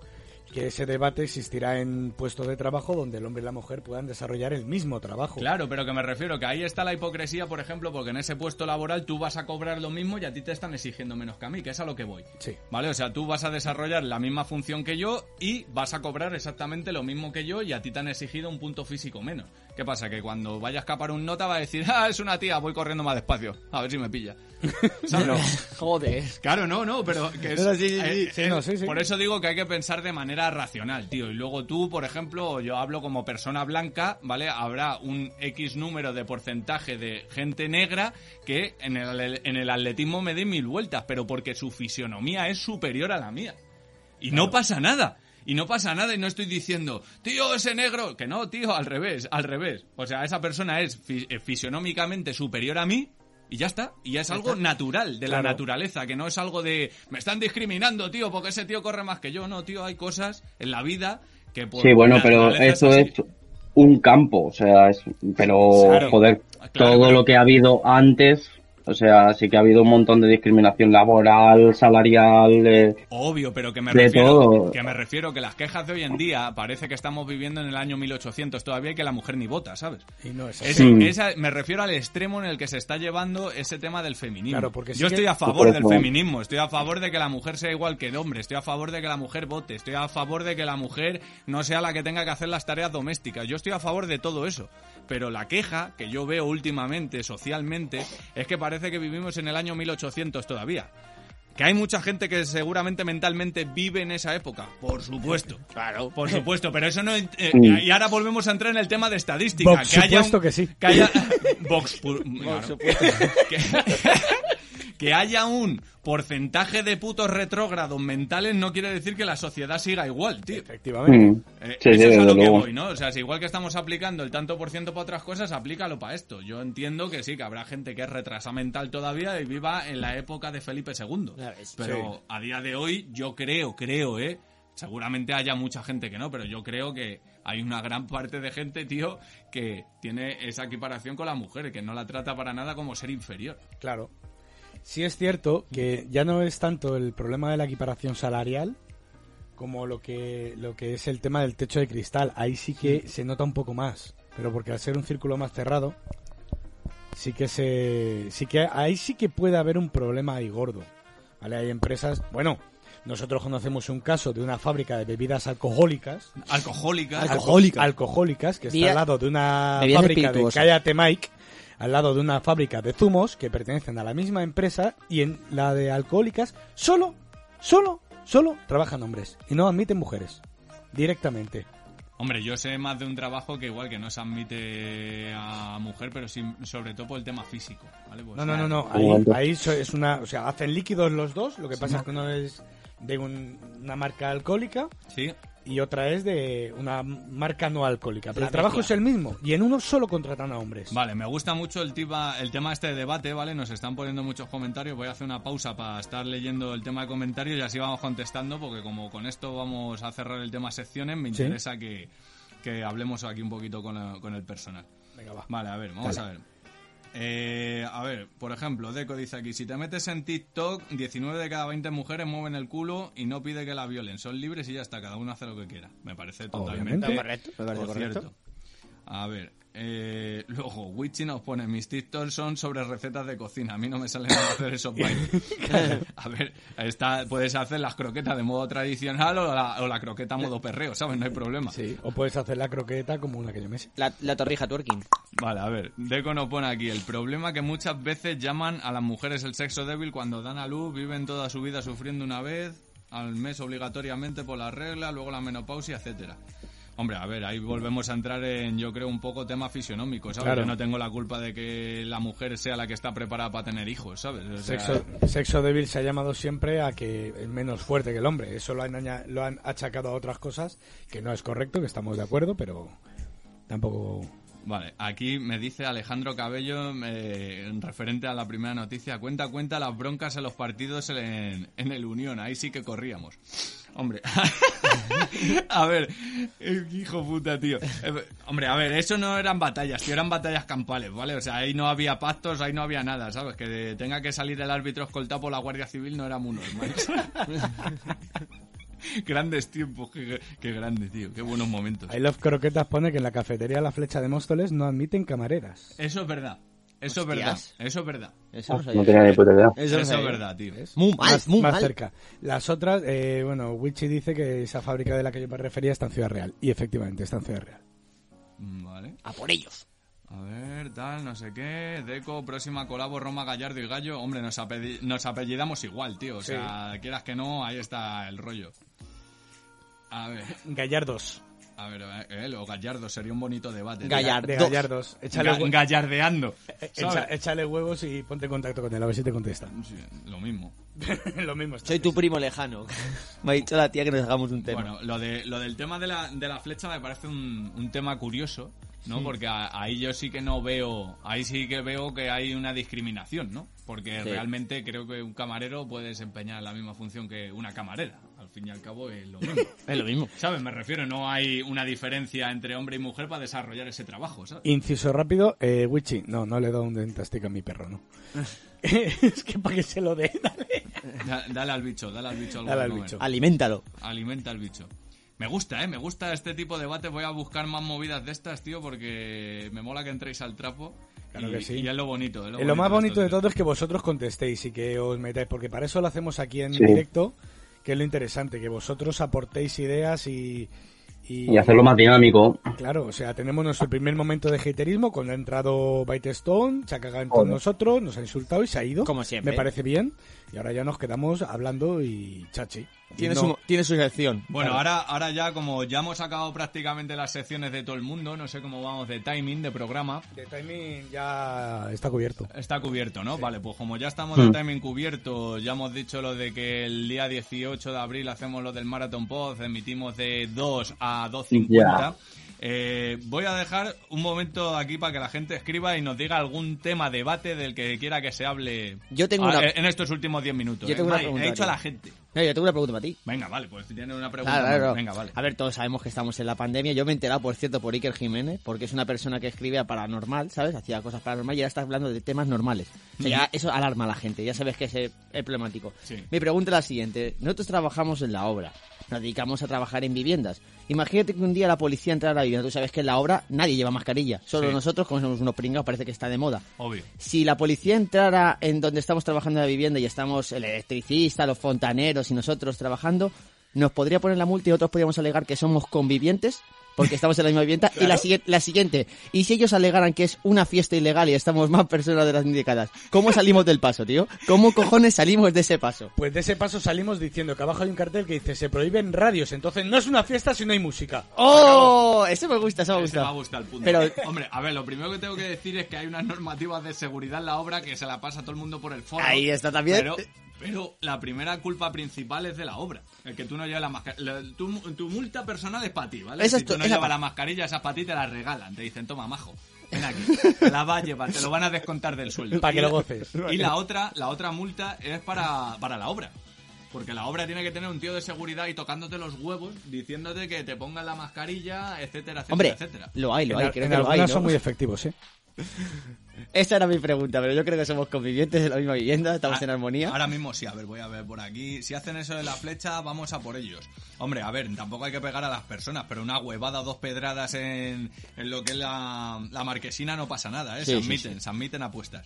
Speaker 2: que ese debate existirá en puestos de trabajo donde el hombre y la mujer puedan desarrollar el mismo trabajo.
Speaker 1: Claro, pero que me refiero que ahí está la hipocresía, por ejemplo, porque en ese puesto laboral tú vas a cobrar lo mismo y a ti te están exigiendo menos que a mí, que es a lo que voy.
Speaker 2: Sí.
Speaker 1: ¿Vale? O sea, tú vas a desarrollar la misma función que yo y vas a cobrar exactamente lo mismo que yo y a ti te han exigido un punto físico menos. ¿Qué pasa? Que cuando vaya a escapar un nota va a decir, ah, es una tía, voy corriendo más despacio, a ver si me pilla. ¿Sabes?
Speaker 4: Joder.
Speaker 1: Claro, no, no, pero que es-
Speaker 2: No, sí, sí, sí,
Speaker 1: eh,
Speaker 2: sí,
Speaker 1: eh,
Speaker 2: no, sí, sí.
Speaker 1: Por eso digo que hay que pensar de manera racional, tío. Y luego tú, por ejemplo, yo hablo como persona blanca, ¿vale? Habrá un X número de porcentaje de gente negra que en el, en el atletismo me dé mil vueltas, pero porque su fisionomía es superior a la mía. Y no pasa nada. Y no pasa nada y no estoy diciendo, tío, ese negro. Que no, tío, al revés, al revés. O sea, esa persona es fi- eh, fisionómicamente superior a mí y ya está. Y ya es algo natural, de la
Speaker 2: Claro.
Speaker 1: naturaleza, que no es algo de, me están discriminando, tío, porque ese tío corre más que yo. No, tío, hay cosas en la vida que... por
Speaker 5: Sí, bueno, pero
Speaker 1: naturaleza
Speaker 5: eso
Speaker 1: así.
Speaker 5: es un campo, o sea, es, pero
Speaker 1: Claro.
Speaker 5: joder, todo lo que ha habido antes, o sea, sí que ha habido un montón de discriminación laboral, salarial, eh,
Speaker 1: Obvio, pero que me,
Speaker 5: De
Speaker 1: refiero,
Speaker 5: todo.
Speaker 1: que me refiero que las quejas de hoy en día parece que estamos viviendo en el año 1800 todavía y que la mujer ni vota, ¿sabes?
Speaker 2: Y no es así.
Speaker 1: Ese-
Speaker 5: Sí.
Speaker 1: esa- me refiero al extremo en el que se está llevando ese tema del feminismo.
Speaker 2: Claro, porque sí
Speaker 1: Yo
Speaker 2: que-
Speaker 1: estoy a favor del
Speaker 5: Ojo.
Speaker 1: feminismo, estoy a favor de que la mujer sea igual que el hombre, estoy a favor de que la mujer vote, estoy a favor de que la mujer no sea la que tenga que hacer las tareas domésticas. Yo estoy a favor de todo eso. Pero la queja que yo veo últimamente, socialmente, es que parece que vivimos en el año 1800 todavía. Que hay mucha gente que seguramente mentalmente vive en esa época, por supuesto. Claro. Por supuesto, pero eso no... eh, y ahora volvemos a entrar en el tema de estadística.
Speaker 2: Por
Speaker 1: que haya un-
Speaker 2: supuesto que sí.
Speaker 1: que haya Vox pur- claro. que, que haya un porcentaje de putos retrógrados mentales no quiere decir que la sociedad siga igual, tío.
Speaker 2: Efectivamente.
Speaker 1: Mm. Eh,
Speaker 5: Sí,
Speaker 1: eso
Speaker 5: sí,
Speaker 1: es a lo
Speaker 5: desde
Speaker 1: que
Speaker 5: luego.
Speaker 1: voy, ¿no? O sea, si igual que estamos aplicando el tanto por ciento para otras cosas, aplícalo para esto. Yo entiendo que sí, que habrá gente que es retrasa mental todavía y viva en la época de Felipe II. Pero
Speaker 2: Sí.
Speaker 1: a día de hoy, yo creo, creo, ¿eh? Seguramente haya mucha gente que no, pero yo creo que hay una gran parte de gente, tío, que tiene esa equiparación con la mujer, que no la trata para nada como ser inferior.
Speaker 2: Claro. Sí es cierto que ya no es tanto el problema de la equiparación salarial como lo que, lo que es el tema del techo de cristal. Ahí sí que se nota un poco más. Pero porque al ser un círculo más cerrado, sí que se. sí que ahí sí que puede haber un problema ahí gordo. ¿Vale? Hay empresas. Bueno, nosotros conocemos un caso de una fábrica de bebidas alcohólicas.
Speaker 1: Alcohólica.
Speaker 2: Alcohólicas. Alcohólicas, que está
Speaker 1: Vía-
Speaker 2: al lado de una
Speaker 1: Bebidas
Speaker 2: fábrica de
Speaker 1: espirituosas.
Speaker 2: Cállate Mike, al lado de una fábrica de zumos que pertenecen a la misma empresa y en la de alcohólicas solo, solo, solo trabajan hombres y no admiten mujeres directamente.
Speaker 1: Hombre, yo sé más de un trabajo que igual que no se admite a mujer, pero sí, sobre todo por el tema físico, ¿vale? Pues
Speaker 2: No, no, no,
Speaker 1: nada.
Speaker 2: no. Ahí, ahí so- es una, o sea, hacen líquidos los dos. Lo que pasa es que uno es de un- una marca alcohólica
Speaker 1: Sí.
Speaker 2: y otra es de una marca no alcohólica. Pero
Speaker 1: La
Speaker 2: el trabajo
Speaker 1: mezcla.
Speaker 2: es el mismo y en uno solo contratan a hombres.
Speaker 1: Vale, me gusta mucho el, tipa- el tema este de debate, ¿vale? Nos están poniendo muchos comentarios. Voy a hacer una pausa para estar leyendo el tema de comentarios y así vamos contestando, porque como con esto vamos a cerrar el tema secciones, me
Speaker 2: Sí.
Speaker 1: interesa que, que hablemos aquí un poquito con, la- con el personal.
Speaker 2: Venga, va.
Speaker 1: Vale, a ver, vamos
Speaker 2: Dale.
Speaker 1: a ver. Eh, a ver, por ejemplo, Deco dice aquí, si te metes en TikTok, 19 de cada 20 mujeres mueven el culo y no pide que la violen, son libres y ya está, cada uno hace lo que quiera. Me parece totalmente
Speaker 2: Obviamente.
Speaker 4: Correcto, me parece
Speaker 1: por
Speaker 4: correcto.
Speaker 1: cierto. A ver, eh, luego Witchy nos pone, mis TikToks son sobre recetas de cocina, a mí no me salen a hacer esos bailes. a ver, está, puedes hacer las croquetas de modo tradicional o la, o la croqueta modo perreo, ¿sabes? No hay problema.
Speaker 2: O puedes hacer la croqueta como una que yo me sé.
Speaker 4: La, la torrija twerking.
Speaker 1: Vale, a ver, Deco nos pone aquí el problema que muchas veces llaman a las mujeres el sexo débil cuando dan a luz, viven toda su vida sufriendo una vez, al mes obligatoriamente por la regla, luego la menopausia, etcétera. Hombre, a ver, ahí volvemos a entrar en, yo creo, un poco tema fisionómico, ¿sabes?
Speaker 2: Claro.
Speaker 1: Yo no tengo la culpa de que la mujer sea la que está preparada para tener hijos, ¿sabes? O sea,
Speaker 2: Sexo, sexo débil se ha llamado siempre a que es menos fuerte que el hombre. Eso lo han, aña- lo han achacado a otras cosas que no es correcto, que estamos de acuerdo, pero tampoco.
Speaker 1: Vale, aquí me dice Alejandro Cabello, eh, en referente a la primera noticia, cuenta, cuenta las broncas en los partidos en, en el Unión, ahí sí que corríamos. Hombre, a ver, eh, hijo puta, tío. Eh, Hombre, a ver, eso no eran batallas, tío, eran batallas campales, ¿vale? O sea, ahí no había pactos, ahí no había nada, ¿sabes? Que tenga que salir el árbitro escoltado por la Guardia Civil no era muy normal. grandes tiempos, qué, qué grande, tío, qué buenos momentos.
Speaker 2: I Love Croquetas pone que en la cafetería La Flecha de Móstoles no admiten camareras.
Speaker 1: Eso es verdad. Eso es verdad.
Speaker 4: Hostias.
Speaker 1: Eso es verdad.
Speaker 4: Eso no,
Speaker 5: No tenía ni puta idea.
Speaker 4: Eso no
Speaker 1: Eso es
Speaker 4: sabía.
Speaker 1: verdad, tío.
Speaker 4: Muy mal,
Speaker 2: más
Speaker 4: muy
Speaker 2: más
Speaker 4: mal.
Speaker 2: cerca. Las otras, eh, bueno, Wichi dice que esa fábrica de la que yo me refería está en Ciudad Real. Y efectivamente, está en Ciudad Real.
Speaker 1: Mm, Vale.
Speaker 4: A por ellos.
Speaker 1: A ver, tal, no sé qué. Deco, próxima colabo, Roma, Gallardo y Gallo. Hombre, nos, apelli- nos apellidamos igual, tío. O sea, quieras que no, ahí está el rollo. A ver,
Speaker 2: Gallardos.
Speaker 1: a ver, a ver, eh, los Gallardos sería un bonito debate. tío.
Speaker 4: Gallardo.
Speaker 2: De
Speaker 4: Dos.
Speaker 2: Gallardos. Échale,
Speaker 1: Ga-
Speaker 2: hue-
Speaker 1: gallardeando.
Speaker 2: eh, echa-
Speaker 1: ¿sabes?
Speaker 2: échale huevos y ponte en contacto con él, a ver si te contesta.
Speaker 1: Sí, lo mismo.
Speaker 2: Lo mismo. está.
Speaker 4: Soy tu primo lejano. Me ha dicho la tía que nos hagamos un tema.
Speaker 1: Bueno, lo, de, lo del tema de la, de la flecha me parece un, un tema curioso, ¿no? Porque a- ahí yo sí que no veo, ahí sí que veo que hay una discriminación, ¿no? Porque
Speaker 4: Sí.
Speaker 1: realmente creo que un camarero puede desempeñar la misma función que una camarera. Al fin y al cabo es lo mismo.
Speaker 4: es lo mismo.
Speaker 1: ¿Sabes? Me refiero, no hay una diferencia entre hombre y mujer para desarrollar ese trabajo, ¿sabes?
Speaker 2: Inciso rápido, eh, Wichi, no, no le he dado un dentastico a mi perro, no. es que para que se lo dé, dale.
Speaker 1: Da- dale al bicho, dale al bicho algo
Speaker 2: Dale
Speaker 1: de
Speaker 2: al
Speaker 1: comer.
Speaker 2: bicho.
Speaker 4: Aliméntalo.
Speaker 1: Alimenta al bicho. Me gusta, ¿eh? Me gusta este tipo de debate. Voy a buscar más movidas de estas, tío, porque me mola que entréis al trapo.
Speaker 2: Claro
Speaker 1: y,
Speaker 2: que sí.
Speaker 1: Y es lo bonito. Es lo,
Speaker 2: Eh, lo más bonito de
Speaker 1: estos
Speaker 2: todo es que vosotros contestéis y que os metáis, porque para eso lo hacemos aquí en
Speaker 5: Sí.
Speaker 2: directo, que es lo interesante, que vosotros aportéis ideas y...
Speaker 5: Y hacerlo más dinámico.
Speaker 2: Claro, o sea, tenemos nuestro primer momento de haterismo cuando ha entrado Bite Stone, se ha cagado en todos
Speaker 5: Joder.
Speaker 2: nosotros, nos ha insultado y se ha ido.
Speaker 4: Como siempre.
Speaker 2: Me parece bien. Y ahora ya nos quedamos hablando y chachi.
Speaker 4: Tiene,
Speaker 1: No.
Speaker 4: su, tiene su sección.
Speaker 1: Bueno,
Speaker 4: Claro.
Speaker 1: ahora, ahora ya como ya hemos sacado prácticamente las secciones de todo el mundo, no sé cómo vamos de timing, de programa.
Speaker 2: De timing ya está cubierto.
Speaker 1: Está cubierto, ¿no? Vale, pues como ya estamos
Speaker 4: Hmm.
Speaker 2: Mm.
Speaker 1: de timing cubierto, ya hemos dicho lo de que el día 18 de abril hacemos lo del Marathon Pod, emitimos de 2 a 2.50.
Speaker 11: Ya.
Speaker 1: Eh, voy a dejar un momento aquí para que la gente escriba y nos diga algún tema debate del que quiera que se hable
Speaker 4: Yo tengo
Speaker 1: a-
Speaker 4: una-
Speaker 1: en estos últimos 10 minutos.
Speaker 4: Yo
Speaker 1: ¿eh?
Speaker 4: tengo una
Speaker 1: Vale,
Speaker 4: pregunta,
Speaker 1: he dicho a
Speaker 4: tío.
Speaker 1: la gente.
Speaker 4: No, yo tengo una pregunta para ti.
Speaker 1: Venga, vale, pues si tienen una pregunta.
Speaker 4: Claro, claro, claro.
Speaker 1: más, Venga, vale.
Speaker 4: A ver, todos sabemos que estamos en la pandemia. Yo me he enterado, por cierto, por Iker Jiménez, porque es una persona que escribía paranormal, ¿sabes? Hacía cosas paranormal y ahora está hablando de temas normales. O sea, ya eso alarma a la gente, ya sabes que es eh, es problemático.
Speaker 1: Sí.
Speaker 4: Mi pregunta es la siguiente. Nosotros trabajamos en la obra, nos dedicamos a trabajar en viviendas. Imagínate que un día la policía entra a la vivienda. Tú sabes que en la obra nadie lleva mascarilla, solo
Speaker 1: Sí.
Speaker 4: nosotros, como somos unos pringados, parece que está de moda.
Speaker 1: Obvio.
Speaker 4: Si la policía entrara en donde estamos trabajando en la vivienda y estamos el electricista, los fontaneros y nosotros trabajando, nos podría poner la multa y otros podríamos alegar que somos convivientes porque estamos en la misma vivienda. Y la, sigui- la siguiente, y si ellos alegaran que es una fiesta ilegal y estamos más personas de las indicadas, ¿cómo salimos del paso, tío? ¿Cómo cojones salimos de ese paso?
Speaker 2: Pues de ese paso salimos diciendo que abajo hay un cartel que dice se prohíben radios, entonces no es una fiesta si no hay música.
Speaker 4: ¡Oh! Ese me gusta, ese me gusta.
Speaker 1: Me ha gustado el punto.
Speaker 4: Pero-
Speaker 1: Hombre, a ver, lo primero que tengo que decir es que hay unas normativas de seguridad en la obra que se la pasa a todo el mundo por el foro.
Speaker 4: Ahí está también.
Speaker 1: Pero, pero la primera culpa principal es de la obra. El que tú no llevas la mascarilla. Tu, tu multa personal es para ti, ¿vale?
Speaker 4: Esa es
Speaker 1: si tú
Speaker 4: tu-
Speaker 1: no
Speaker 4: esa
Speaker 1: llevas
Speaker 4: pa-
Speaker 1: la mascarilla, esas para ti te las regalan. Te dicen, toma, majo. Ven aquí, te la vas a llevar, te lo van a descontar del sueldo.
Speaker 2: Pa' que
Speaker 1: Y
Speaker 2: lo
Speaker 1: la-
Speaker 2: goces.
Speaker 1: Y la otra, la otra multa es para, para la obra. Porque la obra tiene que tener un tío de seguridad y tocándote los huevos, diciéndote que te pongan la mascarilla, etcétera, etcétera,
Speaker 4: Hombre,
Speaker 1: etcétera.
Speaker 4: lo hay, lo
Speaker 2: En
Speaker 4: hay,
Speaker 2: al-
Speaker 4: creo
Speaker 2: en
Speaker 4: que lo hay.
Speaker 2: algunas
Speaker 4: ¿no?
Speaker 2: son muy efectivos, ¿eh?
Speaker 4: Esa era mi pregunta, pero yo creo que somos convivientes en la misma vivienda,
Speaker 2: Ah.
Speaker 4: estamos en armonía.
Speaker 1: Ah, Ahora mismo sí, a ver, voy a ver por aquí. Si hacen eso de la flecha, vamos a por ellos. Hombre, a ver, tampoco hay que pegar a las personas, pero una huevada, dos pedradas en, en lo que es la, la marquesina no pasa nada, ¿eh?
Speaker 2: Sí,
Speaker 1: se
Speaker 2: sí,
Speaker 1: admiten, se admiten apuestas.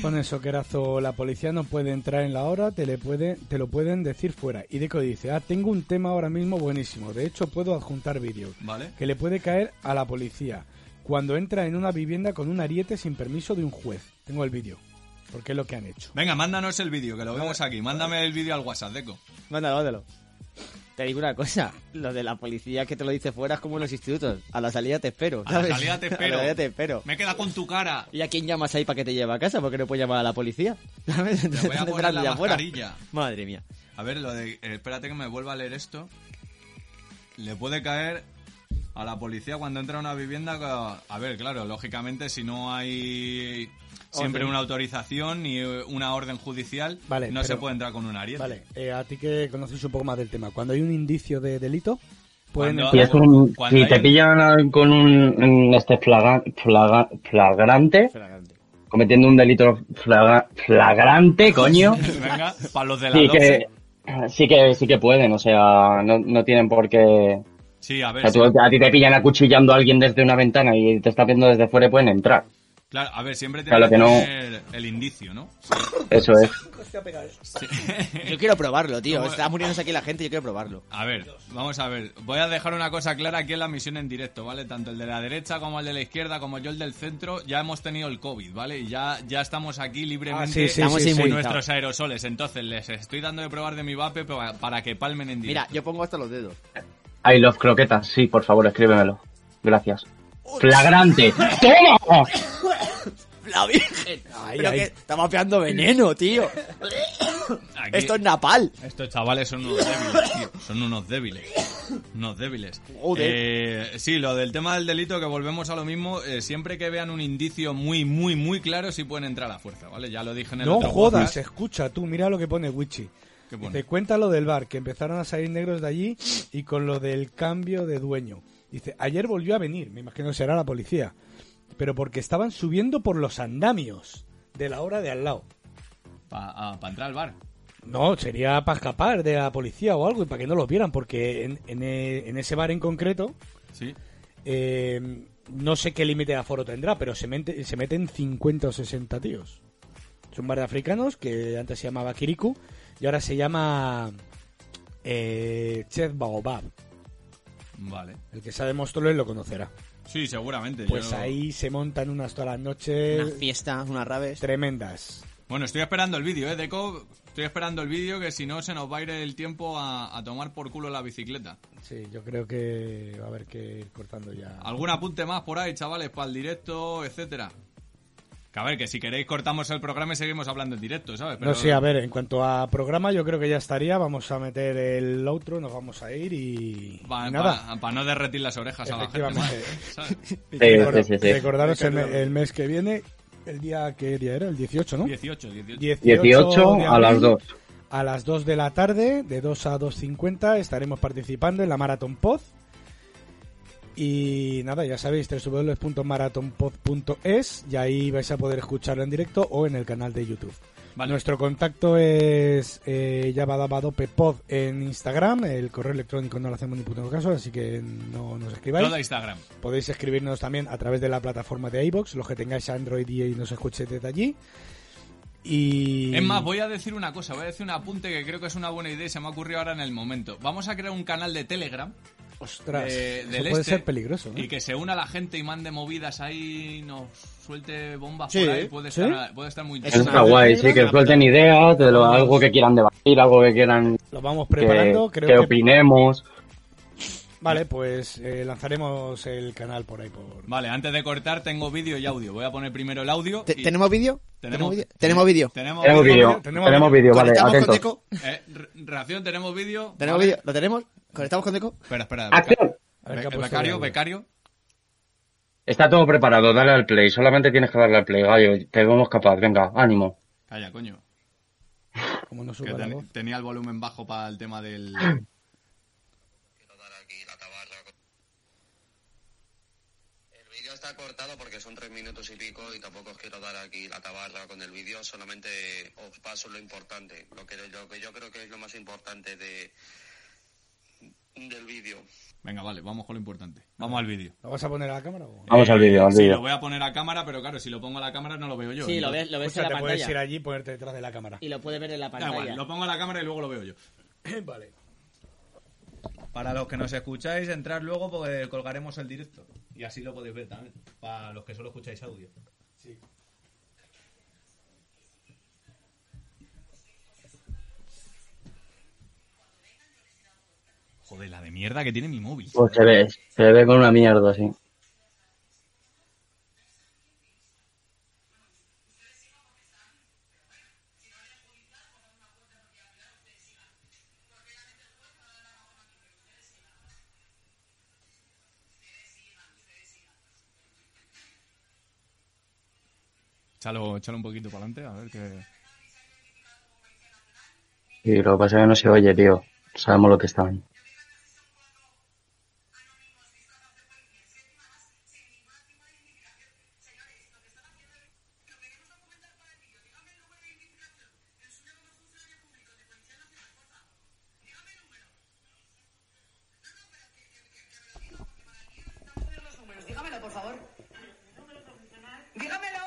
Speaker 2: Pon eso, querazo, la policía no puede entrar en la hora, te, le puede, te lo pueden decir fuera. Y Deco dice, ah, tengo un tema ahora mismo buenísimo, de hecho puedo adjuntar vídeos.
Speaker 1: Vale.
Speaker 2: Que le puede caer a la policía cuando entra en una vivienda con un ariete sin permiso de un juez. Tengo el vídeo, porque es lo que han hecho.
Speaker 1: Venga, mándanos el vídeo, que lo vemos aquí. Mándame el vídeo al WhatsApp, Deco.
Speaker 4: Mándalo, mándalo. Te digo una cosa, lo de la policía que te lo dice fuera es como en los institutos. A la salida te espero.
Speaker 1: A la
Speaker 4: ¿sabes?
Speaker 1: salida te
Speaker 4: A
Speaker 1: espero.
Speaker 4: la salida te espero.
Speaker 1: Me queda con tu cara.
Speaker 4: ¿Y a quién llamas ahí para que te lleve a casa? Porque no puedes llamar a la policía. ¿Sabes? Te
Speaker 1: voy a
Speaker 4: están
Speaker 1: poner
Speaker 4: esperando
Speaker 1: la
Speaker 4: ya afuera.
Speaker 1: mascarilla.
Speaker 4: Madre mía.
Speaker 1: A ver, lo de. eh, espérate que me vuelva a leer esto. Le puede caer a la policía cuando entra a una vivienda. ca- A ver, claro, lógicamente, si no hay siempre
Speaker 2: Orden.
Speaker 1: una autorización y eh, una orden judicial,
Speaker 2: Vale,
Speaker 1: no se
Speaker 2: pero-
Speaker 1: puede entrar con un ariete.
Speaker 2: Vale, eh, a ti que conoces un poco más del tema, cuando hay un indicio de delito, pueden
Speaker 1: Cuando-
Speaker 5: Si,
Speaker 2: entrar-
Speaker 5: es un-
Speaker 1: Cuando
Speaker 5: mm, si
Speaker 1: hay
Speaker 5: te
Speaker 1: un-
Speaker 5: pillan a- con un, un este flaga- flaga- flagrante, cometiendo un delito flaga- flagrante, coño,
Speaker 1: Venga, para los de la
Speaker 5: sí
Speaker 1: 12.
Speaker 5: que, sí que sí que pueden, o sea, no, no tienen por qué...
Speaker 1: Sí, a ver.
Speaker 5: O sea,
Speaker 1: sí.
Speaker 5: tú- a ti te pillan acuchillando a alguien desde una ventana y te está viendo desde fuera y pueden entrar.
Speaker 1: Claro, a ver, siempre tiene
Speaker 5: Claro
Speaker 1: que
Speaker 5: que no.
Speaker 1: tener el indicio, ¿no?
Speaker 5: Eso es.
Speaker 4: Yo quiero probarlo, tío.
Speaker 1: ¿Cómo-
Speaker 4: Está muriéndose aquí la gente, yo quiero probarlo.
Speaker 1: A ver, vamos a ver. Voy a dejar una cosa clara aquí en la misión en directo, ¿vale? Tanto el de la derecha como el de la izquierda, como yo el del centro, ya hemos tenido el COVID, ¿vale? Y ya, ya estamos aquí libremente
Speaker 4: Ah, sí, sí, Estamos sí, sí.
Speaker 1: con
Speaker 4: inmunizados.
Speaker 1: nuestros aerosoles. Entonces, les estoy dando de probar de mi vape pa- para que palmen en directo.
Speaker 4: Mira, yo pongo hasta los dedos.
Speaker 5: I love croquetas, sí, por favor, escríbemelo. Gracias. Flagrante. ¡Toma!
Speaker 4: ¡La virgen! Pero
Speaker 1: ay.
Speaker 4: que está mapeando veneno, tío.
Speaker 1: Aquí-
Speaker 4: Esto es napal.
Speaker 1: Estos chavales son unos débiles, tío. Son unos débiles. Unos débiles.
Speaker 4: Joder.
Speaker 1: Eh, sí, lo del tema del delito, que volvemos a lo mismo. eh, siempre que vean un indicio muy, muy, muy claro, sí pueden entrar a la fuerza, ¿vale? Ya lo dije en el
Speaker 2: No
Speaker 1: otro
Speaker 2: jodas,
Speaker 1: podcast.
Speaker 2: escucha tú, mira lo que pone Wichi.
Speaker 1: ¿Qué pone?
Speaker 2: Te cuenta lo del bar, que empezaron a salir negros de allí y con lo del cambio de dueño. Dice, ayer volvió a venir, me imagino que será la policía, pero porque estaban subiendo por los andamios de la hora de al lado.
Speaker 1: Para ah, entrar al bar.
Speaker 2: No, sería para escapar de la policía o algo y para que no los vieran, porque en, en e- en ese bar en concreto,
Speaker 1: Sí.
Speaker 2: eh, no sé qué límite de aforo tendrá, pero se, mete- se meten 50 o 60 tíos. Es un bar de africanos que antes se llamaba Kiriku y ahora se llama eh, Chef Baobab.
Speaker 1: Vale.
Speaker 2: El que sabe Móstoles lo conocerá.
Speaker 1: Sí, seguramente.
Speaker 2: Pues
Speaker 1: yo-
Speaker 2: ahí se montan unas todas las
Speaker 4: Una
Speaker 2: noches
Speaker 4: fiesta, unas rabes.
Speaker 2: tremendas.
Speaker 1: Bueno, estoy esperando el vídeo, ¿eh, Deco? Estoy esperando el vídeo que si no se nos va a ir el tiempo a, a tomar por culo la bicicleta.
Speaker 2: Sí, yo creo que va a haber que ir cortando ya.
Speaker 1: ¿Algún apunte más por ahí, chavales, para el directo, etcétera? Que a ver, que si queréis cortamos el programa y seguimos hablando en directo, ¿sabes?
Speaker 2: No, sí, a ver, en cuanto a programa, yo creo que ya estaría. Vamos a meter el outro, nos vamos a ir y.
Speaker 1: Para
Speaker 2: y nada.
Speaker 1: no derretir las orejas a la gente.
Speaker 2: Efectivamente.
Speaker 1: ¿sabes?
Speaker 2: Y
Speaker 5: Sí,
Speaker 2: recor-
Speaker 5: sí, sí, sí.
Speaker 2: Recordaros el, me- el mes que viene, el día, ¿qué día era? El 18, ¿no?
Speaker 1: 18, 18.
Speaker 5: 18
Speaker 2: de
Speaker 5: a las
Speaker 2: abril,
Speaker 5: 2.
Speaker 2: A las 2 de la tarde, de 2 a 2.50, estaremos participando en la Marathon Pod. Y nada, ya sabéis, www.marathonpod.es y ahí vais a poder escucharlo en directo o en el canal de YouTube. Nuestro contacto es eh, yabadabadopepod en Instagram, el correo electrónico no lo hacemos ni puto caso, así que no nos escribáis.
Speaker 1: Todo Instagram.
Speaker 2: Podéis escribirnos también a través de la plataforma de iBox, los que tengáis Android y nos escuchéis desde allí. Y...
Speaker 1: Es más, voy a decir una cosa, voy a decir un apunte que creo que es una buena idea y se me ha ocurrido ahora en el momento. Vamos a crear un canal de Telegram.
Speaker 2: Ostras,
Speaker 1: de-
Speaker 2: eso
Speaker 1: del
Speaker 2: puede
Speaker 1: este,
Speaker 2: ser peligroso. ¿eh?
Speaker 1: Y que se una la gente y mande movidas ahí, nos suelte bombas
Speaker 2: Sí,
Speaker 1: por ahí, puede,
Speaker 2: sí.
Speaker 1: estar, puede estar muy
Speaker 5: Eso está guay, sí, que suelten ideas, de lo- algo que quieran debatir, algo que quieran
Speaker 2: Lo vamos
Speaker 5: que,
Speaker 2: preparando, creo
Speaker 5: que
Speaker 2: que-
Speaker 5: opinemos.
Speaker 2: Vale, pues eh, lanzaremos el canal por ahí. Por...
Speaker 1: Vale, antes de cortar tengo vídeo y audio. Voy a poner primero el audio. y-
Speaker 4: ¿Tenemos vídeo?
Speaker 1: Tenemos vídeo.
Speaker 4: ¿Tenemos vídeo?
Speaker 1: Tenemos
Speaker 5: Tenemos vídeo, tenemos vídeo, vale,
Speaker 4: ¿Conectamos con
Speaker 5: atentos.
Speaker 4: Deco?
Speaker 1: Eh, re- reacción, tenemos vídeo.
Speaker 4: ¿Tenemos
Speaker 1: Vale.
Speaker 4: vídeo? ¿Lo tenemos? ¿Conectamos con Deco?
Speaker 1: Espera, espera.
Speaker 5: ¡Acción!
Speaker 2: A ver qué ha
Speaker 1: Be-
Speaker 2: puesto
Speaker 1: becario,
Speaker 2: el audio.
Speaker 1: becario.
Speaker 5: Está todo preparado, dale al play, solamente tienes que darle al play, gallo, te vemos capaz, venga, ánimo.
Speaker 1: Calla, coño.
Speaker 2: Como no
Speaker 1: Que
Speaker 2: suba la
Speaker 1: ten-
Speaker 2: voz.
Speaker 1: tenía el volumen bajo para el tema del.
Speaker 11: El vídeo está cortado porque son tres minutos y pico y tampoco os quiero dar aquí la tabarra con el vídeo, solamente os paso lo importante, lo que, lo que yo creo que es lo más importante de del vídeo.
Speaker 1: Venga, vale, vamos con lo importante. Vamos al vídeo.
Speaker 2: ¿Lo vas a poner a la cámara? O...
Speaker 5: Vamos al vídeo, al
Speaker 1: Sí,
Speaker 5: vídeo.
Speaker 1: lo voy a poner a cámara, pero claro, si lo pongo a la cámara no lo veo yo.
Speaker 4: Sí, lo
Speaker 1: Entonces-
Speaker 4: ves, lo ves
Speaker 2: Escucha,
Speaker 4: en la
Speaker 2: te puedes ir
Speaker 4: pantalla.
Speaker 2: allí y ponerte detrás de la cámara.
Speaker 4: Y lo puedes ver en la
Speaker 1: Da igual,
Speaker 4: pantalla.
Speaker 1: lo pongo a la cámara y luego lo veo yo.
Speaker 2: vale.
Speaker 1: Para los que nos escucháis, entrar luego porque colgaremos el directo. Y así lo podéis ver también. Para los que solo escucháis audio. Joder, la de mierda que tiene mi móvil.
Speaker 5: Pues se ve, se ve con una mierda, sí.
Speaker 1: Échalo, échalo un poquito para adelante, a ver qué.
Speaker 5: Y lo que pasa es que no se oye, tío. Sabemos lo que están.
Speaker 10: Dígamelo, por favor. Dígamelo.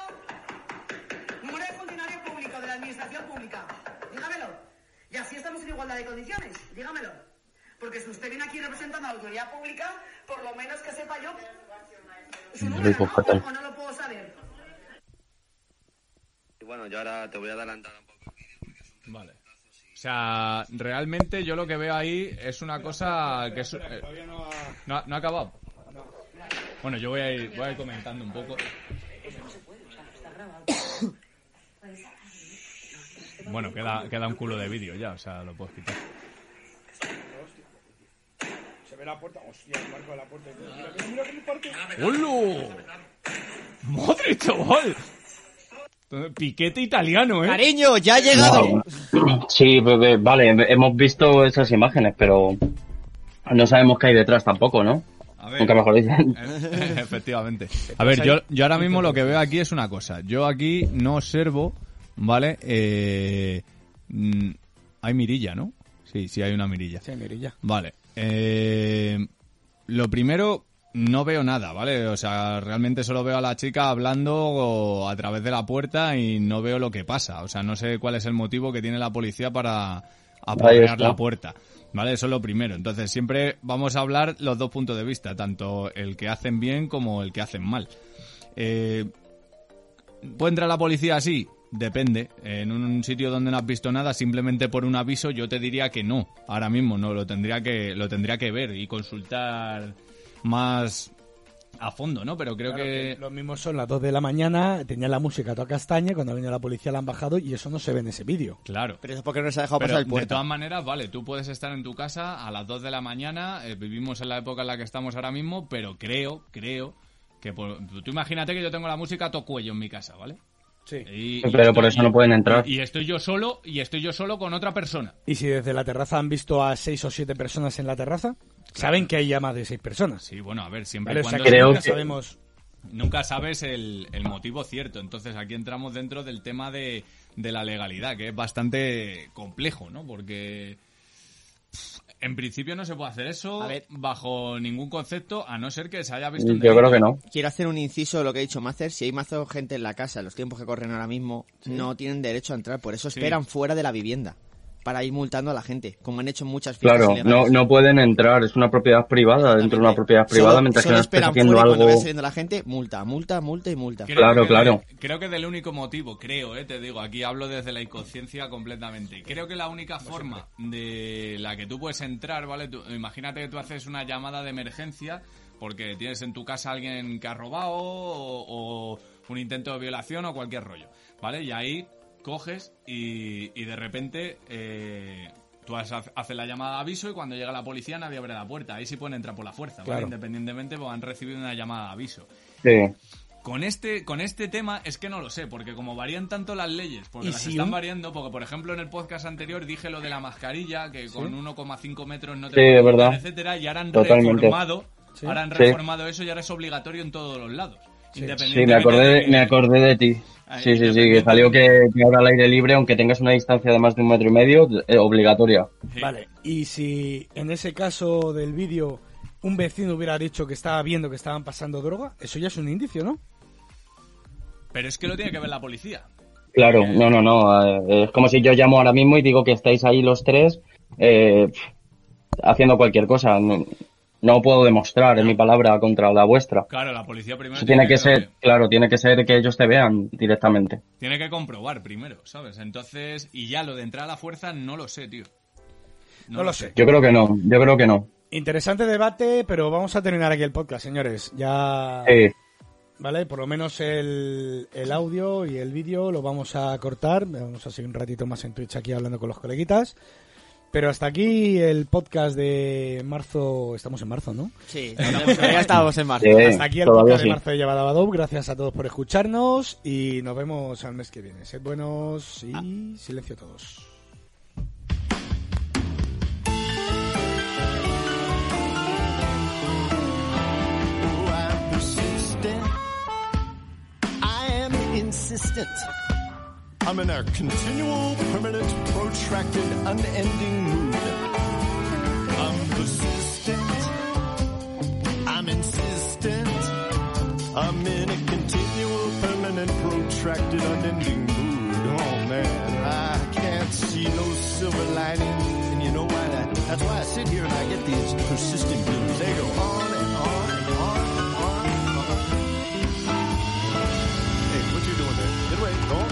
Speaker 10: Número de funcionario público de la administración pública. Dígamelo. Y así estamos en igualdad de condiciones. Dígamelo. Porque si usted viene aquí representando a la autoridad pública, por lo menos que sepa yo su
Speaker 5: Lo
Speaker 10: número,
Speaker 5: dijo
Speaker 10: ¿no?
Speaker 5: fatal.
Speaker 10: O no lo puedo saber.
Speaker 11: Y bueno, yo ahora te voy a adelantar un poco.
Speaker 1: Vale. O sea, realmente yo lo que veo ahí es una cosa que es. eh, no, ha, no ha acabado. Bueno, yo voy a ir, voy a ir comentando un poco. Bueno, queda, queda un culo de vídeo ya, o sea, lo puedo quitar.
Speaker 2: Se ve la puerta. Hostia, el marco de la puerta. Mira, mira que parte.
Speaker 1: ¡Holo! ¡Madre, chaval! Piquete italiano, ¿eh?
Speaker 4: ¡Cariño, ya ha llegado!
Speaker 5: Sí, bebé, vale, hemos visto esas imágenes, pero no sabemos qué hay detrás tampoco, ¿no?
Speaker 1: A ver.
Speaker 5: Nunca mejor dicho.
Speaker 1: Eh, Efectivamente. A ver, yo, yo ahora mismo lo que veo aquí es una cosa. Yo aquí no observo, ¿vale? Eh, mm, hay mirilla, ¿no? Sí, sí, hay una mirilla.
Speaker 2: Sí, mirilla.
Speaker 1: Vale. eh, lo primero, no veo nada, ¿vale? O sea, realmente solo veo a la chica hablando a través de la puerta y no veo lo que pasa. O sea, no sé cuál es el motivo que tiene la policía para apoyar
Speaker 5: está.
Speaker 1: la puerta. ¿Vale? Eso es lo primero. Entonces, siempre vamos a hablar los dos puntos de vista, tanto el que hacen bien como el que hacen mal. Eh, ¿Puede entrar la policía así? Depende. En un sitio donde no has visto nada, simplemente por un aviso, yo te diría que no. Ahora mismo no, lo tendría que, lo tendría que ver y consultar más a fondo, ¿no? Pero creo
Speaker 2: Claro
Speaker 1: que...
Speaker 2: Los mismos son las 2 de la mañana, tenía la música toda castaña, cuando ha venido la policía la han bajado y eso no se ve en ese vídeo.
Speaker 1: Claro.
Speaker 4: Pero eso es porque no se ha dejado
Speaker 1: Pero
Speaker 4: pasar el
Speaker 1: de
Speaker 4: puerta.
Speaker 1: todas maneras, vale, tú puedes estar en tu casa a las 2 de la mañana, eh, vivimos en la época en la que estamos ahora mismo, pero creo, creo que por- tú imagínate que yo tengo la música a to cuello en mi casa, ¿vale?
Speaker 2: Sí.
Speaker 5: Pero por eso no pueden entrar.
Speaker 1: Y estoy yo solo y estoy yo solo con otra persona.
Speaker 2: ¿Y si desde la terraza han visto a 6 o 7 personas en la terraza? ¿Saben que hay ya más de 6 personas?
Speaker 1: Sí, bueno, a ver, siempre
Speaker 2: Vale,
Speaker 1: y
Speaker 2: o sea
Speaker 1: cuando
Speaker 2: que
Speaker 1: nunca,
Speaker 2: nunca sabemos
Speaker 1: nunca sabes el, el motivo cierto. Entonces aquí entramos dentro del tema de, de la legalidad, que es bastante complejo, ¿no? Porque pff, en principio no se puede hacer eso bajo ningún concepto, a no ser que se haya visto. un delito.
Speaker 4: Quiero hacer un inciso de lo que ha dicho Master. Si hay más gente en la casa, en los tiempos que corren ahora mismo,
Speaker 1: Sí.
Speaker 4: no tienen derecho a entrar. Por eso
Speaker 1: Sí.
Speaker 4: esperan fuera de la vivienda. Para ir multando a la gente, como han hecho en muchas fiestas
Speaker 5: Claro, no,
Speaker 4: ilegales.
Speaker 5: no pueden entrar, es una propiedad privada, dentro de una propiedad privada,
Speaker 4: eh, Solo-
Speaker 5: mientras
Speaker 4: solo
Speaker 5: que no estés
Speaker 4: esperan
Speaker 5: haciendo
Speaker 4: fuera y
Speaker 5: algo...
Speaker 4: Cuando vaya saliendo la gente, multa, multa, multa y multa.
Speaker 5: Creo Claro, que- claro.
Speaker 1: Creo que del único motivo, creo, eh, te digo, aquí hablo desde la inconsciencia completamente. Creo que la única forma de la que tú puedes entrar, ¿vale? Tú- imagínate que tú haces una llamada de emergencia porque tienes en tu casa a alguien que ha robado o, o un intento de violación o cualquier rollo, ¿vale? Y ahí coges y, y de repente eh, tú has- haces la llamada de aviso y cuando llega la policía nadie abre la puerta. Ahí sí pueden entrar por la fuerza, ¿vale?
Speaker 5: Claro.
Speaker 1: Independientemente, pues han recibido una llamada de aviso.
Speaker 5: Sí.
Speaker 1: Con este, con este tema es que no lo sé, porque como varían tanto las leyes, porque
Speaker 5: ¿Y
Speaker 1: las
Speaker 5: si
Speaker 1: están
Speaker 5: un-
Speaker 1: variando, porque por ejemplo en el podcast anterior dije lo de la mascarilla, que con 1,5 metros no te
Speaker 5: Sí, es
Speaker 1: puedes
Speaker 5: verdad.
Speaker 1: quitar, etcétera, y ahora han
Speaker 5: Totalmente.
Speaker 1: reformado,
Speaker 5: Sí.
Speaker 1: ahora han
Speaker 5: Sí.
Speaker 1: reformado eso y ahora es obligatorio en todos los lados.
Speaker 5: Sí, me acordé, de, me acordé de ti. Sí, sí, sí, que salió que, que ahora al aire libre, aunque tengas una distancia de más de un metro y medio, eh, obligatoria.
Speaker 2: Vale, y si en ese caso del vídeo un vecino hubiera dicho que estaba viendo que estaban pasando droga, eso ya es un indicio, ¿no?
Speaker 1: Pero es que lo tiene que ver la policía.
Speaker 5: Claro, no, no, no. eh, es como si yo llamo ahora mismo y digo que estáis ahí los tres eh, pf, haciendo cualquier cosa. No, no puedo demostrar en mi palabra contra la vuestra.
Speaker 1: Claro, la policía primero
Speaker 5: Eso tiene que ser, claro, tiene que ser que ellos te vean directamente.
Speaker 1: Tiene que comprobar primero, ¿sabes? Entonces, y ya lo de entrar a la fuerza no lo sé, tío. No,
Speaker 2: lo
Speaker 1: sé.
Speaker 5: Yo creo que no, yo creo que no.
Speaker 2: Interesante debate, pero vamos a terminar aquí el podcast, señores. Ya,
Speaker 5: Sí.
Speaker 2: ¿vale? Por lo menos el, el audio y el vídeo lo vamos a cortar. Vamos a seguir un ratito más en Twitch aquí hablando con los coleguitas. Pero hasta aquí el podcast de marzo. Estamos en marzo, ¿no?
Speaker 4: Sí, ya estábamos en
Speaker 5: Eh.
Speaker 4: marzo.
Speaker 2: Hasta aquí el
Speaker 4: todavía
Speaker 2: podcast
Speaker 4: sí.
Speaker 2: de marzo de Llevada Gracias a todos por escucharnos y nos vemos al mes que viene. Sed buenos y
Speaker 4: Ah.
Speaker 2: silencio todos.
Speaker 12: I'm persistent. I am insistent. I'm in a continual, permanent, protracted, unending mood. I'm persistent. I'm insistent. I'm in a continual, permanent, protracted, unending mood. Oh man, I can't see no silver lining. And you know why that? That's why I sit here and I get these persistent blues. They go on and on and on and on and on. Hey, what you doing there? Get away. Don't,